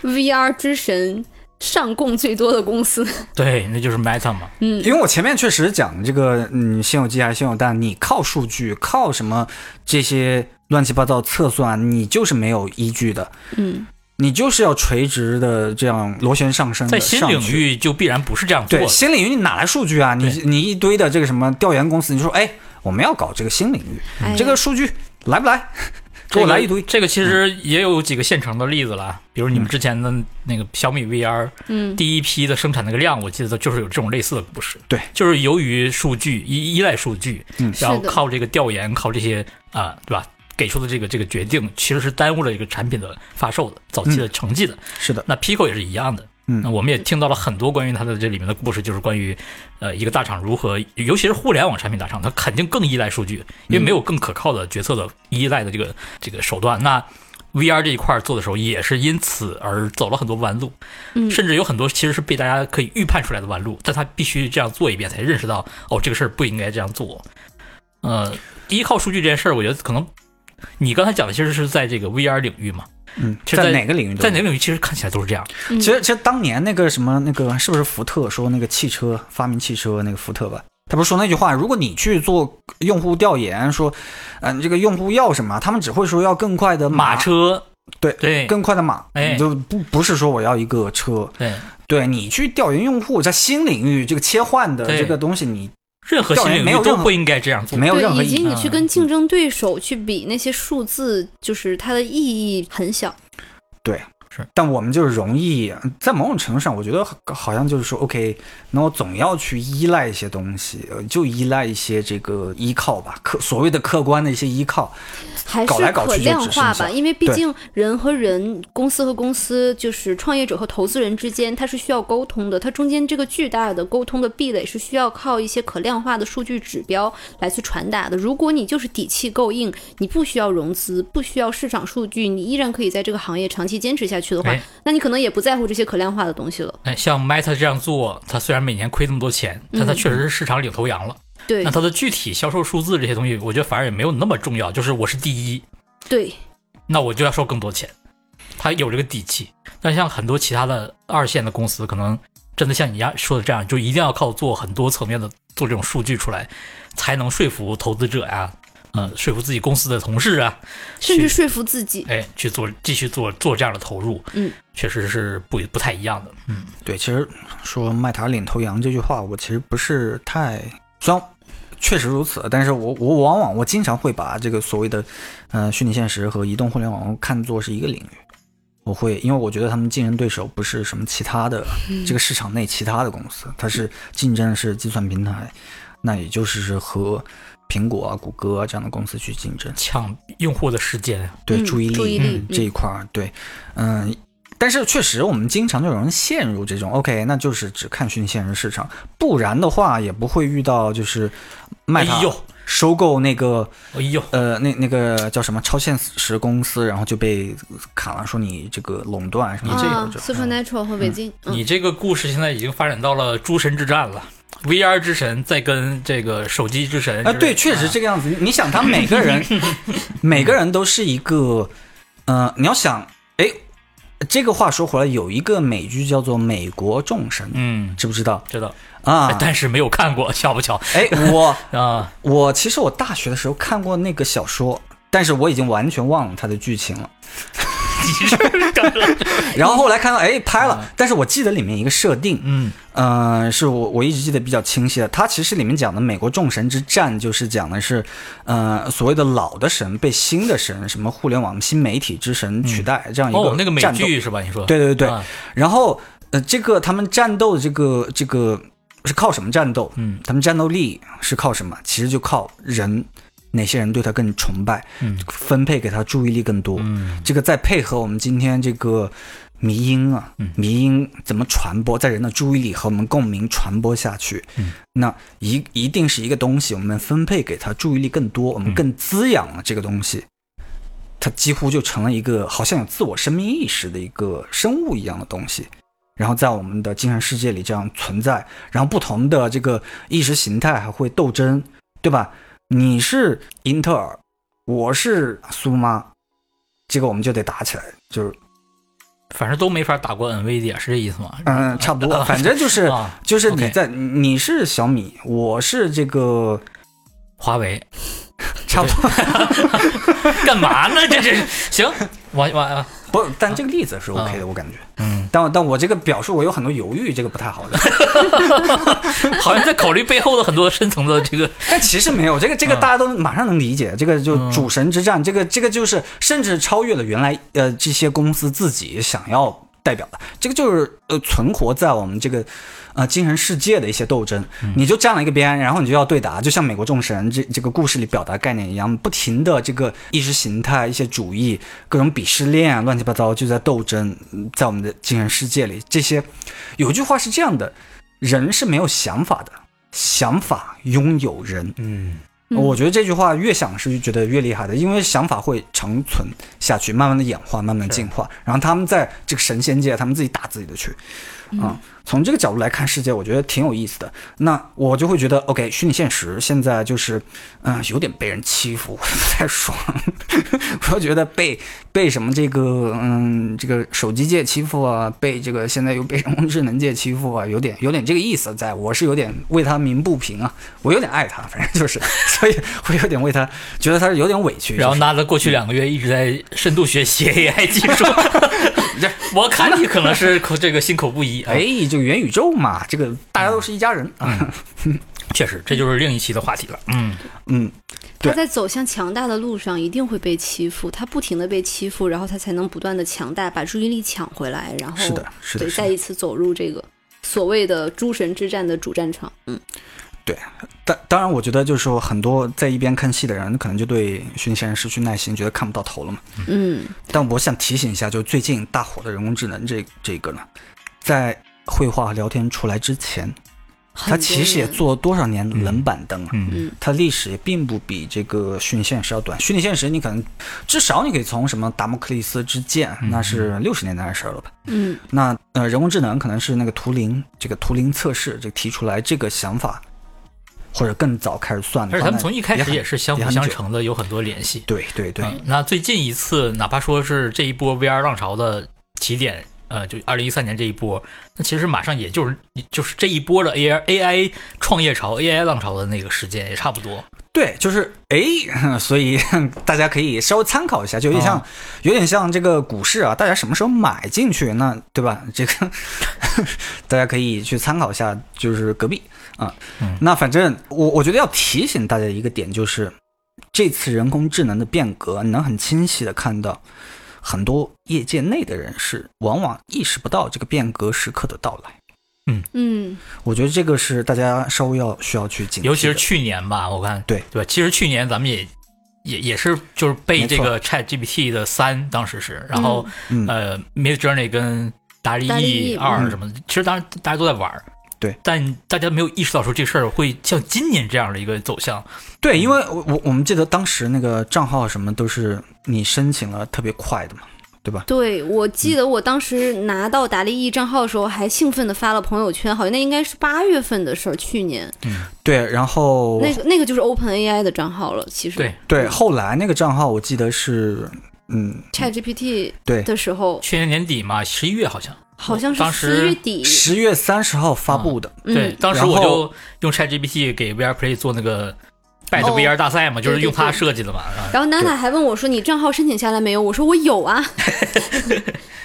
Speaker 3: VR 之神上供最多的公司。
Speaker 2: 对，那就是 Meta 嘛。
Speaker 1: 因为我前面确实讲这个，嗯，先有鸡还是先有蛋？你靠数据，靠什么这些乱七八糟测算，你就是没有依据的。
Speaker 3: 嗯，
Speaker 1: 你就是要垂直的这样螺旋上升的
Speaker 2: 在新
Speaker 1: 上
Speaker 2: 领
Speaker 1: 去
Speaker 2: 域就必然不是这样做
Speaker 1: 对
Speaker 2: 的。
Speaker 1: 新领域，你哪来数据啊？你你一堆的这个什么调研公司，你说哎，我们要搞这个新领域，
Speaker 3: 哎呀
Speaker 1: 这个数据来不来？ 给我来一堆。
Speaker 2: 这个其实也有几个现成的例子了，比如你们之前的那个小米 VR，
Speaker 3: 嗯
Speaker 2: 第一批的生产那个量，我记得就是有这种类似的故事。
Speaker 1: 对，
Speaker 2: 就是由于数据依依赖数据，
Speaker 1: 嗯
Speaker 2: 然后
Speaker 3: 是的
Speaker 2: 靠这个调研，靠这些啊、对吧？给出的这个这个决定，其实是耽误了这个产品的发售的早期
Speaker 1: 嗯
Speaker 2: 的成绩的。
Speaker 1: 是的，
Speaker 2: 那 Pico 也是一样的。
Speaker 1: 嗯
Speaker 2: 那我们也听到了很多关于它的这里面的故事，就是关于，呃，一个大厂如何，尤其是互联网产品大厂，它肯定更依赖数据，因为没有更可靠的决策的依赖的这个这个手段。那 VR 这一块做的时候，也是因此而走了很多弯路，
Speaker 3: 嗯
Speaker 2: 甚至有很多其实是被大家可以预判出来的弯路，但他必须这样做一遍，才认识到哦，这个事儿不应该这样做。呃，依靠数据这件事儿，我觉得可能你刚才讲的其实是在这个 VR 领域嘛，
Speaker 1: 嗯，
Speaker 2: 其实在
Speaker 1: 哪个领域都
Speaker 2: 在
Speaker 1: 有？
Speaker 2: 哪个领域其实看起来都是这样。
Speaker 3: 嗯
Speaker 1: 其实其实当年那个什么那个是不是福特说那个汽车发明汽车那个福特吧？他不是说那句话，如果你去做用户调研，说，嗯、你这个用户要什么，他们只会说要更快的
Speaker 2: 马车，
Speaker 1: 对
Speaker 2: 对
Speaker 1: 更快的马，
Speaker 2: 哎
Speaker 1: 你就不不是说我要一个车，
Speaker 2: 对，
Speaker 1: 对你去调研用户在新领域这个切换的
Speaker 2: 对
Speaker 1: 这个东西，你
Speaker 2: 任何新领
Speaker 1: 没
Speaker 2: 域
Speaker 1: 有
Speaker 2: 都
Speaker 1: 任何
Speaker 2: 不应该这样做。
Speaker 1: 没有任何
Speaker 3: 对，以
Speaker 1: 意
Speaker 3: 及
Speaker 1: 义。啊嗯
Speaker 3: 你去跟竞争对手去比那些数字，就是它的意义很小。
Speaker 1: 但我们就是容易在某种程度上，我觉得好好像就是说，OK，那我总要去依赖一些东西，呃就依赖一些这个依靠吧，客所谓的客观的一些依靠。
Speaker 3: 还
Speaker 1: 搞
Speaker 3: 是
Speaker 1: 来搞
Speaker 3: 可
Speaker 1: 去就
Speaker 3: 量
Speaker 1: 只剩
Speaker 3: 化
Speaker 1: 下
Speaker 3: 吧，因为毕
Speaker 1: 对
Speaker 3: 竟人和人、公司和公司，就是创业者和投资人之间，它是需要沟通的。它中间这个巨大的沟通的壁垒是需要靠一些可量化的数据指标来去传达的。如果你就是底气够硬，你不需要融资，不需要市场数据，你依然可以在这个行业长期坚持下去的话
Speaker 2: 哎，
Speaker 3: 那你可能也不在乎这些可量化的东西了。
Speaker 2: 哎，像 Meta 这样做，它虽然每年亏那么多钱，但它确实是市场领头羊了。
Speaker 3: 对
Speaker 2: 那它的具体销售数字这些东西，我觉得反而也没有那么重要。就是我是第一，
Speaker 3: 对，
Speaker 2: 那我就要收更多钱，它有这个底气。但像很多其他的二线的公司，可能真的像你家说的这样，就一定要靠做很多层面的做这种数据出来，才能说服投资者呀、呃，说服自己公司的同事啊，
Speaker 3: 甚
Speaker 2: 去
Speaker 3: 至说服自己。
Speaker 2: 哎，去做继续做做这样的投入，
Speaker 3: 嗯，
Speaker 2: 确实是不不太一样的。嗯，
Speaker 1: 对，其实说麦塔领头羊这句话，我其实不是太，虽然确实如此，但是我我往往我经常会把这个所谓的，呃，虚拟现实和移动互联网看作是一个领域。我会，因为我觉得他们竞争对手不是什么其他的这个市场内其他的公司，它是竞争是计算平台，那也就是是和苹果啊、谷歌啊这样的公司去竞争。
Speaker 2: 抢用户的时间啊，
Speaker 1: 对
Speaker 3: 嗯
Speaker 1: 注意力
Speaker 3: 注意力
Speaker 1: 嗯这一块儿，对，嗯。但是确实，我们经常就有人陷入这种 OK，那就是只看虚拟现实市场，不然的话也不会遇到就是
Speaker 2: 哎
Speaker 1: 卖它
Speaker 2: 呦，
Speaker 1: 收购那个
Speaker 2: 哎呦，
Speaker 1: 呃那那个叫什么超现实公司，然后就被砍了，说你这个垄断什么这
Speaker 3: 啊
Speaker 1: 个这种。
Speaker 3: ，Supernatural 和北京，嗯
Speaker 2: 你这个故事现在已经发展到了诸神之战了，VR 之神在跟这个手机之神
Speaker 1: 啊，对，确实这个样子。你你想，他每个 人每个人都是一个，呃，你要想，哎，这个话说回来，有一个美剧叫做《美国众神》，
Speaker 2: 嗯，
Speaker 1: 知不知道？
Speaker 2: 知道，
Speaker 1: 啊，
Speaker 2: 但是没有看过，巧不巧
Speaker 1: 哎，我
Speaker 2: 啊？
Speaker 1: 我其实我大学的时候看过那个小说，但是我已经完全忘了它的剧情了。
Speaker 2: 你是
Speaker 1: 然后后来看到，哎，拍了，但是我记得里面一个设定，
Speaker 2: 嗯
Speaker 1: 嗯、是我我一直记得比较清晰的。它其实里面讲的美国众神之战，就是讲的是，呃，所谓的老的神被新的神，什么互联网新媒体之神取代、这样一个
Speaker 2: 哦，那个美
Speaker 1: 战斗
Speaker 2: 剧是吧？你说
Speaker 1: 对对对，
Speaker 2: 啊
Speaker 1: 然后呃，这个他们战斗的这个这个是靠什么战斗？
Speaker 2: 嗯，
Speaker 1: 他们战斗力是靠什么？其实就靠人，哪些人对他更崇拜，
Speaker 2: 嗯
Speaker 1: 分配给他注意力更多。
Speaker 2: 嗯
Speaker 1: 这个再配合我们今天这个迷音啊，
Speaker 2: 嗯
Speaker 1: 迷音怎么传播，在人的注意力和我们共鸣传播下去，
Speaker 2: 嗯
Speaker 1: 那一一定是一个东西，我们分配给他注意力更多，我们
Speaker 2: 嗯
Speaker 1: 更滋养了这个东西。它几乎就成了一个好像有自我生命意识的一个生物一样的东西，然后在我们的精神世界里这样存在，然后不同的这个意识形态还会斗争，对吧？你是英特尔，我是苏妈，这个我们就得打起来，就是
Speaker 2: 反正都没法打过 NVIDIA，是这意思吗？
Speaker 1: 嗯，差不多，反正就是
Speaker 2: 啊，
Speaker 1: 就是你
Speaker 2: OK
Speaker 1: 在你是小米，我是这个
Speaker 2: 华为
Speaker 1: 差不多
Speaker 2: 干嘛呢？这这是行，我我啊
Speaker 1: 不，但这个例子是 OK 的，我感觉。
Speaker 2: 嗯，
Speaker 1: 但但我这个表述我有很多犹豫，这个不太好的。
Speaker 2: 好像在考虑背后的很多深层的这个
Speaker 1: 但其实没有，这个这个大家都马上能理解，这个就主神之战，这个这个就是甚至超越了原来呃这些公司自己想要代表的，这个就是呃存活在我们这个呃精神世界的一些斗争。你就站了一个边，然后你就要对打，就像美国众神这这个故事里表达概念一样，不停的这个意识形态、一些主义、各种鄙视链啊，乱七八糟就在斗争，嗯在我们的精神世界里，这些有一句话是这样的：人是没有想法的。想法拥有人。
Speaker 2: 嗯
Speaker 3: 嗯
Speaker 1: 我觉得这句话越想是觉得越厉害的，因为想法会长存下去，慢慢的演化，慢慢的进化，然后他们在这个神仙界，他们自己打自己的去，啊、从这个角度来看世界，我觉得挺有意思的。那我就会觉得，OK，虚拟现实现在就是，嗯、有点被人欺负，我不太爽。 我就觉得被被什么这个，嗯，这个手机界欺负啊，被这个现在又被人工智能界欺负啊，有点有点这个意思在。我是有点为他鸣不平啊，我有点爱他，反正就是， 所以会有点为他觉得他是有点委屈。
Speaker 2: 然后
Speaker 1: 就是
Speaker 2: 拿着过去两个月一直在深度学习 AI 技术，
Speaker 1: 这
Speaker 2: 我看你可能是口这个心口不一。哎，
Speaker 1: 哎，就元宇宙嘛，这个大家都是一家人啊。
Speaker 2: 确实，这就是另一期的话题了。嗯，
Speaker 1: 嗯，对
Speaker 3: 他在走向强大的路上一定会被欺负，他不停的被欺负，然后他才能不断的强大，把注意力抢回来，然后
Speaker 1: 是的，是的，
Speaker 3: 哦
Speaker 1: 是
Speaker 3: 对，
Speaker 1: 的
Speaker 3: 再一次走入这个所谓的诸神之战的主战场。嗯，
Speaker 1: 当当然，我觉得就是说，很多在一边看戏的人，可能就对虚拟现实失去耐心，觉得看不到头了嘛。
Speaker 3: 嗯，
Speaker 1: 但我想提醒一下，就是最近大火的人工智能这这个呢，在绘画和聊天出来之前，它
Speaker 3: 很
Speaker 1: 其
Speaker 3: 多
Speaker 1: 实也
Speaker 3: 人
Speaker 1: 做了多少年冷板凳啊？
Speaker 2: 嗯
Speaker 1: 它历史也并不比这个虚拟现实要短。虚拟现实你可能至少你可以从什么达摩克里斯之剑，
Speaker 2: 嗯
Speaker 1: 那是六十年代的事儿了吧？
Speaker 3: 嗯
Speaker 1: 那呃，人工智能可能是那个图灵这个图灵测试这个提出来这个想法，或者更早开始算的。
Speaker 2: 而且他们从一开始
Speaker 1: 也
Speaker 2: 也
Speaker 1: 很
Speaker 2: 是相
Speaker 1: 也
Speaker 2: 辅
Speaker 1: 很
Speaker 2: 相
Speaker 1: 久
Speaker 2: 成的，有很多联系。
Speaker 1: 对对对，
Speaker 2: 嗯，那最近一次，哪怕说是这一波 VR 浪潮的起点，呃，就二零一三年这一波，那其实马上也就是就是这一波的 AI AI 创业潮、AI 浪潮的那个时间也差不多。
Speaker 1: 对，就是哎， 所以大家可以稍微参考一下，就有点像，
Speaker 2: 哦
Speaker 1: 有点像这个股市啊，大家什么时候买进去，那对吧？这个 大家可以去参考一下，就是隔壁啊。
Speaker 2: 嗯
Speaker 1: 那反正我我觉得要提醒大家一个点，就是这次人工智能的变革，你能很清晰的看到，很多业界内的人士往往意识不到这个变革时刻的到来。
Speaker 3: 嗯，
Speaker 1: 我觉得这个是大家稍微要需要去警惕的，
Speaker 2: 尤其是去年吧，我看
Speaker 1: 对
Speaker 2: 对吧？其实去年咱们也也也是就是被
Speaker 1: 没
Speaker 2: 这
Speaker 1: 错
Speaker 2: 个 Chat GPT 的三当时是，然后、
Speaker 1: 嗯
Speaker 2: 呃 Mid Journey 跟达利
Speaker 3: 达利
Speaker 2: E
Speaker 3: 易
Speaker 2: 二
Speaker 1: 嗯
Speaker 2: 什么的，其实当然大家都在玩儿
Speaker 1: 对，
Speaker 2: 但大家没有意识到说这事儿会像今年这样的一个走向，
Speaker 1: 对，因为我我我们记得当时那个账号什么都是你申请了特别快的嘛，对吧？
Speaker 3: 对，我记得我当时拿到达利 E 账号的时候，还兴奋的发了朋友圈，好像那应该是八月份的事儿，去年
Speaker 1: 对，然后、
Speaker 3: 那个那个就是 Open AI 的账号了，其实
Speaker 2: 对
Speaker 1: 对后来那个账号我记得是，嗯，
Speaker 3: ChatGPT
Speaker 1: 对，
Speaker 3: 的时候，
Speaker 2: 去年年底嘛，十一月好像。
Speaker 3: 好像
Speaker 2: 当
Speaker 3: 是
Speaker 2: 时
Speaker 3: 四月底，
Speaker 1: 十月三十号发布的，
Speaker 2: 对，
Speaker 3: 嗯，
Speaker 2: 当时
Speaker 1: 然
Speaker 2: 我
Speaker 1: 后
Speaker 2: 就用 ChatGPT 给 VR Play 做那个 Bat
Speaker 3: 哦
Speaker 2: VR 大赛嘛，就是
Speaker 3: 对对
Speaker 2: 用它
Speaker 3: 对
Speaker 2: 设计的嘛。啊
Speaker 3: 然后娜娜还问我说：“你账号申请下来没有？”我说：“我有 啊。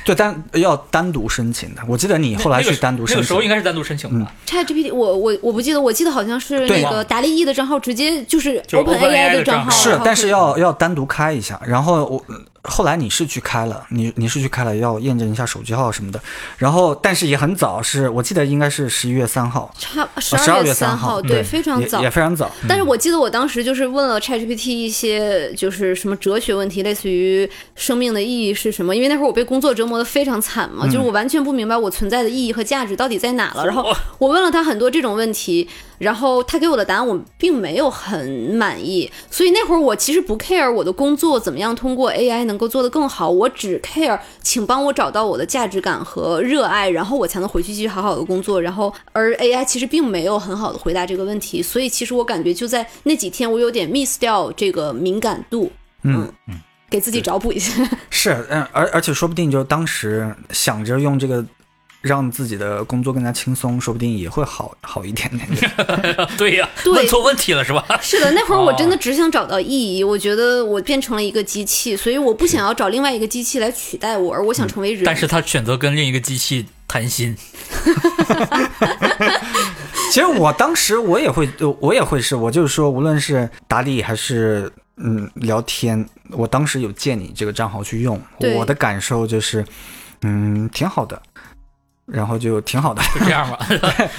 Speaker 1: 对，单要单独申请的。我记得你后来
Speaker 2: 那个
Speaker 1: 去
Speaker 2: 时
Speaker 1: 单独
Speaker 2: 那
Speaker 1: 申
Speaker 2: 个时
Speaker 1: 请
Speaker 2: 候应，该是单独申请的吧，
Speaker 3: ”ChatGPT，我我我不记得，我记得好像是
Speaker 1: 对
Speaker 3: 那个达利 E 的账号直接就是
Speaker 2: 就是 OpenAI 的
Speaker 3: 的账
Speaker 2: 账号
Speaker 3: 号，然
Speaker 1: 是
Speaker 3: 后，
Speaker 1: 但
Speaker 3: 可
Speaker 1: 是
Speaker 3: 以
Speaker 1: 要要单独开一下。然后我后来你是去开了，你你是去开了，要验证一下手机号什么的。然后但是也很早，是我记得应该是十一月三号，
Speaker 3: 差十
Speaker 1: 12
Speaker 3: 二
Speaker 1: 哦月
Speaker 3: 三
Speaker 1: 3号
Speaker 3: 对，
Speaker 2: 嗯
Speaker 3: 非常
Speaker 1: 也
Speaker 3: 早
Speaker 1: 也。非常早。
Speaker 3: 但是我记得我当时就是问了 ChatGPT 一些就是什么哲学问题，类似于生命的意义是什么？因为那会儿我被工作折磨的非常惨嘛，
Speaker 2: 嗯
Speaker 3: 就是我完全不明白我存在的意义和价值到底在哪了。然后 我问了他很多这种问题，然后他给我的答案我并没有很满意，所以那会儿我其实不 care 我的工作怎么样通过 AI 能够做得更好，我只 care 请帮我找到我的价值感和热爱，然后我才能回去继续好好的工作。然后而 AI 其实并没有很好的回答这个问题，所以其实我感觉就在那几天我有点 miss 掉这个敏感度，
Speaker 1: 嗯
Speaker 2: 嗯
Speaker 3: 给自己找补一下。
Speaker 1: 是，嗯，而而且说不定就当时想着用这个让自己的工作更加轻松，说不定也会好好一点点。嗯
Speaker 2: 对呀，
Speaker 3: 对
Speaker 2: 问错问题了是吧？
Speaker 3: 是的，那会儿我真的只想找到意义，我觉得我变成了一个机器，所以我不想要找另外一个机器来取代我，而我想成为人。
Speaker 2: 嗯但是他选择跟另一个机器谈 心，
Speaker 1: 其实我当时我也会，我也会是，我就是说，无论是打理还是嗯聊天，我当时有借你这个账号去用，
Speaker 3: 对
Speaker 1: 我的感受就是，嗯，挺好的，然后就挺好的，
Speaker 2: 就这样吧。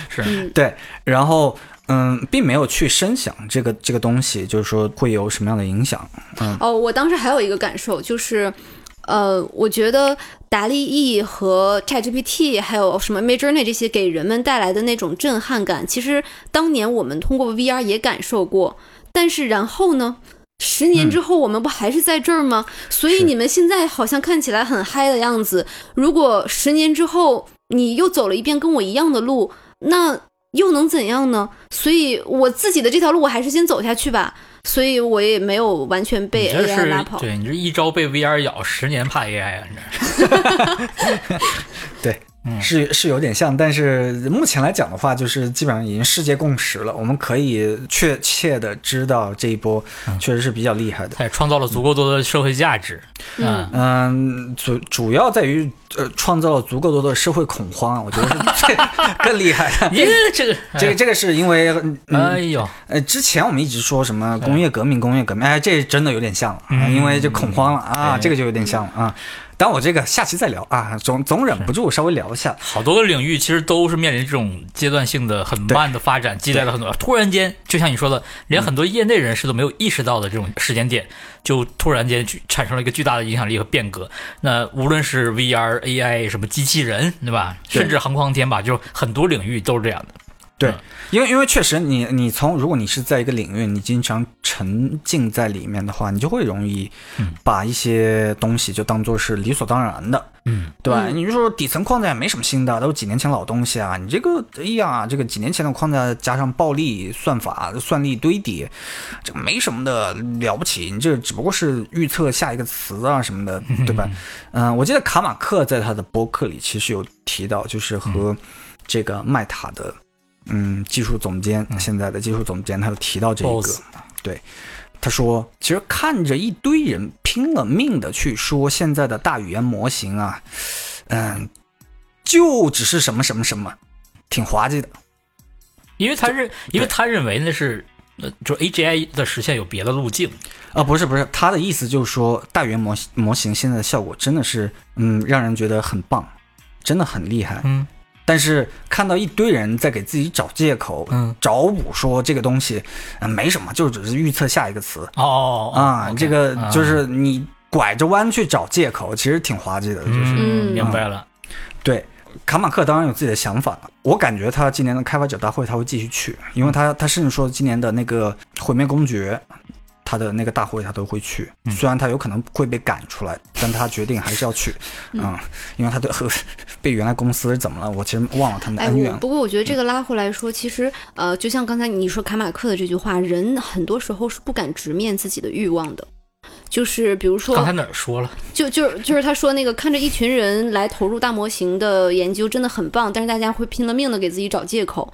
Speaker 2: 是，
Speaker 3: 嗯，
Speaker 1: 对，然后。嗯，并没有去深想这个这个东西，就是说会有什么样的影响。
Speaker 3: 哦，我当时还有一个感受就是，呃，我觉得达利 E 和 ChatGPT 还有什么 Midjourney 这些给人们带来的那种震撼感，其实当年我们通过 VR 也感受过，但是然后呢？十年之后，我们不还是在这儿吗？所以
Speaker 1: 是
Speaker 3: 你们现在好像看起来很嗨的样子。如果十年之后你又走了一遍跟我一样的路，那又能怎样呢？所以我自己的这条路我还是先走下去吧。所以我也没有完全
Speaker 2: 你
Speaker 3: 被
Speaker 2: 这
Speaker 3: AI
Speaker 2: 是
Speaker 3: 拉跑。
Speaker 2: 对你这一朝被 VR 咬，十年怕 AI 啊！你这是
Speaker 1: 对，是是有点像，但是目前来讲的话，就是基本上已经世界共识了。我们可以确切的知道这一波确实是比较厉害的。
Speaker 2: 它也创造了足够多的社会价值。啊
Speaker 3: 嗯，
Speaker 1: 嗯，主主要在于呃，创造了足够多的社会恐慌，啊我觉得是这更厉害 的。
Speaker 2: 耶，这个
Speaker 1: 这个这个是因为嗯
Speaker 2: 哎呦，
Speaker 1: 呃，之前我们一直说什么工业革命，工业革命，哎，这真的有点像了，啊因为就恐慌了啊，
Speaker 2: 对
Speaker 1: 这个就有点像了啊。但我这个下期再聊啊，总总忍不住稍微聊一下。
Speaker 2: 好多个领域其实都是面临这种阶段性的很慢的发展，积累了很多，突然间就像你说的，连很多业内人士都没有意识到的这种时间点，就突然间去产生了一个巨大的影响力和变革。那无论是 VR、AI 什么机器人，对吧？
Speaker 1: 对
Speaker 2: 甚至航空航天吧，就很多领域都是这样的。
Speaker 1: 对
Speaker 2: 嗯，
Speaker 1: 因为因为确实你，你从如果你是在一个领域，你经常沉浸在里面的话，你就会容易
Speaker 2: 嗯
Speaker 1: 把一些东西就当做是理所当然的，
Speaker 2: 嗯，
Speaker 1: 对吧？
Speaker 3: 嗯
Speaker 1: 你就说底层框架也没什么新的，都是几年前老东西啊。你这个，哎呀，这个几年前的框架加上暴力算法、算力堆叠，这个没什么的了不起。你这只不过是预测下一个词啊什么 的，对吧？嗯、我记得卡马克在他的博客里其实有提到，就是和这个麦塔的嗯技术总监，现在的技术总监，他有提到这一个
Speaker 2: Boss，
Speaker 1: 对。他说：“其实看着一堆人拼了命的去说现在的大语言模型啊，嗯，就只是什么什么什么，挺滑稽的。
Speaker 2: 因为他认，因为他认为那是。呃，就是 AGI 的实现有别的路径，
Speaker 1: 啊，不是不是，他的意思就是说，大语言模型模型现在的效果真的是，嗯，让人觉得很棒，真的很厉害。
Speaker 2: 嗯
Speaker 1: 但是看到一堆人在给自己找借口，
Speaker 2: 嗯，
Speaker 1: 找补说这个东西，嗯，没什么，就只是预测下一个词
Speaker 2: 哦哦哦
Speaker 1: 啊。
Speaker 2: ，OK，
Speaker 1: 这个
Speaker 2: 啊
Speaker 1: 就是你拐着弯去找借口，其实挺滑稽的，就是。
Speaker 2: 嗯，
Speaker 3: 嗯
Speaker 2: 明白了，
Speaker 1: 对，卡马克当然有自己的想法了。我感觉他今年的开发者大会他会继续去，因为他他甚至说今年的那个毁灭公爵，他的那个大会他都会去，
Speaker 2: 嗯
Speaker 1: 虽然他有可能会被赶出来，但他决定还是要去，嗯，因为他对和 被原来公司是怎么了，我其实忘了他们的
Speaker 3: 哎，
Speaker 1: 恩怨
Speaker 3: 我
Speaker 2: 啊
Speaker 1: 了。
Speaker 3: 不过我觉得这个拉回来说，其实呃，就像刚才你说卡马克的这句话，人很多时候是不敢直面自己的欲望的。就是比如说，
Speaker 2: 刚才哪儿说了？
Speaker 3: 就就是就是他说那个看着一群人来投入大模型的研究真的很棒，但是大家会拼了命的给自己找借口。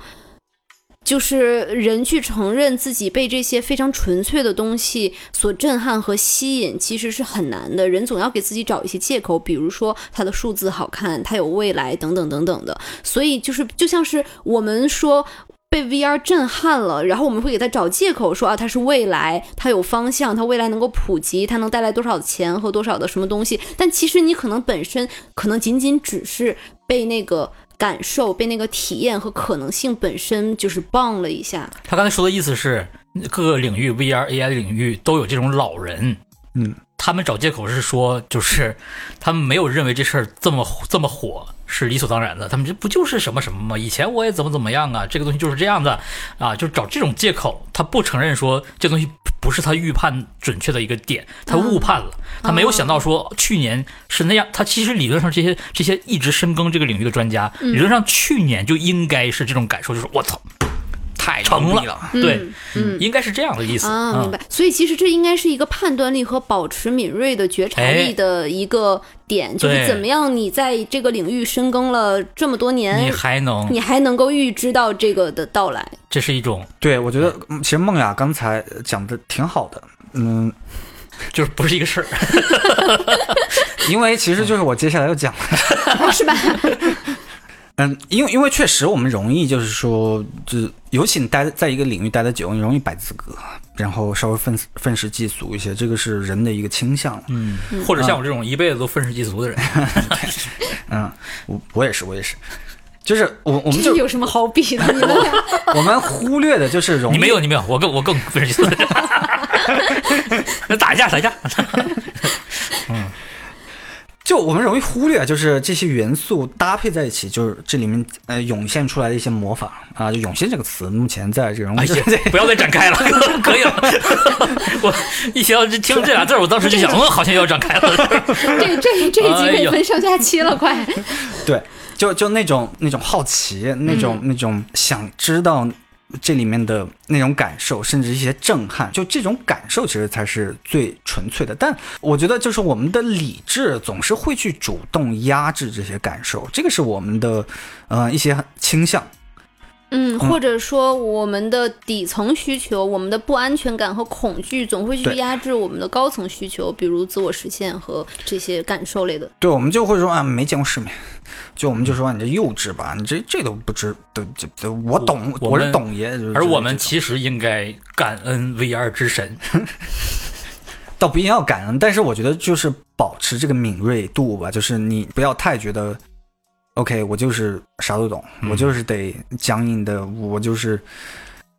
Speaker 3: 就是人去承认自己被这些非常纯粹的东西所震撼和吸引，其实是很难的。人总要给自己找一些借口，比如说它的数字好看，它有未来，等等等等的。所以就是就像是我们说被 VR 震撼了，然后我们会给他找借口说啊，它是未来，它有方向，它未来能够普及，它能带来多少钱和多少的什么东西。但其实你可能本身可能仅仅只是被那个感受、被那个体验和可能性本身就是棒了一下。
Speaker 2: 他刚才说的意思是，各个领域 VR、AI 领域都有这种老人，
Speaker 1: 嗯，
Speaker 2: 他们找借口是说，就是他们没有认为这事儿这么这么火是理所当然的，他们这不就是什么什么吗？以前我也怎么怎么样啊，这个东西就是这样的啊，就找这种借口，他不承认说这东西不是他预判准确的一个点，他误判了，
Speaker 3: 嗯
Speaker 2: 他没有想到说去年是那样，他其实理论上这些这些一直深耕这个领域的专家，
Speaker 3: 嗯
Speaker 2: 理论上去年就应该是这种感受，就是我操。太成
Speaker 1: 牛
Speaker 2: 了
Speaker 1: 逼，了
Speaker 2: 对，
Speaker 3: 嗯
Speaker 2: 应该是这嗯样的意思
Speaker 3: 啊，明。白。所以其实这应该是一个判断力和保持敏锐的觉察力的一个点，就是
Speaker 2: 哎对
Speaker 3: 怎么样你在这个领域深耕了这么多
Speaker 2: 你
Speaker 3: 年，
Speaker 2: 还能
Speaker 3: 你，还能够预知到这个的到来。
Speaker 2: 这是一种，
Speaker 1: 对，我觉得嗯其实梦雅刚才讲的挺好的，嗯，
Speaker 2: 就是不是一个事儿。
Speaker 1: 因为其实就是我接下来要讲
Speaker 3: 哦是吧？
Speaker 1: 嗯，因为因为确实我们容易就是说，就是尤其你待在一个领域待得久，你容易摆资格，然后稍微愤愤世嫉俗一些，这个是人的一个倾向。
Speaker 2: 嗯，啊或者像我这种一辈子都愤世嫉俗的人，
Speaker 1: 嗯，我我也是，我也是，就是我我们
Speaker 3: 这
Speaker 1: 就
Speaker 3: 有什么好比的？你们俩
Speaker 1: 我们忽略的就是容易
Speaker 2: 你没有，你没有，我更我更愤世嫉俗。 那打一架，打一架。
Speaker 1: 就我们容易忽略，就是这些元素搭配在一起，就是这里面呃涌现出来的一些魔法啊，就涌现这个词，目前在这种
Speaker 2: 哎呀，不要再展开了， 可以了。我一想这听这俩字儿，我当时 就想，嗯，好像要展开 了。
Speaker 3: 这这这一集可
Speaker 2: 哎
Speaker 3: 以
Speaker 2: 呦
Speaker 3: 分上下期了，快！
Speaker 1: 对，就就那种那种好奇，那种、那种想知道这里面的那种感受，甚至一些震撼，就这种感受其实才是最纯粹的。但我觉得就是我们的理智总是会去主动压制这些感受，这个是我们的呃一些倾向。
Speaker 3: 嗯，或者说我们的底层需求、我们的不安全感和恐惧，总会去
Speaker 1: 对
Speaker 3: 压制我们的高层需求，比如自我实现和这些感受类的。
Speaker 1: 对，我们就会说啊，没见过世面，就我们就说啊你这幼稚吧，你这这都不知，都这这我懂，
Speaker 2: 我
Speaker 1: 我
Speaker 2: 我们
Speaker 1: 是懂爷。就是
Speaker 2: 而我们
Speaker 1: 这种
Speaker 2: 其实应该感恩 VR 之神，
Speaker 1: 倒不一定要感恩，但是我觉得就是保持这个敏锐度吧，就是你不要太觉得，OK，我就是啥都懂，
Speaker 2: 嗯
Speaker 1: 我就是得僵硬的，我就是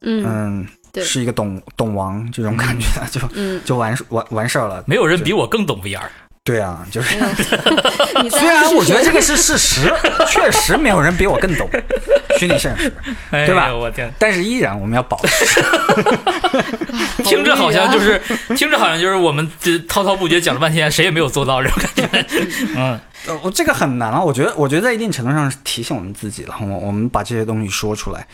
Speaker 3: 嗯
Speaker 1: 嗯，
Speaker 3: 对
Speaker 1: 是一个懂懂王这种感觉，就
Speaker 3: 嗯，
Speaker 1: 就完完完事儿了。
Speaker 2: 没有人比我更懂 VR。
Speaker 1: 对啊，就是
Speaker 3: 没有你在
Speaker 1: 虽然我觉得这
Speaker 3: 个
Speaker 1: 个是事实，确实没有人比我更懂虚拟现实，
Speaker 2: 哎
Speaker 1: 对吧
Speaker 2: 呦我天，
Speaker 1: 但是依然我们要保持。
Speaker 2: 听着好像 就是，听着好像就是我们这滔滔不绝讲了半天，谁也没有做到这种感觉。嗯，
Speaker 1: 呃，我这个很难啊，我觉得，我觉得在一定程度上是提醒我们自己了。我我们把这些东西说出来，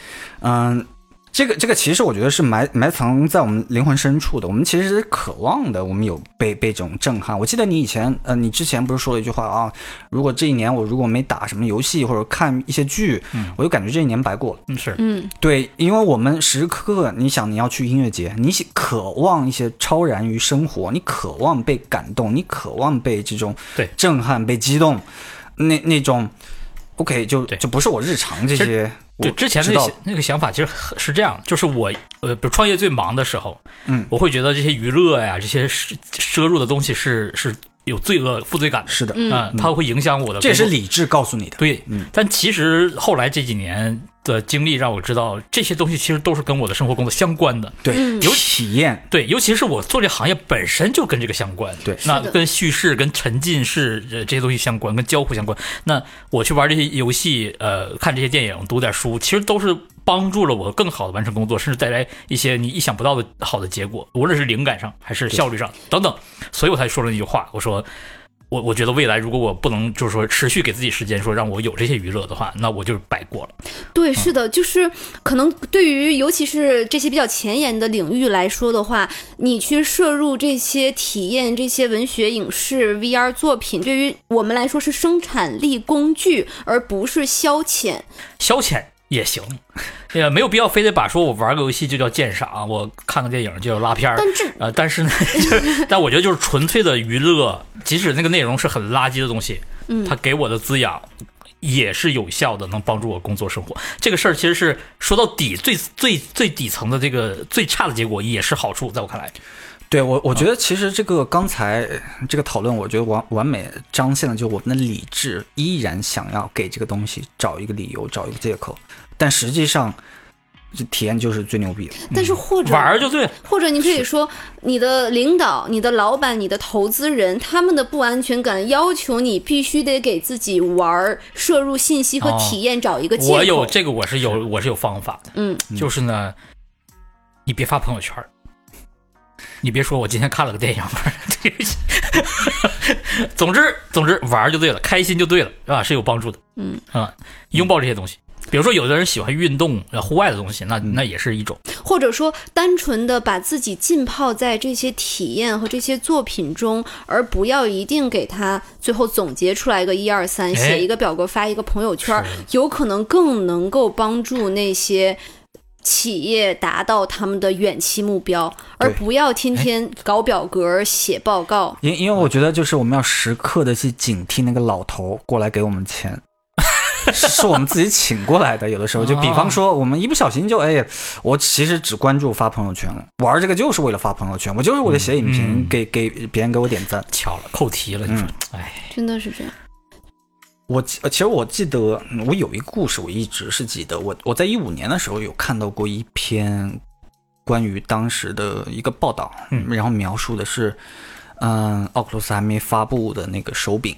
Speaker 1: 嗯，这个这个其实我觉得是埋埋藏在我们灵魂深处的。我们其实是渴望的，我们有被被这种震撼。我记得你以前，呃，你之前不是说了一句话啊，如果这一年我如果没打什么游戏或者看一些剧，我就感觉这一年白过了。
Speaker 2: 嗯是，
Speaker 3: 嗯
Speaker 1: 对，因为我们时时刻刻，你想你要去音乐节，你喜渴望一些超然于生活，你渴望被感动，你渴望被这种
Speaker 2: 对
Speaker 1: 震撼、被激动，那那种 OK 就
Speaker 2: 对
Speaker 1: 就不是我日常这
Speaker 2: 其
Speaker 1: 些。
Speaker 2: 对
Speaker 1: 我
Speaker 2: 之前
Speaker 1: 知
Speaker 2: 那
Speaker 1: 道
Speaker 2: 些那个想法其实很是这样，就是我呃，比如创业最忙的时候，
Speaker 1: 嗯，
Speaker 2: 我会觉得这些娱乐呀，这些摄摄入的东西是是有罪恶负罪感的，
Speaker 1: 是的，
Speaker 3: 嗯
Speaker 2: 啊它会影响我的工作，
Speaker 1: 这也是理智告诉你的。
Speaker 2: 对，
Speaker 1: 嗯
Speaker 2: 但其实后来这几年的经历让我知道，这些东西其实都是跟我的生活工作相关的。
Speaker 1: 对，
Speaker 3: 嗯
Speaker 1: 有体验，
Speaker 2: 对，尤其是我做这行业本身就跟这个相关，
Speaker 1: 对
Speaker 2: 那
Speaker 3: 是的
Speaker 2: 跟叙事、跟沉浸式呃这些东西相关，跟交互相关。那我去玩这些游戏，呃，看这些电影，读点书，其实都是帮助了我更好的完成工作，甚至带来一些你意想不到的好的结果，无论是灵感上还是效率上等等。所以我才说了那句话，我说。我我觉得未来如果我不能就是说持续给自己时间，说让我有这些娱乐的话，那我就是白过了。
Speaker 3: 对，是的，就是可能对于尤其是这些比较前沿的领域来说的话，你去摄入这些体验、这些文学、影视、VR 作品，对于我们来说是生产力工具，而不是消遣。
Speaker 2: 消遣也行，也没有必要非得把说我玩个游戏就叫鉴赏，我看个电影就叫拉片儿。
Speaker 3: 但这
Speaker 2: 呃，但是呢， 就是但我觉得就是纯粹的娱乐，即使那个内容是很垃圾的东西，
Speaker 3: 嗯
Speaker 2: 它给我的滋养也是有效的，能帮助我工作生活。这个事儿其实是说到底最最最底层的这个最差的结果也是好处，在我看来，
Speaker 1: 对我，
Speaker 2: 嗯
Speaker 1: 我觉得其实这个刚才呃这个讨论，我觉得完完美彰显了，就我们的理智依然想要给这个东西找一个理由，找一个借口，但实际上，这体验就是最牛逼的。
Speaker 3: 但是或者
Speaker 2: 玩儿就对了。
Speaker 3: 或者你可以说，你的领导、你的老板、你的投资人，他们的不安全感要求你必须得给自己玩儿、摄入信息和
Speaker 2: 哦
Speaker 3: 体验找一个借口。
Speaker 2: 我有这个，我是有我是有方法的，
Speaker 3: 嗯，
Speaker 2: 就是呢，你别发朋友圈儿。你别说，我今天看了个电影。这个 总之，总之玩儿就对了，开心就对了，是吧？是有帮助的。
Speaker 3: 嗯
Speaker 2: 啊、拥抱这些东西。比如说，有的人喜欢运动、呃户外的东西，那那也是一种。
Speaker 3: 或者说单纯的把自己浸泡在这些体验和这些作品中，而不要一定给它最后总结出来一个一二三，
Speaker 2: 哎
Speaker 3: 写一个表格发一个朋友圈儿，有可能更能够帮助那些。企业达到他们的远期目标，
Speaker 1: 对
Speaker 3: 而不要天天搞表格、写报告。
Speaker 1: 因因为我觉得就是我们要时刻的去警惕那个老头过来给我们钱， 是是我们自己请过来的。有的时候就比方
Speaker 2: 哦
Speaker 1: 说，我们一不小心就哎，我其实只关注发朋友圈了，玩这个就是为了发朋友圈，我就是为了写影评，
Speaker 2: 嗯
Speaker 1: 给给别人给我点赞。
Speaker 2: 巧了，扣题了，你说，哎、
Speaker 3: 真的是这样，
Speaker 1: 我记呃其实我记得，嗯我有一故事，我一直是记得。我我在一五年的时候有看到过一篇关于当时的一个报道，
Speaker 2: 嗯
Speaker 1: 然后描述的是，嗯、奥克鲁斯还没发布的那个手柄，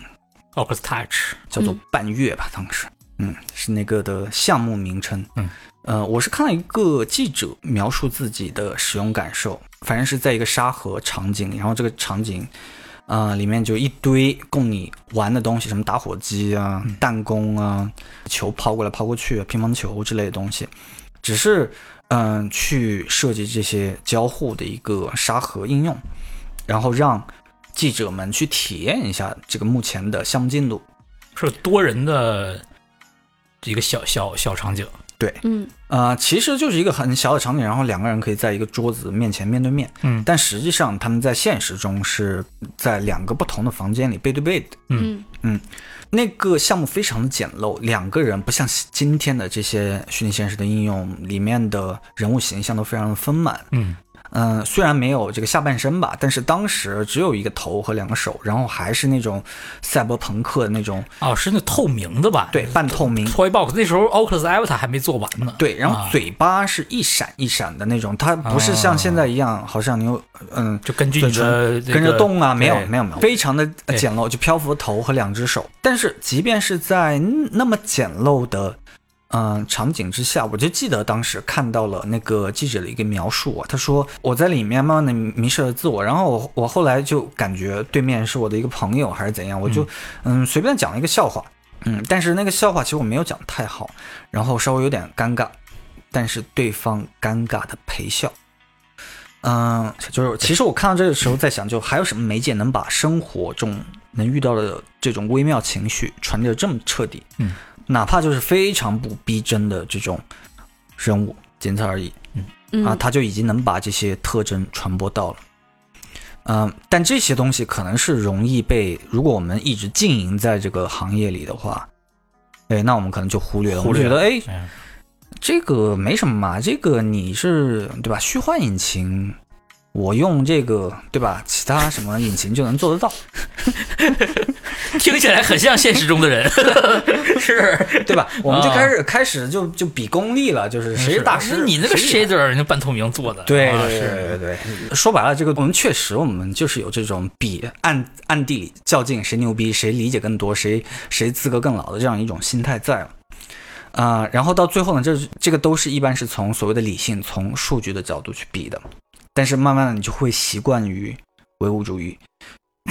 Speaker 2: Oculus Touch，
Speaker 1: 叫做半月吧，当时，嗯，是那个的项目名称，
Speaker 2: 嗯，
Speaker 1: 呃，我是看了一个记者描述自己的使用感受，反正是在一个沙河场景里，然后这个场景，呃，里面就一堆供你玩的东西，什么打火机啊、弹弓啊、球抛过来抛过去啊、乒乓球之类的东西，只是嗯、去设计这些交互的一个沙盒应用，然后让记者们去体验一下这个目前的项目进度。
Speaker 2: 是多人的一个小小小场景。
Speaker 3: 嗯，
Speaker 1: 呃，其实就是一个很小的场景，然后两个人可以在一个桌子面前面对面，
Speaker 2: 嗯
Speaker 1: 但实际上他们在现实中是在两个不同的房间里背对背的。
Speaker 3: 嗯
Speaker 1: 那个项目非常的简陋，两个人不像今天的这些虚拟现实的应用里面的人物形象都非常的丰满，
Speaker 2: 嗯
Speaker 1: 嗯，虽然没有这个下半身吧，但是当时只有一个头和两个手，然后还是那种赛博朋克的那种，
Speaker 2: 哦，是那透明的吧？
Speaker 1: 对，半透明，
Speaker 2: ，Toy Box 那时候 Oculus Avatar 还没做完呢。
Speaker 1: 对，然后
Speaker 2: 啊
Speaker 1: 嘴巴是一闪一闪的那种，它不是像现在一样，好像你有嗯
Speaker 2: 就根据
Speaker 1: 嘴
Speaker 2: 你的
Speaker 1: 唇
Speaker 2: 这个
Speaker 1: 跟着动啊，没有
Speaker 2: 对
Speaker 1: 没有没有，非常的
Speaker 2: 对
Speaker 1: 简陋，就漂浮头和两只手。但是即便是在那么简陋的嗯、呃场景之下，我就记得当时看到了那个记者的一个描述啊，他说我在里面慢慢的迷失了自我，然后我我后来就感觉对面是我的一个朋友还是怎样，我就嗯随便讲了一个笑话，嗯，但是那个笑话其实我没有讲得太好，然后稍微有点尴尬，但是对方尴尬的陪笑。嗯，就是其实我看到这个时候在想，就还有什么媒介能把生活中能遇到的这种微妙情绪传递的这么彻底？
Speaker 2: 嗯，
Speaker 1: 哪怕就是非常不逼真的这种人物，仅此而已
Speaker 3: 嗯
Speaker 1: 啊，他就已经能把这些特征传播到了。嗯，但这些东西可能是容易被，如果我们一直经营在这个行业里的话，哎，那我们可能就忽略了，
Speaker 2: 忽略
Speaker 1: 我们觉
Speaker 2: 了
Speaker 1: 得哎，
Speaker 2: 嗯
Speaker 1: 这个没什么嘛，这个你是对吧？虚幻引擎，我用这个对吧？其他什么引擎就能做得到，
Speaker 2: 听起来很像现实中 的人，是。
Speaker 1: 对吧？我们就开始、开始就就比功力了，就是谁是大师？
Speaker 2: 啊是你那个
Speaker 1: 谁厉害
Speaker 2: shader 那半透明做的，
Speaker 1: 对
Speaker 2: 啊
Speaker 1: 对对
Speaker 2: 是
Speaker 1: 对对对，说白了，这个我们确实我们就是有这种比暗暗地里较劲，谁牛逼，谁理解更多，谁谁资格更老的这样一种心态在了。啊、然后到最后呢，这这个都是一般是从所谓的理性、从数据的角度去比的，但是慢慢的你就会习惯于唯物主义，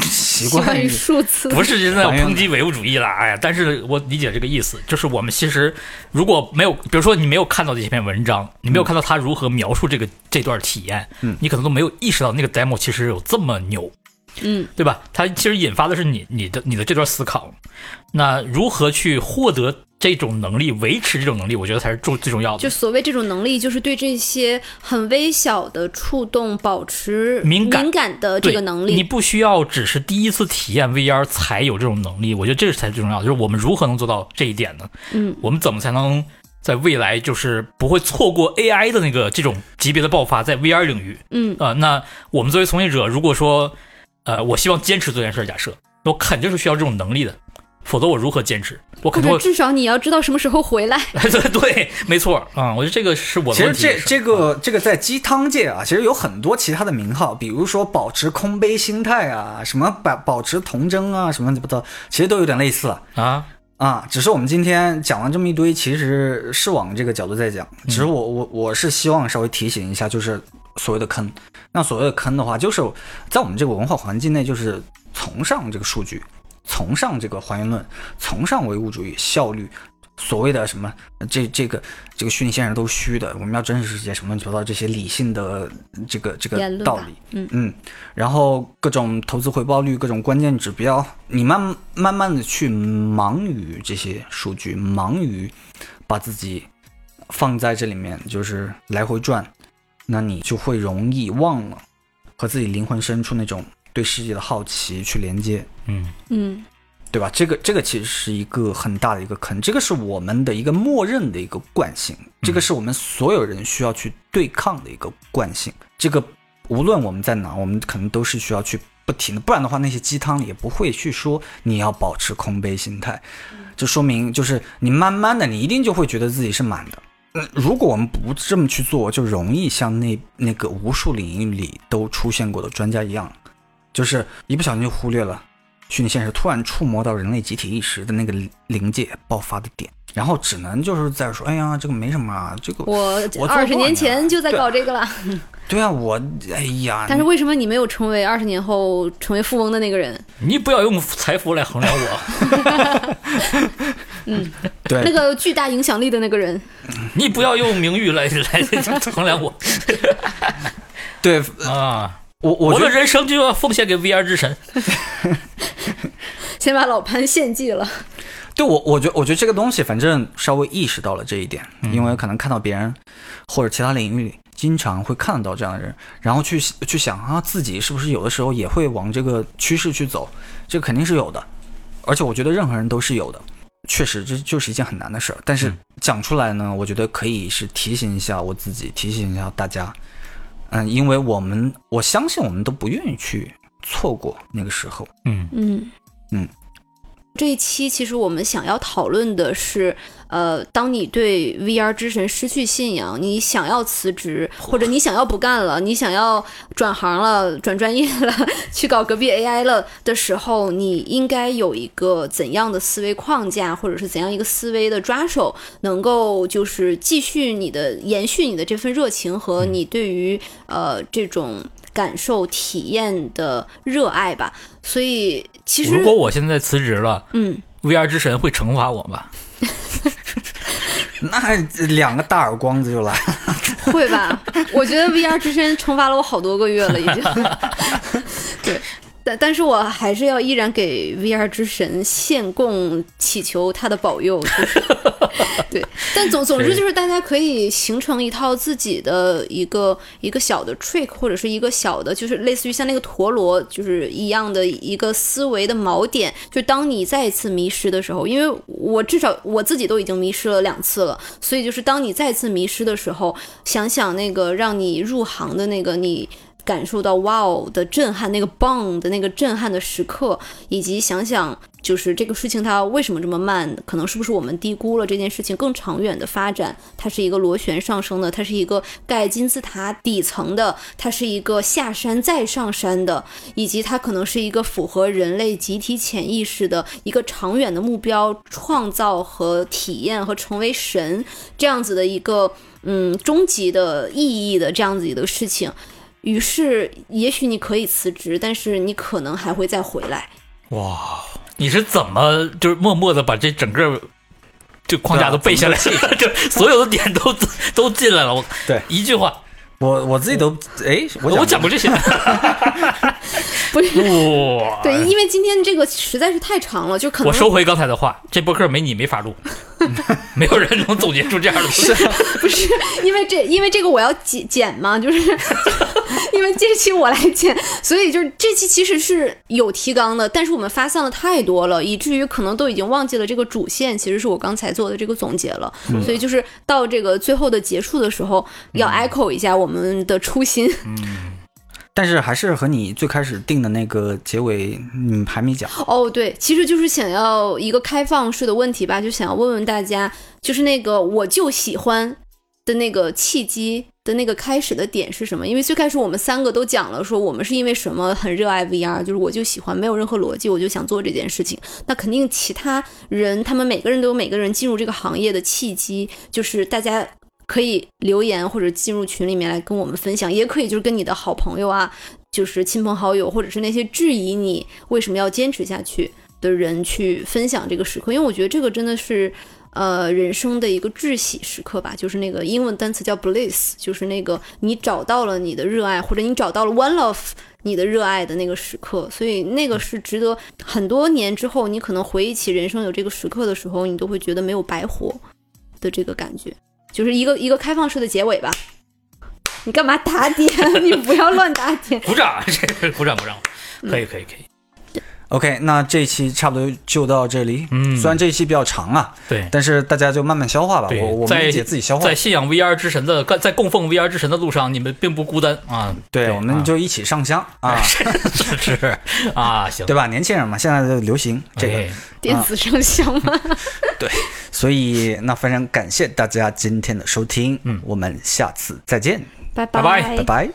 Speaker 1: 习
Speaker 3: 习
Speaker 1: 惯
Speaker 3: 惯于
Speaker 1: 于
Speaker 3: 数字，
Speaker 2: 不是现在
Speaker 1: 还原
Speaker 2: 抨击唯物主义了，哎呀，但是我理解这个意思，就是我们其实如果没有，比如说你没有看到这篇文章，你没有看到他如何描述这个这段体验，
Speaker 1: 嗯
Speaker 2: 你可能都没有意识到那个 demo 其实有这么牛，
Speaker 3: 嗯
Speaker 2: 对吧？它其实引发的是你你的你的这段思考，那如何去获得这种能力，维持这种能力，我觉得才是重最重要的
Speaker 3: 就。所谓这种能力，就是对这些很微小的触动保持
Speaker 2: 敏感
Speaker 3: 的这
Speaker 2: 对
Speaker 3: 个能
Speaker 2: 你
Speaker 3: 力。
Speaker 2: 不需要只是第一次体验 VR 才有这种能力，我觉得这是才最重要的，就是我们如何能做到这一点呢？
Speaker 3: 嗯
Speaker 2: 我们怎么才能在未来就是不会错过 AI 的那个这种级别的爆发，在 VR 领域
Speaker 3: 嗯
Speaker 2: 啊、呃那我们作为从业者，如果说呃，我希望坚持做这件事儿，假设我肯定是需要这种能力的，否则我如何坚持？我
Speaker 3: 或
Speaker 2: 肯定
Speaker 3: 者
Speaker 2: 会
Speaker 3: 至少你要知道什么时 候回来。
Speaker 2: 对对，没错啊、我觉得这个是我的
Speaker 1: 其
Speaker 2: 问
Speaker 1: 实
Speaker 2: 题也
Speaker 1: 这
Speaker 2: 是。啊
Speaker 1: 这个这个在鸡汤界啊，其实有很多其他的名号，比如说保持空杯心态啊，什么保保持童真啊，什么不的，其实都有点类似啊。
Speaker 2: 啊，
Speaker 1: 啊，只是我们今天讲完这么一堆，其实是往这个角度在讲。只
Speaker 2: 嗯
Speaker 1: 是我我我是希望稍微提醒一下，就是所谓的坑。那所谓的坑的话，就是在我们这个文化环境内，就是崇尚这个数据，崇尚这个还原论，崇尚唯物主义、效率，所谓的什么呃这这个这个虚拟现实都是虚的，我们要真实世界什么乱七八糟这些理性的这个这
Speaker 3: 言
Speaker 1: 个
Speaker 3: 论
Speaker 1: 道
Speaker 3: 吧
Speaker 1: 理，
Speaker 3: 嗯
Speaker 1: 然后各种投资回报率、各种关键指标，你慢慢慢的去忙于这些数据，忙于把自己放在这里面，就是来回转，那你就会容易忘了和自己灵魂深处那种对世界的好奇去连接，
Speaker 2: 嗯，
Speaker 3: 嗯
Speaker 1: 对吧？这个这个其实是一个很大的一个坑，这个是我们的一个默认的一个惯性，这个是我们所有人需要去对抗的一个惯性。这个无论我们在哪，我们可能都是需要去不停的，不然的话，那些鸡汤里也不会去说你要保持空杯心态。
Speaker 3: 嗯
Speaker 1: 这说明就是你慢慢的，你一定就会觉得自己是满的。嗯，如果我们不这么去做，就容易像那那个无数领域里都出现过的专家一样，就是一不小心就忽略了虚拟现实突然触摸到人类集体意识的那个临界爆发的点，然后只能就是在说，哎呀，这个没什么啊，这个
Speaker 3: 我
Speaker 1: 我
Speaker 3: 二十年前就在
Speaker 1: 搞，
Speaker 3: 搞这个了，
Speaker 2: 嗯
Speaker 1: 对啊，我哎呀，
Speaker 3: 但是为什么你没有成为二十年后成为富翁的那个人？
Speaker 2: 你不要用财富来衡量我，
Speaker 1: 对
Speaker 3: 那个巨大影响力的那个人？
Speaker 2: 你不要用名誉来 来衡量我
Speaker 1: 对，
Speaker 2: 啊！
Speaker 1: 我我
Speaker 2: 我
Speaker 1: 觉
Speaker 2: 的
Speaker 1: 得
Speaker 2: 人生就要奉献给 VR 之神。
Speaker 3: 先把老潘献祭了。
Speaker 1: 对我我觉我觉得这个东西，反正稍微意识到了这一点，因为可能看到别人或者其他领域里经常会看到这样的人，然后去去想啊，自己是不是有的时候也会往这个趋势去走，这个肯定是有的，而且我觉得任何人都是有的。确实，这就是一件很难的事儿，但是
Speaker 2: 嗯
Speaker 1: 讲出来呢，我觉得可以是提醒一下我自己，提醒一下大家，嗯，因为我们我相信我们都不愿意去错过那个时候，
Speaker 2: 嗯
Speaker 3: 嗯
Speaker 1: 嗯，
Speaker 3: 这一期其实我们想要讨论的是，呃，当你对 VR 之神失去信仰，你想要辞职，或者你想要不干了，你想要转行了、转专业了， 去搞隔壁 AI 了的时候，你应该有一个怎样的思维框架，或者是怎样一个思维的抓手，能够就是继续你的延续你的这份热情和你对于呃这种。感受、体验的热爱吧，所以其实
Speaker 2: 如果我现在辞职了
Speaker 3: 嗯，
Speaker 2: ，VR 之神会惩罚我吗？
Speaker 1: 那两个大耳光子就来了。
Speaker 3: 会吧？我觉得 VR 之身 惩罚了我好多个月了，已经。对，但但是我还是要依然给 VR 之神献供，祈求他的保佑。就是对，但总总之就是大家可以形成一套自己的一个一个小的 trick，或者是一个小的，就是类似于像那个陀螺就是一样的一个思维的锚点。就当你再一次迷失的时候，因为我至少我自己都已经迷失了两次了，所以就是当你再次迷失的时候，想想那个让你入行的那个你。感受到哇哦的震撼，那个棒的那个震撼的时刻，以及想想就是这个事情它为什么这么慢，可能是不是我们低估了这件事情更长远的发展？它是一个螺旋上升的，它是一个盖金字塔底层的，它是一个下山再上山的，以及它可能是一个符合人类集体潜意识的一个长远的目标，创造和体验和成为神这样子的一个嗯终极的意义的这样子一个事情。于是，也许你可以辞职，但是你可能还会再回来。
Speaker 2: 哇，你是怎么就是默默的把这整个这框架都背下来了？ 就所有的点都都进来了。我
Speaker 1: 对
Speaker 2: 一句话，
Speaker 1: 我我自己都哎，我
Speaker 2: 我
Speaker 1: 我
Speaker 2: 讲过这 些。
Speaker 3: 不是，
Speaker 2: 哇，
Speaker 3: 对，因为今天这个实在是太长了，就可
Speaker 2: 哎
Speaker 3: 能
Speaker 2: 我收回刚才的话，这播客没你没法录，嗯 没有人能总结出这样的。
Speaker 3: 不是因为这，因为这个我要剪剪嘛，就是 因为这期我来剪，所以就是这期其实是有提纲的，但是我们发散了太多了，以至于可能都已经忘记了这个主线，其实是我刚才做的这个总结了。所以就是到这个最后的结束的时候，要 echo 一下我们的初心。
Speaker 1: 但是还是和你最开始定的那个结尾，嗯，还没讲。
Speaker 3: 哦，对，其实就是想要一个开放式的问题吧，就想要问问大家，就是那个我就喜欢的那个契机的那个开始的点是什么？因为最开始我们三个都讲了，说我们是因为什么很热爱 VR，就是我就喜欢，没有任何逻辑，我就想做这件事情。那肯定其他人，他们每个人都有每个人进入这个行业的契机，就是大家。可以留言或者进入群里面来跟我们分享，也可以就是跟你的好朋友啊，就是亲朋好友，或者是那些质疑你为什么要坚持下去的人去分享这个时刻，因为我觉得这个真的是。呃，人生的一个至喜时刻吧，就是那个英文单词叫 bliss，就是那个你找到了你的热爱，或者你找到了 one love 你的热爱的那个时刻，所以那个是值得很多年之后，你可能回忆起人生有这个时刻的时候，你都会觉得没有白活的这个感觉，就是一个一个开放式的结尾吧。你干嘛打点？你不要乱打点。
Speaker 2: 鼓掌， 这鼓掌鼓掌，
Speaker 1: 嗯
Speaker 2: 可以可以可以。
Speaker 1: OK，那这一期差不多就到这里。
Speaker 2: 嗯
Speaker 1: 虽然这一期比较长啊，
Speaker 2: 对
Speaker 1: 但是大家就慢慢消化吧。
Speaker 2: 对
Speaker 1: 我我们
Speaker 2: 在
Speaker 1: 理解自己消化
Speaker 2: 在，信仰 VR 之神的在供奉 VR 之神的路上，你们并不孤单啊。
Speaker 1: 对，我们
Speaker 2: 啊
Speaker 1: 就一起上香啊，
Speaker 2: 是是啊，行，
Speaker 1: 对吧？年轻人嘛，现在就流行这个，
Speaker 2: 哎
Speaker 3: 电子上香吗？
Speaker 1: 所以那非常感谢大家今天的收听，
Speaker 2: 嗯
Speaker 1: 我们下次再见，
Speaker 3: 拜
Speaker 2: 拜拜
Speaker 1: 拜拜。